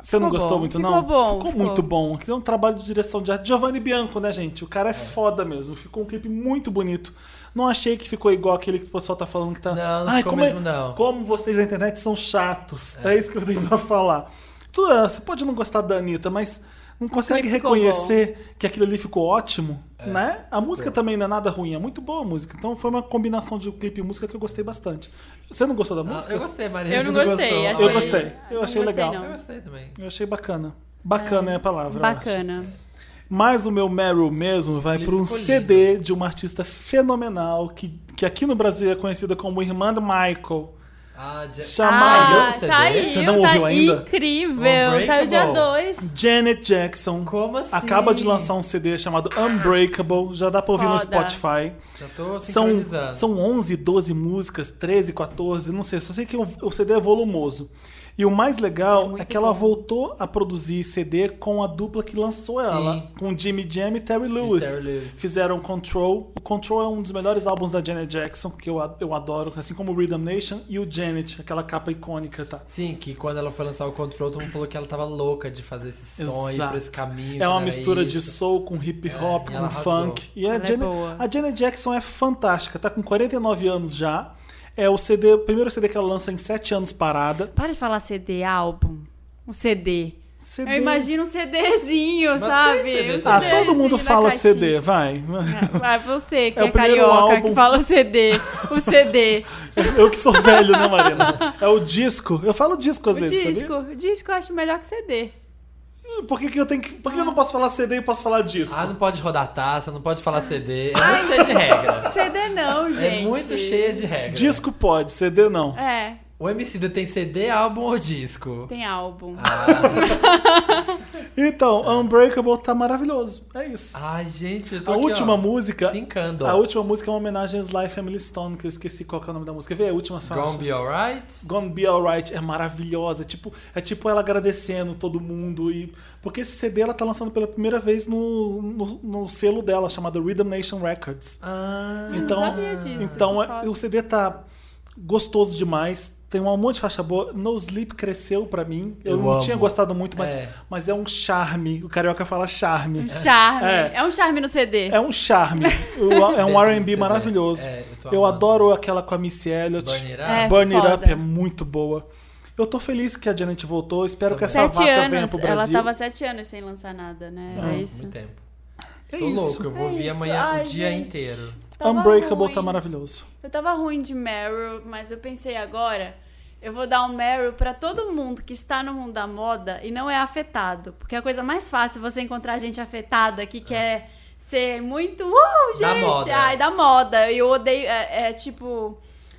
S1: Você não
S2: ficou
S1: gostou
S2: bom,
S1: muito,
S2: ficou
S1: não?
S2: Bom,
S1: ficou muito bom. Que é um trabalho de direção de arte. Giovanni Bianco, né, gente? O cara é, foda mesmo. Ficou um clipe muito bonito. Não achei que ficou igual aquele que o pessoal tá falando que tá.
S3: Não, não
S1: Ai,
S3: ficou
S1: como
S3: mesmo,
S1: é-
S3: não.
S1: Como vocês na internet são chatos. É, isso que eu tenho pra falar. Tu, ah, você pode não gostar da Anitta, mas não consegue
S2: clipe ficou
S1: reconhecer que aquilo ali ficou ótimo,
S3: É.
S1: né? A música também não é nada ruim, é muito boa a música. Então foi uma combinação de clipe e música que eu gostei bastante. Você não gostou da
S3: Ah,
S1: música?
S3: eu gostei, Maria.
S2: Eu não
S3: Você
S2: gostei,
S3: gostou?
S2: achei-
S1: Eu gostei. Eu
S2: não
S1: achei
S2: gostei,
S1: legal.
S2: não.
S3: Eu gostei também.
S1: Eu achei bacana. Bacana é, a palavra. eu acho.
S2: Bacana.
S1: Mas o meu Meryl mesmo vai
S3: Ele
S1: para um
S3: ficou lindo.
S1: CD de uma artista fenomenal que, que aqui no Brasil é conhecida como Irmã do Michael.
S3: Ah, de...
S1: Chamada
S2: ah,
S3: CD?
S2: saiu,
S1: Você não ouviu
S2: tá
S1: ainda?
S2: incrível. Saiu dia
S3: Unbreakable.
S2: 2.
S1: Janet Jackson.
S3: Como assim?
S1: Acaba de lançar um CD chamado Unbreakable, já dá pra ouvir no
S2: Foda.
S1: Spotify.
S3: Já tô
S1: um- São,
S3: sincronizando.
S1: são 11, 12 músicas, 13, 14, não sei, só sei que o, o CD é volumoso. E o mais legal é, que ela voltou a produzir CD com a dupla que lançou
S3: Sim.
S1: ela, com Jimmy Jam e Terry Lewis.
S3: Terry Lewis.
S1: Fizeram Control. O Control é um dos melhores álbuns da Janet Jackson, que eu, a- eu adoro, assim como o Rhythm Nation e o Janet, aquela capa icônica, tá?
S3: Sim, que quando ela foi lançar o Control, todo mundo falou que ela tava louca de fazer esse som e ir pra esse caminho.
S1: É
S3: que
S1: uma
S3: não era
S1: mistura de
S3: isso. É,
S1: soul com hip hop,
S3: e
S1: com
S3: ela arrasou.
S1: funk. E a
S2: Ela é
S1: Janet,
S2: boa.
S1: a Janet Jackson é fantástica, tá com 49 anos já. É o CD, o primeiro CD que ela lança em 7 anos parada.
S2: Para de falar CD, álbum. Um CD.
S1: CD.
S2: Eu imagino um CDzinho,
S3: Mas tem
S2: sabe?
S3: CD
S2: Um
S1: Ah,
S2: CDzinho
S3: também.
S1: todo mundo
S2: na
S1: fala
S2: caixinha.
S1: CD, vai.
S2: Vai você que
S1: É
S2: é,
S1: o primeiro
S2: carioca,
S1: álbum.
S2: que fala o CD. O CD.
S1: Eu que sou velho, né, Marina? É o disco. Eu falo disco
S2: o
S1: às vezes. sabia?
S2: disco. O disco eu acho melhor que CD.
S1: Por que, que eu tenho que. Por que eu não posso falar CD e posso falar disco?
S3: Ah, não pode rodar taça, não pode falar CD. É muito cheia de regra.
S2: CD não,
S3: É
S2: gente.
S3: muito cheia de regra.
S1: disco pode, CD não.
S2: É,
S3: O MC tem CD, álbum ou disco?
S2: tem álbum.
S3: Ah,
S1: Então, Unbreakable tá maravilhoso. É isso.
S3: Ai, gente, eu tô
S1: A
S3: Ah, aqui,
S1: última
S3: ó,
S1: música.
S3: Sincando.
S1: A última música é uma homenagem a Sly Family Stone, que eu esqueci qual que é o nome da música. Vê a última só.
S3: Gonna Be Alright.
S1: Gonna Be Alright é maravilhosa. É tipo, é tipo ela agradecendo todo mundo. e Porque esse CD ela tá lançando pela primeira vez no, no, no selo dela, chamado Rhythm Nation Records.
S3: Ah,
S1: Então,
S2: não sabia disso,
S1: então
S2: que
S1: é-
S2: foda.
S1: o CD tá gostoso demais. Tem um monte de faixa boa. No Sleep cresceu pra mim. Eu,
S3: Eu
S1: não
S3: amo.
S1: tinha gostado muito, mas
S3: É.
S1: mas é um charme. O carioca fala charme.
S2: Um charme.
S1: É.
S2: É. um charme no CD.
S1: É um charme. O- É um
S3: Dentro do
S1: RB
S3: CD.
S1: maravilhoso.
S3: É, eu tô
S1: eu
S3: amando.
S1: adoro aquela com a Missy Elliott.
S3: Burn It Up.
S2: É,
S1: Burn It
S2: foda.
S1: Up é muito boa. Eu tô feliz que a Janet voltou. Espero que essa
S2: Sete
S1: vaca venha
S2: anos.
S1: pro
S2: Ela
S1: Brasil. Ah,
S2: tava sete anos sem lançar nada, né? Era isso.
S3: muito tempo.
S1: É
S3: tô
S1: isso.
S3: louco, eu vou
S2: É
S3: ouvir
S2: isso.
S3: amanhã o
S2: Ai,
S3: dia
S2: gente.
S3: inteiro.
S2: Tava
S1: Unbreakable
S2: ruim.
S1: tá maravilhoso.
S2: Eu tava ruim de Meryl, mas eu pensei agora, eu vou dar um Meryl pra todo mundo que está no mundo da moda e não é afetado. Porque é a coisa mais fácil você encontrar gente afetada
S1: É.
S2: que quer ser muito. Uh, gente!
S3: Da moda.
S2: Ai, da moda. Eu odeio. É, é tipo.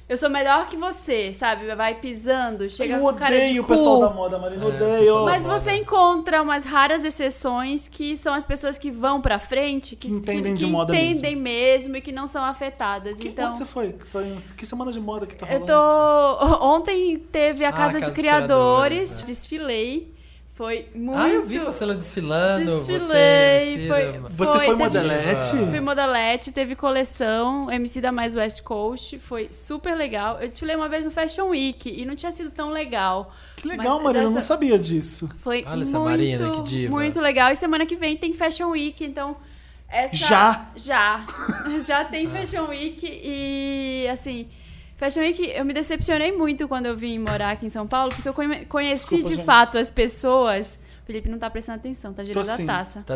S2: Eu sou melhor que você, sabe? Vai pisando, chega
S1: eu
S2: com cara de
S1: odeio o
S2: cu.
S1: pessoal da moda, Marina.
S3: É,
S1: odeio.
S3: pessoal da
S2: Mas
S3: moda.
S2: você encontra umas raras exceções que são as pessoas que vão pra frente, que,
S1: Que entendem
S2: que-
S1: de
S2: que
S1: moda
S2: entendem mesmo. e que não são afetadas.
S1: Que,
S2: então,
S1: Onde você foi? Que foi- Que semana de moda que tá
S2: eu
S1: rolando?
S2: tô. Ontem teve a
S3: Ah,
S2: Casa, de
S3: Casa dos
S2: Criadores,
S3: Criadores, né?
S2: desfilei. Foi muito.
S3: Ah, eu vi você lá desfilando.
S2: Desfilei,
S3: você,
S2: foi-
S3: Cira.
S1: Você foi,
S2: Foi, teve-
S1: modelete?
S2: Fui modelete, teve coleção, MC da Mais West Coast, foi super legal. Eu desfilei uma vez no Fashion Week e não tinha sido tão legal.
S1: Que legal,
S2: Mas
S1: Marina. Eu não
S2: dessa-
S1: sabia disso.
S2: Foi
S3: Olha essa
S2: muito,
S3: Marina, né, que diva.
S2: muito legal. E semana que vem tem Fashion Week, então essa
S1: Já?
S2: já já
S3: Ah.
S2: tem Fashion Week e assim, Fashion Week, eu me decepcionei muito quando eu vim morar aqui em São Paulo, porque eu conhe- conheci
S1: Desculpa,
S2: de
S1: gente.
S2: fato as pessoas. O Felipe não tá prestando atenção, tá girando
S1: sim.
S2: a taça.
S3: Tá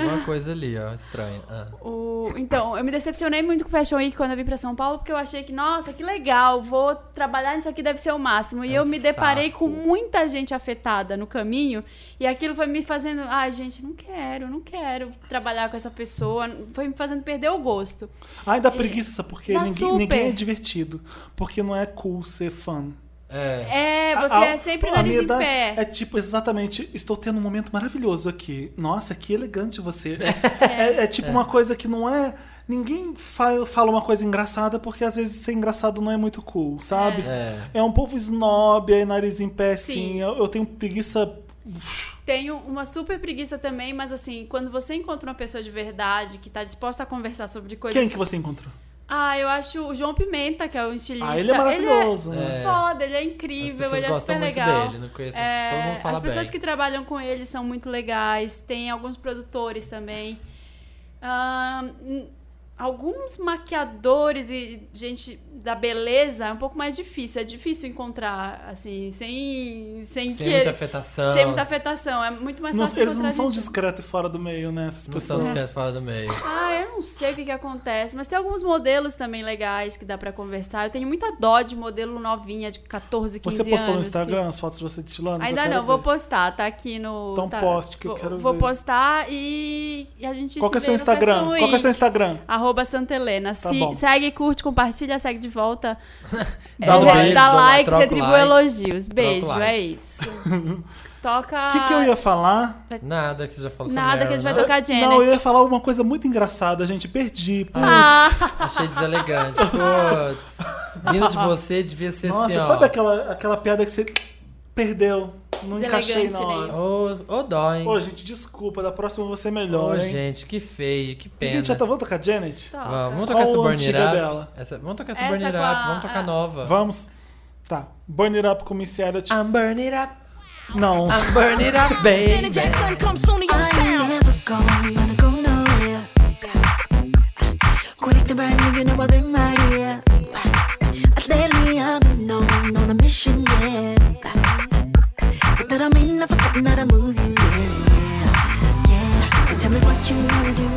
S3: alguma coisa ali, ó. Estranho. Ah.
S2: O- Então, eu me decepcionei muito com o Fashion Week quando eu vim pra São Paulo, porque eu achei que, nossa, que legal, vou trabalhar nisso aqui, deve ser o máximo. E
S3: É um
S2: eu me deparei
S3: saco.
S2: com muita gente afetada no caminho, e aquilo foi me fazendo, ai, gente, não quero, não quero trabalhar com essa pessoai foi me fazendo perder o gosto.
S1: Ai, dá preguiça, sabe por quê?
S2: É. Dá
S1: Ninguém,
S2: super.
S1: ninguém é divertido. Porque não é cool ser fã.
S3: É.
S2: É, você
S1: A- a-
S2: é sempre
S1: a
S2: nariz
S1: minha
S2: em
S1: idade
S2: pé.
S1: É tipo, exatamente, estou tendo um momento maravilhoso aqui. Nossa, que elegante você. É, é- é tipo uma coisa que não é. Ninguém fa- fala uma coisa engraçada porque às vezes ser engraçado não é muito cool, sabe?
S3: É.
S1: um povo snob, aí nariz em pé, sim.
S2: Sim.
S1: Eu, eu tenho preguiça.
S2: Tenho uma super preguiça também, mas assim, quando você encontra uma pessoa de verdade que tá disposta a conversar sobre coisas
S1: Quem é que você encontrou?
S2: Ah, eu acho o João Pimenta, que é o estilista.
S1: Ah, ele é maravilhoso.
S2: Ele é
S3: É.
S2: foda, ele é
S3: As
S2: incrível,
S3: pessoas
S2: ele é
S3: gostam
S2: super
S3: muito
S2: legal.
S3: dele, não conheço, mas
S2: É,
S3: todo mundo fala
S2: as pessoas
S3: bem.
S2: que trabalham com ele são muito legais, tem alguns produtores também. Ahn, hum, alguns maquiadores e gente da beleza é um pouco mais difícil. É difícil encontrar, assim, sem, sem,
S3: Sem
S2: que-
S3: muita afetação.
S2: sem muita afetação. É muito mais
S1: Não-
S2: fácil
S1: eles
S2: encontrar
S1: não são
S2: gente
S1: discretos e fora do meio, né? Essas
S3: Não são
S1: pessoas.
S3: os que fora do meio.
S2: ah, eu não sei o que, que acontece, mas tem alguns modelos também legais que dá pra conversar. Eu tenho muita dó de modelo novinha de 14, 15
S1: Você
S2: anos.
S1: postou no
S2: que-
S1: Instagram as fotos de você desfilando? Eu
S2: Ainda
S1: quero
S2: não, vou
S1: ver.
S2: postar, tá aqui no.
S1: Então
S2: tá-
S1: poste, que eu
S2: vou-
S1: quero
S2: Vou
S1: ver.
S2: postar e, e a gente
S1: Qual
S2: se
S1: que é
S2: vê
S1: seu
S2: no
S1: Instagram?
S2: Fashion
S1: Qual que é seu
S2: Week.
S1: Instagram?
S2: Arroba Santa Helena.
S1: Tá
S2: Se-
S1: bom.
S2: segue, curte, compartilha, segue de volta.
S3: Dá
S2: É,
S3: um beijo,
S2: dá
S3: dá um
S2: like,
S3: troca o
S2: retribua
S3: like.
S2: elogios. Beijo, é
S3: like.
S2: isso. Toca.
S1: O que, que
S2: Ah.
S1: eu ia falar?
S3: Nada que você já falou sobre
S2: Nada que a
S3: Meryl,
S2: gente vai
S3: né?
S2: tocar Janet.
S1: Não, eu ia falar uma coisa muito engraçada, gente. Perdi. Putz.
S2: Ah!
S3: Achei deselegante. Putz. Vindo de você devia ser
S1: Nossa,
S3: assim, ó.
S1: sabe aquela, aquela piada que você perdeu? Não encaixei na
S2: Deselegante,
S1: hora.
S3: Ô, ô dó, hein?
S1: Pô, gente, desculpa. Da próxima você
S3: Ô,
S1: melhor, hein?
S3: gente, que feio, que pena.
S1: Gente, já tá, vamos tocar Janet?
S2: Toca.
S3: Vamos, vamos
S1: Qual
S3: tocar essa
S1: a
S3: Burn It
S1: antiga
S3: Up.
S1: dela?
S3: Essa- vamos tocar essa,
S2: Essa
S3: Burn It
S2: com
S3: Up,
S2: a- Ah.
S3: vamos tocar
S2: a-
S3: nova.
S1: Vamos? Tá. Burn It Up com Missy Elliott.
S3: I'm burn it up,
S1: Não.
S3: I'm burn it up,
S6: Janet
S3: baby.
S6: Jackson, come soon to your
S7: I'm
S6: town.
S7: never gonna go nowhere. Quit the brand new, you know I've been right here. Lately I've been on, on a mission, yeah. But that I mean, I've forgotten how to move you, yeah, yeah. Yeah, so tell me what you wanna do.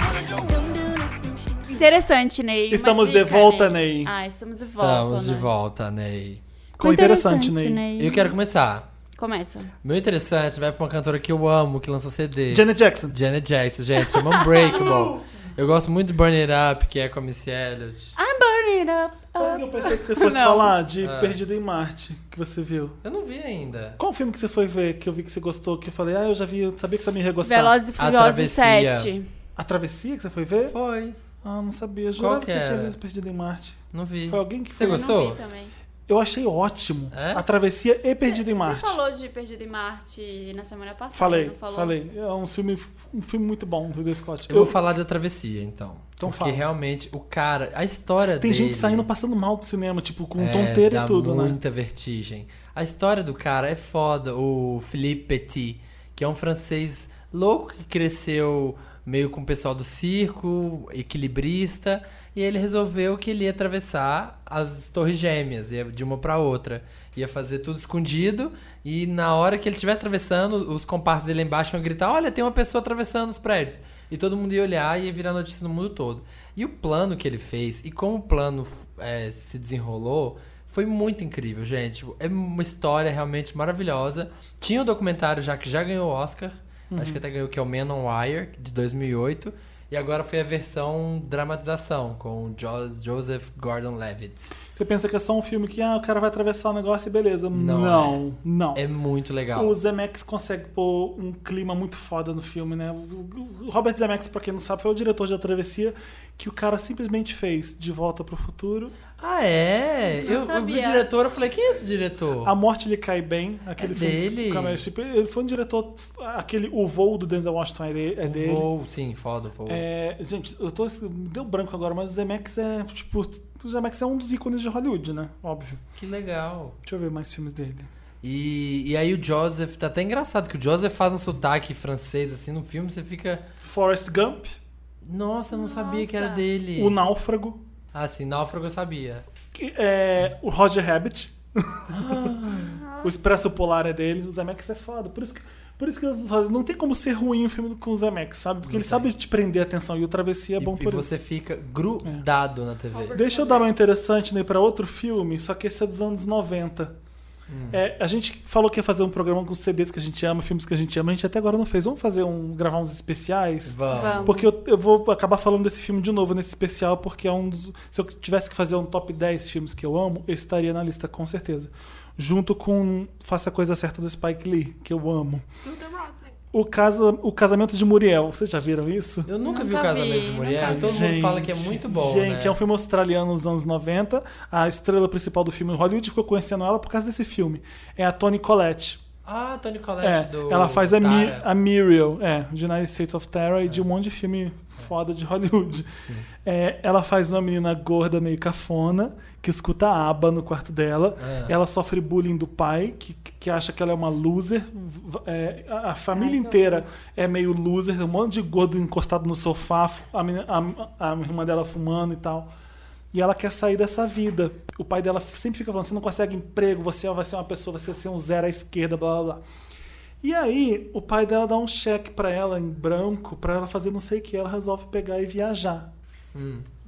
S7: I don't do nothing stupid.
S2: Interessante, Ney. Uma
S1: Estamos
S2: dica,
S1: de volta, Ney.
S2: Ah, estamos de volta.
S3: Estamos de
S2: né?
S3: volta, Ney.
S1: Ficou interessante, Ney.
S3: Eu quero começar.
S2: Começa.
S3: Meu interessante, vai pra uma cantora que eu amo, que lançou CD.
S1: Janet Jackson.
S3: Janet Jackson, gente, chama Unbreakable. Eu gosto muito de Burn It Up, que é com a Missy Elliott.
S2: I'm burning up.
S1: Sabe o que eu pensei que você fosse
S2: Ah. Não.
S1: falar de
S3: Ah.
S1: Perdida em Marte, que você viu?
S3: Eu não vi ainda.
S1: Qual o filme que você foi ver que eu vi que você gostou, que eu falei, ah, eu já vi, eu sabia que você me ia gostar?
S2: Velozes e
S3: A
S2: Furiosos
S3: Travessia.
S2: 7.
S1: A Travessia que você foi ver?
S3: Foi.
S1: Ah, não sabia. Jurava
S3: que
S1: que, eu tinha
S3: era?
S1: visto Perdida em Marte.
S3: Não vi.
S1: Foi alguém que foi.
S3: Você gostou?
S2: Não vi também.
S1: Eu achei ótimo.
S3: É?
S1: A Travessia e Perdida em Marte.
S2: Você falou de Perdido em Marte na semana passada,
S1: Falei,
S2: não falou?
S1: falei. É um filme, um filme muito bom do The Scott.
S3: Eu, vou falar de A Travessia, então.
S1: Então
S3: Porque
S1: fala.
S3: realmente, o cara, a história
S1: Tem
S3: dele...
S1: gente saindo passando mal do cinema, tipo, com
S3: É,
S1: tonteira
S3: dá
S1: e tudo, né?
S3: muita vertigem. A história do cara é foda. O Philippe Petit, que é um francês louco que cresceu meio com o pessoal do circo, equilibrista, e ele resolveu que ele ia atravessar as Torres Gêmeas, ia de uma pra outra, ia fazer tudo escondido, e na hora que ele estivesse atravessando, os comparsas dele lá embaixo iam gritar: "Olha, tem uma pessoa atravessando os prédios". E todo mundo ia olhar e ia virar notícia no mundo todo. E o plano que ele fez, e como o plano eh, se desenrolou, foi muito incrível, gente. Tipo, É uma história realmente maravilhosa. Tinha o documentário já que já ganhou o Oscar.
S2: Uhum.
S3: Acho que até ganhou, que é o Man on Wire, de 2008. E agora foi a versão dramatização, com o Jo- Joseph Gordon-Levitt.
S1: Você pensa que é só um filme que, ah, o cara vai atravessar o negócio e beleza.
S3: Não
S1: Não, não.
S3: É muito legal.
S1: O Zemeckis consegue pôr um clima muito foda no filme, né? O o Robert Zemeckis, pra quem não sabe, foi o diretor de A Travessia que o cara simplesmente fez De Volta pro Futuro.
S3: Ah, é?
S2: Não
S3: Eu, eu vi o
S2: sabia.
S3: diretor, eu falei, quem é esse diretor?
S1: A Morte Lhe Cai Bem, aquele
S3: É
S1: filme
S3: dele.
S1: com a Meryl Streep. Ele foi um diretor... Aquele O Voo do Denzel Washington é de- é
S3: O
S1: dele.
S3: Voo, sim, foda, o voo.
S1: É, gente, eu tô. me Deu branco agora, mas o Zemeckis é, tipo. O Zemeckis é um dos ícones de Hollywood, né? Óbvio.
S3: Que legal.
S1: Deixa eu ver mais filmes dele.
S3: E, e aí o Joseph, tá até engraçado que o Joseph faz um sotaque francês assim no filme, você fica.
S1: Forrest Gump,
S3: Nossa, eu não sabia que era
S2: Nossa.
S3: dele.
S1: O Náufrago,
S3: Ah, sim, Náufrago eu sabia.
S1: que é, o Roger Rabbit.
S3: Ah.
S1: o Expresso Polar é dele. O Zemeckis é foda. Por isso que. Por isso que eu falo, não tem como ser ruim o filme com o Zemeckis, sabe? Porque
S3: Não
S1: ele
S3: tem.
S1: sabe te prender a atenção e o Travessia é bom
S3: e,
S1: por
S3: e você
S1: isso.
S3: fica grudado na TV.
S1: Deixa eu dar uma interessante né, para outro filme, só que esse é dos anos 90. É, a gente falou que ia fazer um programa com CDs que a gente ama, filmes que a gente ama, a gente até agora não fez. Vamos fazer um, gravar uns especiais?
S3: Vamos.
S2: Vamos.
S1: Porque eu, eu vou acabar falando desse filme de novo nesse especial, porque é um dos. Se eu tivesse que fazer um top 10 filmes que eu amo, eu estaria na lista, com certeza. Junto com Faça a Coisa Certa do Spike Lee, que eu amo. O, casa, o Casamento de Muriel, vocês já viram isso?
S3: Eu nunca, vi o
S2: Nunca
S3: Casamento
S2: vi,
S3: de
S2: nunca
S3: Mulher.
S2: vi.
S3: Todo mundo fala que é muito bom.
S1: Gente,
S3: né?
S1: é um filme australiano dos anos 90. A estrela principal do filme em Hollywood ficou conhecendo ela por causa desse filme. É a Toni Collette.
S3: Ah, Tony
S1: É,
S3: Collette do.
S1: ela faz a, Mi-
S3: Tara.
S1: a Muriel, é, de United States of Terror e de um monte de
S3: É.
S1: filme foda de Hollywood. É, ela faz uma menina gorda, meio cafona, que escuta a aba no quarto dela.
S3: É.
S1: Ela sofre bullying do pai, que, que acha que ela é uma loser. V- é, a a família
S2: Ai, que
S1: inteira é meio loser, um monte de gordo encostado no sofá, fu- a, menina- a- a irmã dela fumando e tal. E ela quer sair dessa vida. O pai dela sempre fica falando: você não consegue emprego, você é, vai ser uma pessoa, você vai ser um zero à esquerda, blá blá blá. E aí, o pai dela dá um cheque pra ela em branco, pra ela fazer não sei o que. Ela resolve pegar e viajar.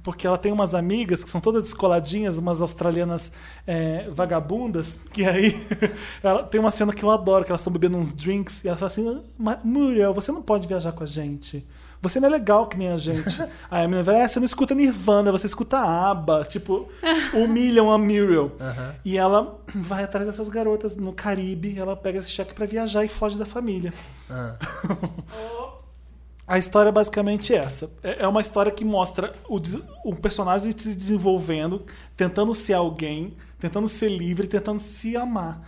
S1: Porque ela tem umas amigas que são todas descoladinhas, umas australianas é, vagabundas, que aí ela tem uma cena que eu adoro, que elas estão bebendo uns drinks, e elas falam assim, "Ma- Muriel, você não pode viajar com a gente. Você não é legal que nem a gente. aí a menina fala, é, você não escuta Nirvana, você escuta ABBA. Tipo, humilham a Muriel.
S3: Aham.
S1: E ela vai atrás dessas garotas no Caribe, ela pega esse cheque pra viajar e foge da família.
S3: Ah.
S1: A história é basicamente essa. É é uma história que mostra o, des- o personagem se desenvolvendo, tentando ser alguém, tentando ser livre, tentando se amar.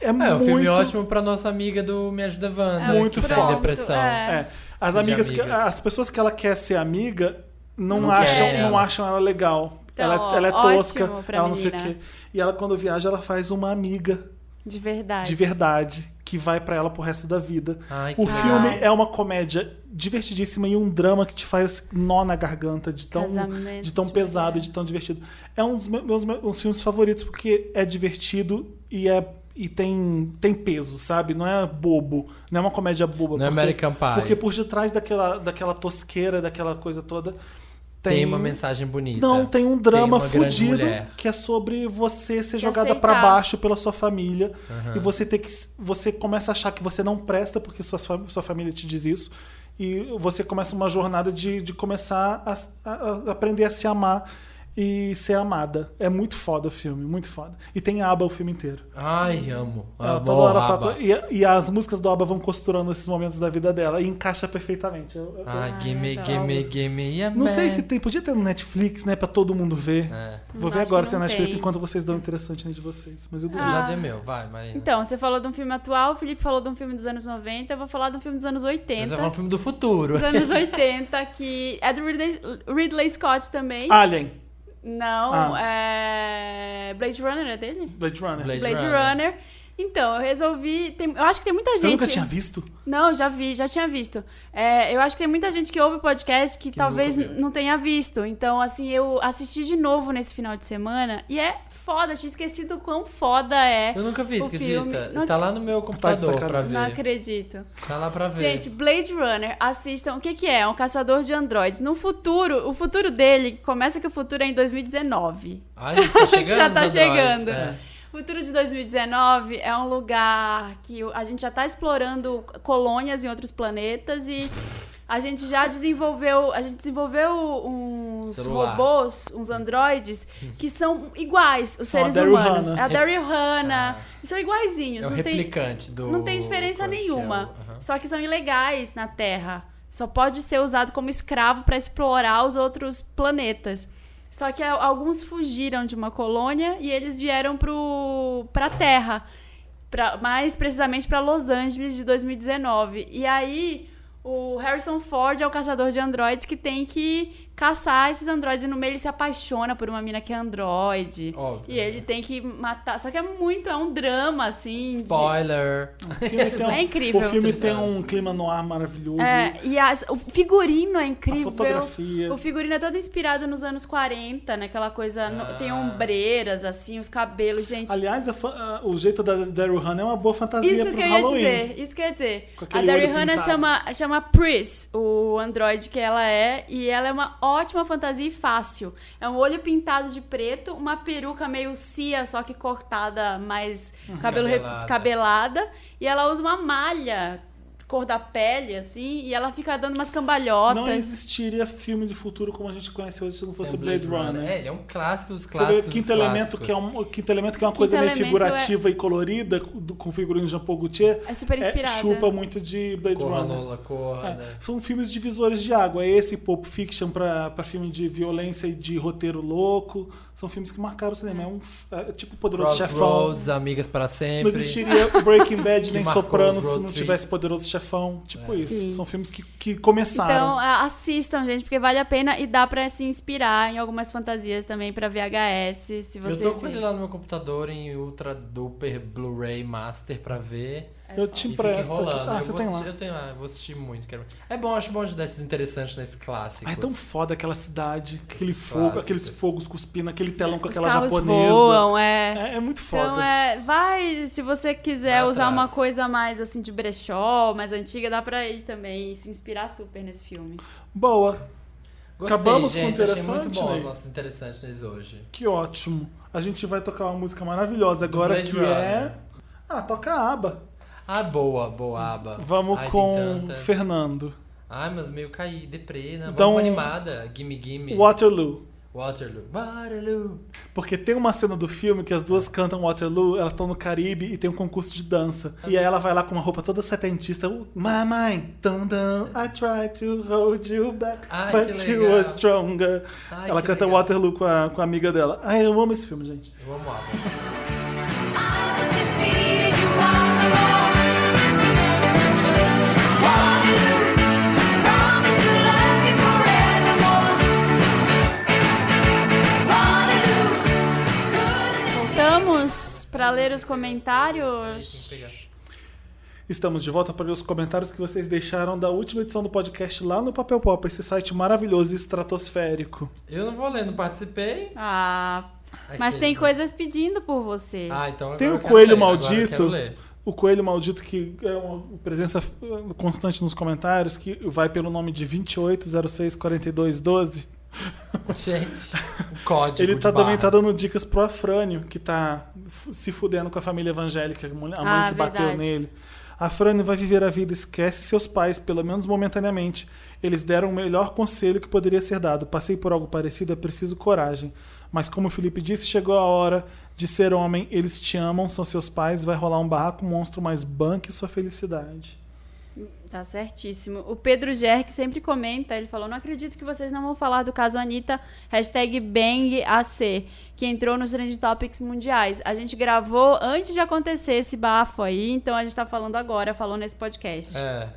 S1: É,
S3: É, um
S1: muito,
S3: filme ótimo pra nossa amiga do Me Ajuda Wanda.
S1: Muito
S3: que tem
S1: foda.
S3: depressão.
S2: É.
S1: é. as
S3: De
S1: amigas, que-
S3: amigas.
S1: as pessoas que ela quer ser amiga não,
S3: Não
S1: acham,
S3: querem
S1: não
S3: ela.
S1: acham ela legal.
S2: Então,
S1: ela,
S2: ó,
S1: ela é tosca,
S2: ótimo pra
S1: ela não sei o
S2: menina.
S1: quê. E ela quando viaja ela faz uma amiga
S2: De verdade.
S1: de verdade que vai pra ela pro resto da vida.
S3: Ai, que
S1: o
S3: legal.
S1: filme
S2: Ai.
S1: é uma comédia divertidíssima e um drama que te faz nó na garganta de tão
S2: Casamento
S1: de tão
S2: de
S1: pesado,
S2: mulher.
S1: de tão divertido. É um dos me- meus, meus filmes favoritos porque é divertido e é e tem, tem peso, sabe? Não é bobo, não é uma comédia boba.
S3: Não é American Pie.
S1: Porque por detrás daquela, daquela tosqueira, daquela coisa toda, Tem,
S3: Tem uma mensagem bonita.
S1: Não, tem um drama
S3: Tem uma grande
S1: fudido
S3: mulher.
S1: que é sobre você ser
S2: Se
S1: jogada
S2: aceitar.
S1: pra baixo pela sua família e você ter que você começa a achar que você não presta porque sua fam- sua família te diz isso e você começa uma jornada de, de começar a, a- a aprender a se amar e ser amada. É muito foda o filme, muito foda. E tem aba o filme inteiro.
S3: Ai, amo.
S1: Ela tá
S3: amo
S1: toda hora
S3: a
S1: toca-
S3: aba.
S1: e, e as músicas do ABBA vão costurando esses momentos da vida dela e encaixa perfeitamente. Eu- eu-
S3: Ai,
S2: Ah,
S3: gimme,
S2: tá.
S3: gimme, gimme. a
S1: não sei
S3: man.
S1: se tem, podia ter no Netflix, né, Pra todo mundo ver.
S3: É.
S1: Vou
S2: Acho
S1: ver
S2: que
S1: agora se tem
S2: não
S1: Netflix
S2: tem.
S1: enquanto vocês dão interessante né, de vocês. Mas eu duvido.
S3: Eu já
S2: Ah.
S3: dei meu, vai, Marina.
S2: Então, você falou de um filme atual, o Felipe falou de um filme dos anos 90, eu vou falar de um filme dos anos
S3: Mas
S2: 80.
S3: é um filme do futuro.
S2: Dos anos 80, que é do Ridley, Ridley Scott também.
S1: Alien,
S2: Não,
S1: Ah.
S2: é. Blade Runner é dele?
S1: Blade Runner.
S3: Blade
S2: Blade,
S3: Runner.
S2: Runner. Então, eu resolvi. tem- eu acho que tem muita
S1: Você
S2: gente.
S1: nunca tinha visto?
S2: Não, já vi, já tinha visto. É, eu acho que tem muita gente que ouve o podcast que, talvez
S3: nunca viu.
S2: n- não tenha visto. Então, assim, eu assisti de novo nesse final de semana e é foda, tinha esquecido o quão foda é.
S3: Eu nunca vi,
S2: O
S3: esquisita.
S2: filme- não-
S3: Tá lá no meu computador
S1: sacanagem.
S3: pra
S2: Não
S3: ver.
S2: acredito.
S3: Tá lá pra ver.
S2: Gente, Blade Runner, assistam. O que, que é? É um caçador de androides. No futuro, o futuro dele começa que o futuro é em 2019.
S3: Ai, a gente tá chegando.
S2: já tá
S3: nos androides,
S2: chegando.
S3: é.
S2: O futuro de 2019 é um lugar que o- a gente já tá explorando colônias em outros planetas e a gente já desenvolveu, a gente desenvolveu uns
S3: Celular.
S2: robôs, uns androides que são iguais os
S1: São a
S2: seres
S1: Daryl
S2: humanos.
S1: Hannah.
S2: É a Daryl Hannah.
S3: Ah.
S2: São iguaizinhos,
S3: É o
S2: não tem
S3: replicante do.
S2: não tem diferença
S3: coisa que é o-
S2: nenhuma.
S3: Aham.
S2: Só que são ilegais na Terra. Só pode ser usado como escravo para explorar os outros planetas. Só que al- alguns fugiram de uma colônia e eles vieram pro pra Terra. Pra, mais precisamente para Los Angeles de 2019. E aí o Harrison Ford é o caçador de androides que tem que caçar esses androides. E no meio ele se apaixona por uma mina que é androide.
S3: Óbvio.
S2: E ele tem que matar. Só que é muito, é um drama, assim. de-
S3: Spoiler.
S1: O filme tem um,
S2: É incrível.
S1: O filme tem um clima no ar maravilhoso.
S2: É, e as- o figurino é
S1: a
S2: incrível.
S1: fotografia.
S2: O figurino é todo inspirado nos anos 40, né? Aquela coisa. no- Tem
S3: Ah.
S2: ombreiras, assim, os cabelos, gente.
S1: Aliás, a fa- a- o jeito da Daryl Hannah é uma boa fantasia
S2: isso
S1: pro
S2: que eu ia
S1: Halloween.
S2: dizer. Isso que eu ia dizer.
S1: Com
S2: A
S1: aquele
S2: Daryl
S1: olho
S2: Hannah
S1: pintado.
S2: chama, chama Pris, o androide que ela é, e ela é uma ótima fantasia e fácil. É um olho pintado de preto, uma peruca meio cia, só que cortada, mais
S1: Hum.
S2: cabelo re-
S3: Descabelada.
S2: descabelada, e ela usa uma malha cor da pele, assim, e ela fica dando umas cambalhotas.
S1: Não existiria filme de futuro como a gente conhece hoje se não fosse
S3: Sem
S1: Blade, Runner.
S3: É, ele é um clássico dos
S1: Você vê
S3: clássicos.
S1: o quinto
S3: dos
S1: elemento, que é
S3: clássicos.
S1: um, o quinto elemento que é uma coisa meio
S2: Elemento
S1: figurativa e colorida, do, com figurino de Jean-Paul Gaultier.
S2: É super inspirada.
S1: chupa muito de um Blade
S3: Corra,
S1: Runner.
S3: Lola, corra.
S1: É,
S3: né?
S1: São filmes divisores de água. É esse Pulp Fiction pra pra filme de violência e de roteiro louco. São filmes que marcaram o cinema. É, um, f- é tipo Poderoso Chefão.
S3: Crossroads, Amigas para
S1: Não
S3: Sempre.
S1: existiria Breaking Bad
S3: Que
S1: nem
S3: marcou
S1: Sopranos
S3: os
S1: se
S3: road
S1: não
S3: trips.
S1: tivesse Poderoso Chefão. Tipo
S3: É.
S1: isso.
S2: Sim.
S1: São filmes que, que
S2: Então,
S1: começaram.
S2: a- assistam, gente, porque vale a pena e dá pra se inspirar em algumas fantasias também pra VHS, se
S3: Eu
S2: você
S3: tô com
S2: vê.
S3: ele lá no meu computador em Ultra Duper Blu-ray Master pra ver.
S2: Então,
S1: eu te
S3: E fica
S1: empresto. aqui.
S3: enrolando.
S1: Ah,
S3: eu,
S1: você
S3: vou
S1: tem
S3: assistir,
S1: lá.
S3: eu tenho lá, eu vou assistir muito. Quero... É bom, acho bom ajudar esses interessantes nesses clássicos.
S1: Ah, é tão foda aquela cidade, aquele fogo,
S3: clássicos.
S1: aqueles fogos cuspindo, aquele telão com
S2: Os
S1: aquela
S2: carros
S1: japonesa.
S2: voam, é.
S1: É, é muito foda.
S2: Então, é, vai, se você quiser
S3: Vai
S2: usar
S3: atrás.
S2: uma coisa mais, assim, de brechó, mais antiga, dá pra ir também e se inspirar super nesse filme.
S1: Boa.
S3: Gostei,
S1: Acabamos com
S3: gente, achei
S1: interessante,
S3: muito bom
S1: né?
S3: os nossos interessantes nesses hoje.
S1: Que ótimo. A gente vai tocar uma música maravilhosa
S3: Do
S1: agora
S3: Blade
S1: que
S3: Runner. né?
S1: é. Ah, toca a aba.
S3: Ah, boa, boa aba.
S1: Vamos
S3: Ai, tem
S1: com
S3: tanta.
S1: Fernando.
S3: Ai, mas meio caí, deprê,
S1: Então-
S3: né? Então, animada. Gimme, gimme.
S1: Waterloo.
S3: Waterloo. Waterloo.
S1: Porque tem uma cena do filme que as duas cantam Waterloo, elas estão no Caribe e tem um concurso de dança. E aí ela vai lá com uma roupa toda setentista. My mind, dun dun, I tried to hold you back,
S3: Ai,
S1: but
S3: que
S1: you
S3: legal.
S1: were stronger.
S3: Ai,
S1: ela
S3: que
S1: canta
S3: legal.
S1: Waterloo com a, com a amiga dela. Ai, eu amo esse filme, gente.
S3: Eu amo aba.
S2: Voltamos pra ler os comentários.
S3: Pegar.
S1: Estamos de volta para ler os comentários que vocês deixaram da última edição do podcast lá no Papel Pop, esse site maravilhoso e estratosférico.
S3: Eu não vou ler, não participei.
S2: Ah, mas
S3: Aqueles,
S2: tem
S3: né?
S2: coisas pedindo por você.
S3: Ah, então
S1: Tem
S3: agora
S1: o
S3: eu quero
S1: Coelho
S3: ler, agora eu
S1: Maldito.
S3: quero ler.
S1: O Coelho Maldito, que é uma presença eh, constante nos comentários, que vai pelo nome de 28064212.
S3: Gente, o código
S1: Ele
S3: Tipo, de
S1: tá, também
S3: barras.
S1: tá dando dicas pro Afrânio, que tá f- se fudendo com a família evangélica, a mulher- a mãe
S2: Ah,
S1: que bateu
S2: verdade.
S1: nele. Afrânio vai viver a vida, esquece seus pais, pelo menos momentaneamente. Eles deram o melhor conselho que poderia ser dado. Passei por algo parecido, é preciso coragem. Mas como o Felipe disse, chegou a hora de ser homem. Eles te amam, são seus pais, vai rolar um barraco monstro, mas banque sua felicidade.
S2: Tá certíssimo. O Pedro Gerck sempre comenta, ele falou, não acredito que vocês não vão falar do caso Anitta, hashtag BangAC, que entrou nos Trend Topics mundiais. A gente gravou antes de acontecer esse bafo aí, então a gente tá falando agora, falou nesse podcast.
S3: É.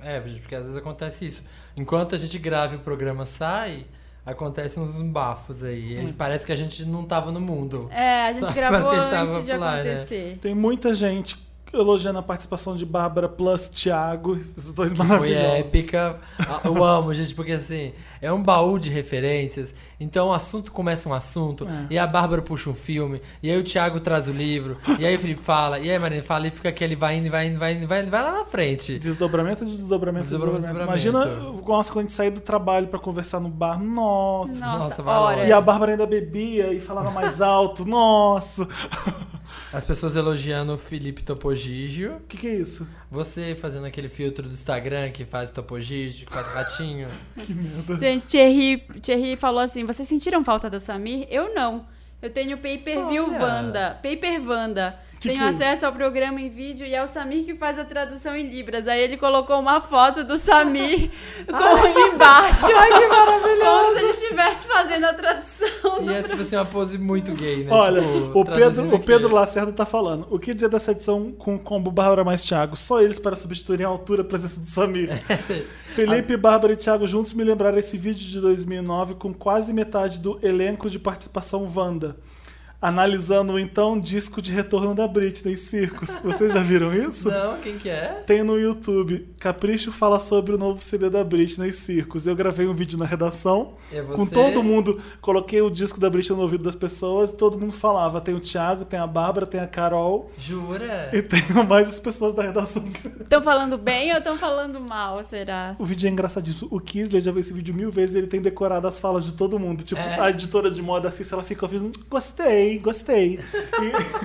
S3: É, gente, porque às vezes acontece isso. Enquanto a gente grava e o programa sai, acontecem uns bafos aí.
S1: Hum.
S3: E Parece que a gente não tava no mundo.
S2: É, a gente
S3: Só- mas
S2: gravou
S3: que a gente tava
S2: antes de
S3: offline, né?
S2: acontecer.
S1: Tem muita gente elogiando a participação de Bárbara plus Thiago, esses dois
S3: Foi
S1: maravilhosos.
S3: épica. Ah, Eu amo, gente, porque assim, é um baú de referências. Então o assunto começa um assunto,
S1: É.
S3: e a Bárbara puxa um filme, e aí o Thiago traz o livro, e aí o Felipe fala, e aí a Marina fala, e fica aquele vai indo, vai indo, vai indo, vai indo, vai lá na frente.
S1: Desdobramento de desdobramento, de
S3: Desdobramento,
S1: desdobramento.
S3: desdobramento.
S1: Imagina, nossa, quando a gente saía do trabalho pra conversar no bar, nossa.
S2: Nossa,
S3: Nossa, valor.
S2: horas.
S1: E a Bárbara ainda bebia e falava mais alto, nossa.
S3: As pessoas elogiando o Felipe Topogígio.
S1: O que, que é isso?
S3: Você fazendo aquele filtro do Instagram que faz topogígio, que faz ratinho.
S2: Gente, Thierry, Thierry falou assim: vocês sentiram falta do Samir? Eu não. Eu tenho pay-per-view
S3: Olha.
S2: Wanda. Pay-per Wanda.
S1: Que
S2: tenho
S1: que é
S2: acesso ao programa em vídeo e é o Samir que faz a tradução em Libras. Aí ele colocou uma foto do Samir com embaixo. Ai, que maravilhoso! Como se ele estivesse fazendo a tradução.
S3: E é tipo assim, uma pose muito gay, né?
S1: Olha,
S3: Tipo,
S1: o,
S3: traduzindo
S1: Pedro, o Pedro
S3: aqui.
S1: Lacerda tá falando. O que dizer dessa edição com o combo Bárbara mais Thiago? Só eles para substituírem a altura a presença do Samir. Felipe, Bárbara e Thiago juntos me lembraram esse vídeo de 2009 com quase metade do elenco de participação Wanda. Analisando o então disco de retorno da Britney, Circos. Vocês já viram isso?
S3: Não, quem que é?
S1: Tem no YouTube. Capricho fala sobre o novo CD da Britney Circos. Eu gravei um vídeo na redação.
S3: É você?
S1: Com todo mundo. Coloquei o disco da Britney no ouvido das pessoas e todo mundo falava. Tem o Thiago, tem a Bárbara, tem a Carol.
S3: Jura?
S1: E tem mais as pessoas da redação.
S2: Estão falando bem ou estão falando mal, será?
S1: O vídeo é engraçadíssimo. O Kisley já viu esse vídeo mil vezes ele tem decorado as falas de todo mundo. Tipo,
S3: É.
S1: a editora de moda, assim, ela fica ouvindo, gostei, gostei.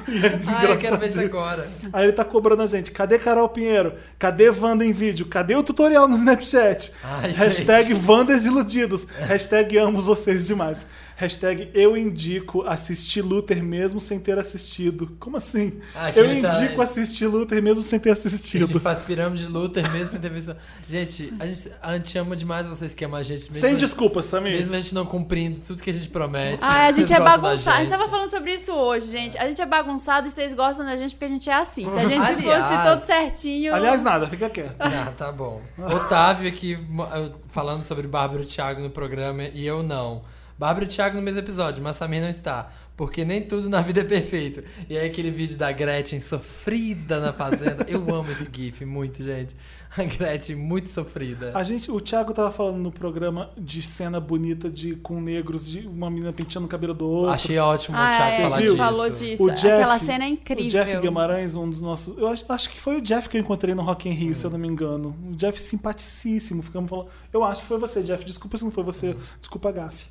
S1: E, e é
S3: Ah, eu quero ver isso
S1: engraçadíssimo.
S3: agora.
S1: Aí ele tá cobrando a gente. Cadê Carol Pinheiro? Cadê Wanda em vídeo? Cadê o tutorial no Snapchat?
S3: Ai,
S1: Hashtag Wanda desiludidos. Hashtag amo vocês demais. Hashtag eu indico assistir Luther mesmo sem ter assistido. Como assim?
S3: Ah, que
S1: eu
S3: ele tá-
S1: indico assistir Luther mesmo sem ter
S3: Ele
S1: assistido.
S3: faz pirâmide de Luther mesmo sem ter visto. Gente, a gente, a gente ama demais vocês que amam a gente. Mesmo,
S1: Sem desculpa, Samir.
S3: mesmo a gente não cumprindo tudo que a gente promete.
S2: Ai, a gente
S3: Vocês
S2: é
S3: gostam da
S2: bagunçado. A gente
S3: gente.
S2: tava falando sobre isso hoje, gente. A gente é bagunçado e vocês gostam da gente porque a gente é assim. Se a gente fosse
S3: Aliás-
S2: todo certinho.
S1: Aliás, nada, fica quieto.
S3: Ah, tá bom. Otávio aqui mo- eu- falando sobre Bárbara e Thiago no programa e eu não. Bárbara e Thiago no mesmo episódio, mas Samir não está. Porque nem tudo na vida é perfeito. E aí aquele vídeo da Gretchen sofrida na fazenda. Eu amo esse gif muito, gente. A Gretchen muito sofrida.
S1: A gente, o Thiago tava falando no programa de cena bonita de com negros, de uma menina penteando o cabelo do outro.
S3: Achei ótimo o
S2: Ah,
S3: Thiago
S2: é,
S3: falar
S1: viu?
S3: disso.
S2: falou disso. Aquela cena é incrível.
S1: O Jeff Guimarães, um dos nossos. Eu acho, acho que foi o Jeff que eu encontrei no Rock in Rio, se eu não me engano. Um Jeff simpaticíssimo. Ficamos falando. Eu acho que foi você, Jeff. Desculpa se não foi você. Desculpa, gafe.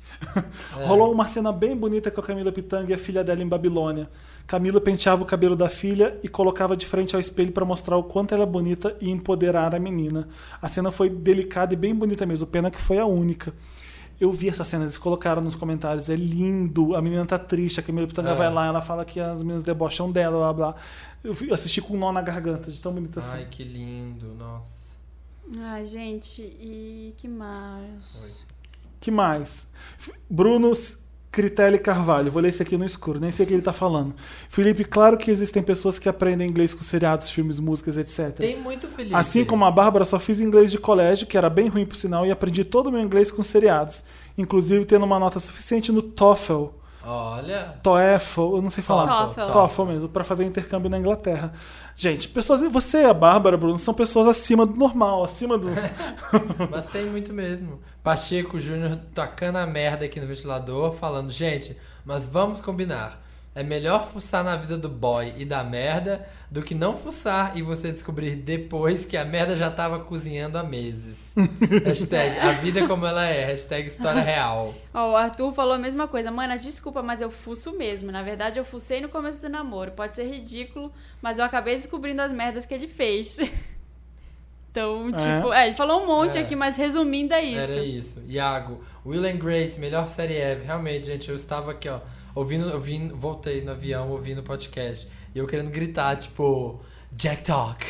S1: Rolou uma cena bem bonita com a Camila Pitanga e a filha dela em Babilônia. Camila penteava o cabelo da filha e colocava de frente ao espelho para mostrar o quanto ela é bonita e empoderar a menina. A cena foi delicada e bem bonita mesmo. Pena que foi a única. Eu vi essa cena, eles colocaram nos comentários, é lindo, a menina tá triste, a Camila
S3: É.
S1: Pitanga vai lá, ela fala que as meninas debocham dela, blá blá. Eu vi- eu assisti com um nó na garganta, de tão bonita assim.
S3: Ai, que lindo, nossa.
S2: Ai, Ah, gente, e que mais?
S1: Que mais? F- Bruno S- Critelli Carvalho, vou ler esse aqui no escuro, nem sei o que ele tá falando. Felipe, claro que existem pessoas que aprendem inglês com seriados, filmes, músicas, etc.
S3: Tem muito Felipe.
S1: Tá. Assim como a Bárbara, só fiz inglês de colégio, que era bem ruim por sinal, e aprendi todo o meu inglês com seriados. Inclusive tendo uma nota suficiente no TOEFL,
S3: Olha.
S1: TOEFL, eu não sei falar.
S2: TOEFL.
S1: TOEFL mesmo, pra fazer intercâmbio na Inglaterra. Gente, pessoas, você e a Bárbara, Bruno, são pessoas acima do normal, acima do.
S3: Mas tem muito mesmo. Pacheco Júnior tacando a merda aqui no ventilador, falando, gente, mas vamos combinar. É melhor fuçar na vida do boy e da merda do que não fuçar e você descobrir depois que a merda já tava cozinhando há meses. hashtag a vida como ela é. Hashtag história real.
S2: Ó, o Arthur falou a mesma coisa. Manas, desculpa, mas eu fuço mesmo. Na verdade, eu fucei no começo do namoro. Pode ser ridículo, mas eu acabei descobrindo as merdas que ele fez. Então, tipo, é, ele falou um monte
S3: É.
S2: aqui, mas resumindo é
S3: Era
S2: isso.
S3: isso. Iago, Will and Grace, melhor série ever. Realmente, gente, eu estava aqui, ó, ouvindo, ouvindo, voltei no avião ouvindo o podcast. E eu querendo gritar, tipo, Jack Talk.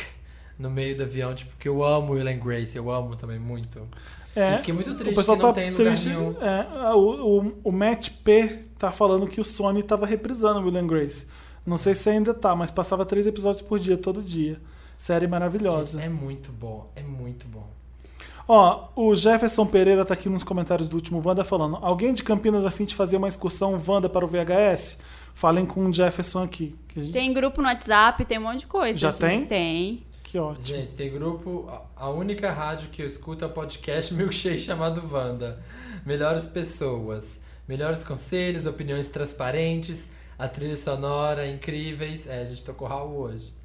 S3: No meio do avião, tipo, que eu amo Will and Grace, eu amo também muito.
S1: É,
S3: Eu fiquei muito triste
S1: o pessoal
S3: que não
S1: tá
S3: tem lugar
S1: triste.
S3: nenhum.
S1: é, ah, o, o, o Matt P tá falando que o Sony tava reprisando Will and Grace. Não sei se ainda tá, mas passava três episódios por dia, todo dia. Série maravilhosa.
S3: Gente, é muito bom, é muito bom.
S1: Ó, o Jefferson Pereira tá aqui nos comentários do último Wanda falando: alguém de Campinas a fim de fazer uma excursão Wanda para o VHS? Falem com o Jefferson aqui. Que, a gente-
S2: Tem grupo no WhatsApp, tem um monte de coisa.
S1: Já
S2: gente.
S1: tem?
S2: Tem.
S1: que ótimo.
S3: Gente, tem grupo. a- A única rádio que eu escuto é o podcast Milkshake chamado Wanda. Melhores pessoas, melhores conselhos, opiniões transparentes, a trilha sonora incríveis. É, a gente tocou Raul hoje.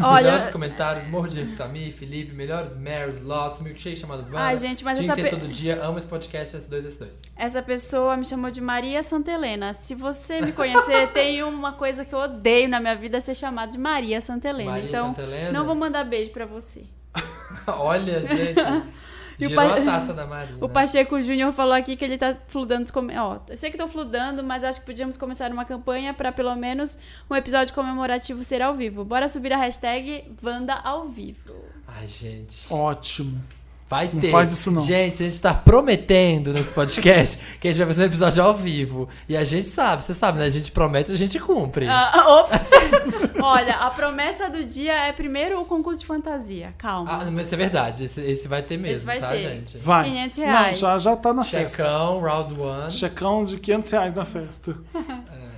S3: melhores
S2: Olha,
S3: comentários, Mordir, Samir, Felipe, melhores Marys, Lots, Milkshake chamado Wanda.
S2: Ai, gente, mas
S3: Tinha
S2: essa
S3: que ter
S2: pe-
S3: todo dia, amo esse podcast S2, S2.
S2: essa pessoa me chamou de Maria Santelena. Se você me conhecer, tem uma coisa que eu odeio na minha vida é ser chamada de Maria Santelena.
S3: Maria
S2: então,
S3: Santa Helena.
S2: não vou mandar beijo pra você.
S3: Olha, gente.
S2: E o
S3: Girou
S2: pa-
S3: a taça da Marina.
S2: O Pacheco Júnior falou aqui que ele tá fludando os come- Ó, eu sei que tô fludando, mas acho que podíamos começar uma campanha pra pelo menos um episódio comemorativo ser ao vivo. Bora subir a hashtag Vanda ao vivo.
S3: Ai, gente.
S1: Ótimo.
S3: Vai
S1: Não
S3: ter.
S1: faz isso, não.
S3: Gente, a gente tá prometendo nesse podcast que a gente vai fazer um episódio ao vivo. E a gente sabe, você sabe, né? A gente promete, a gente cumpre.
S2: Ah, ops! Olha, a promessa do dia é primeiro o concurso de fantasia. Calma.
S3: Ah, mas isso é verdade. Esse, esse vai ter mesmo,
S2: Esse vai
S3: tá,
S2: ter.
S3: gente?
S1: Vai.
S2: 500
S1: Não,
S2: reais.
S1: já, já tá na festa.
S3: Checão, round one.
S1: Checão de 500 reais na festa.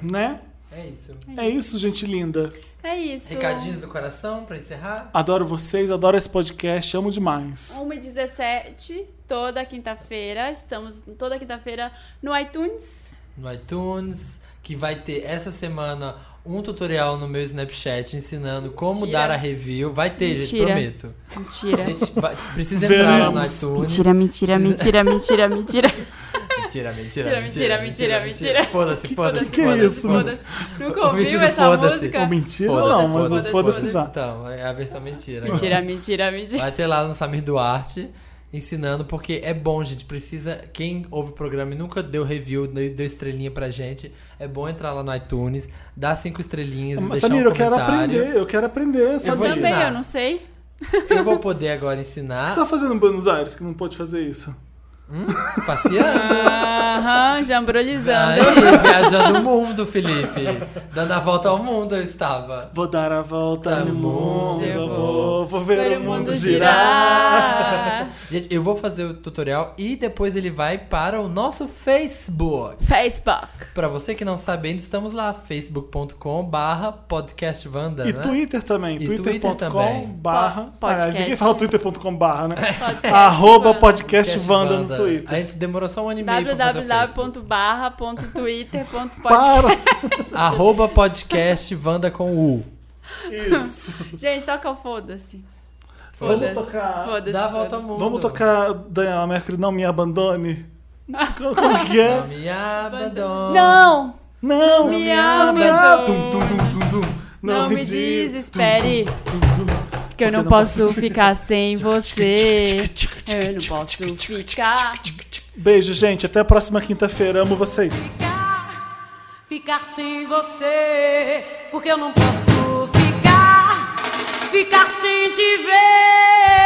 S1: Né?
S3: É isso.
S1: É isso, gente linda.
S2: É isso.
S3: Recadinhos do coração pra encerrar?
S1: Adoro vocês, adoro esse podcast, amo demais.
S2: 1h17, toda quinta-feira. Estamos toda quinta-feira no iTunes.
S3: No iTunes, que vai ter essa semana um tutorial no meu Snapchat ensinando como
S2: Mentira.
S3: dar a review. Vai ter, gente,
S2: Mentira.
S3: prometo.
S2: Mentira.
S3: A gente vai- precisa entrar lá no
S1: Veremos.
S3: iTunes.
S2: mentira, mentira, mentira, mentira.
S3: Mentira, mentira,
S2: Mentira, mentira, mentira, mentira.
S3: Foda-se, foda-se.
S1: Que que é
S3: foda-se,
S1: isso,
S3: foda-se.
S2: Foda-se. Nunca
S3: O vídeo
S2: ouviu
S3: do
S2: essa
S3: foda-se.
S1: Ou
S2: música?
S1: mentira,
S3: Foda-se,
S1: não, mas
S2: foda-se,
S1: foda-se,
S2: foda-se.
S1: já.
S3: Então, é a versão mentira.
S2: Mentira, mentira, mentira.
S3: Vai ter lá no Samir Duarte ensinando, porque é bom, gente. Precisa. Quem ouve o programa e nunca deu review, deu deu estrelinha pra gente, é bom entrar lá no iTunes, dar cinco estrelinhas e
S1: Mas,
S3: deixar
S1: Samir,
S3: um
S1: eu quero
S3: comentário.
S1: aprender, eu quero aprender.
S2: Eu
S1: Sabe?
S3: vou
S2: também,
S3: ensinar.
S2: eu não sei.
S3: Eu vou poder agora
S1: O
S3: ensinar
S1: que tá fazendo em Buenos Aires que não pode fazer isso?
S3: passeando.
S2: Aham, jambrolizando.
S3: Aí, viajando o mundo, Felipe. Dando a volta ao mundo, eu estava.
S1: Vou dar a volta
S3: Tá
S1: no
S3: bom,
S1: mundo,
S3: eu
S1: vou, vou ver, o mundo, girar.
S2: girar.
S3: Gente, eu vou fazer o tutorial e depois ele vai para o nosso Facebook.
S2: Facebook.
S3: Pra você que não sabe ainda, estamos lá, facebook.com barra podcastvanda,
S1: E
S3: né?
S1: Twitter também,
S3: E Twitter
S1: twitter.com
S3: também. É.
S1: barra.
S2: Po- podcast.
S1: Aliás, ninguém fala twitter.com barra, né?
S2: Podcast
S1: Arroba
S2: Wanda.
S1: podcastvanda no Twitter.
S3: A gente demorou só um ano e meio pra fazer o Facebook.
S2: www.barra.twitter.podcast.
S1: Para!
S3: Arroba podcastvanda com U.
S1: Isso.
S2: Gente, toca o foda-se.
S1: Vamos
S2: Foda-se.
S1: tocar.
S2: Foda-se.
S3: Dá a volta ao
S2: foda-se.
S3: mundo.
S1: Vamos tocar Daniela Mercury, não me abandone. Co- Como que é?
S3: Não me abandone.
S2: Não!
S1: Não,
S2: Me
S1: abandone. Tum,
S2: abandone.
S1: tum, tum, tum, tum.
S2: Não me desespere.
S1: Tum, tum, tum.
S2: Que eu não
S1: não
S2: posso ficar sem você. Eu não posso ficar.
S1: Beijo, gente. Até a próxima quinta-feira. Amo vocês.
S6: ficar, ficar sem você, porque eu não posso ficar, ficar sem te ver.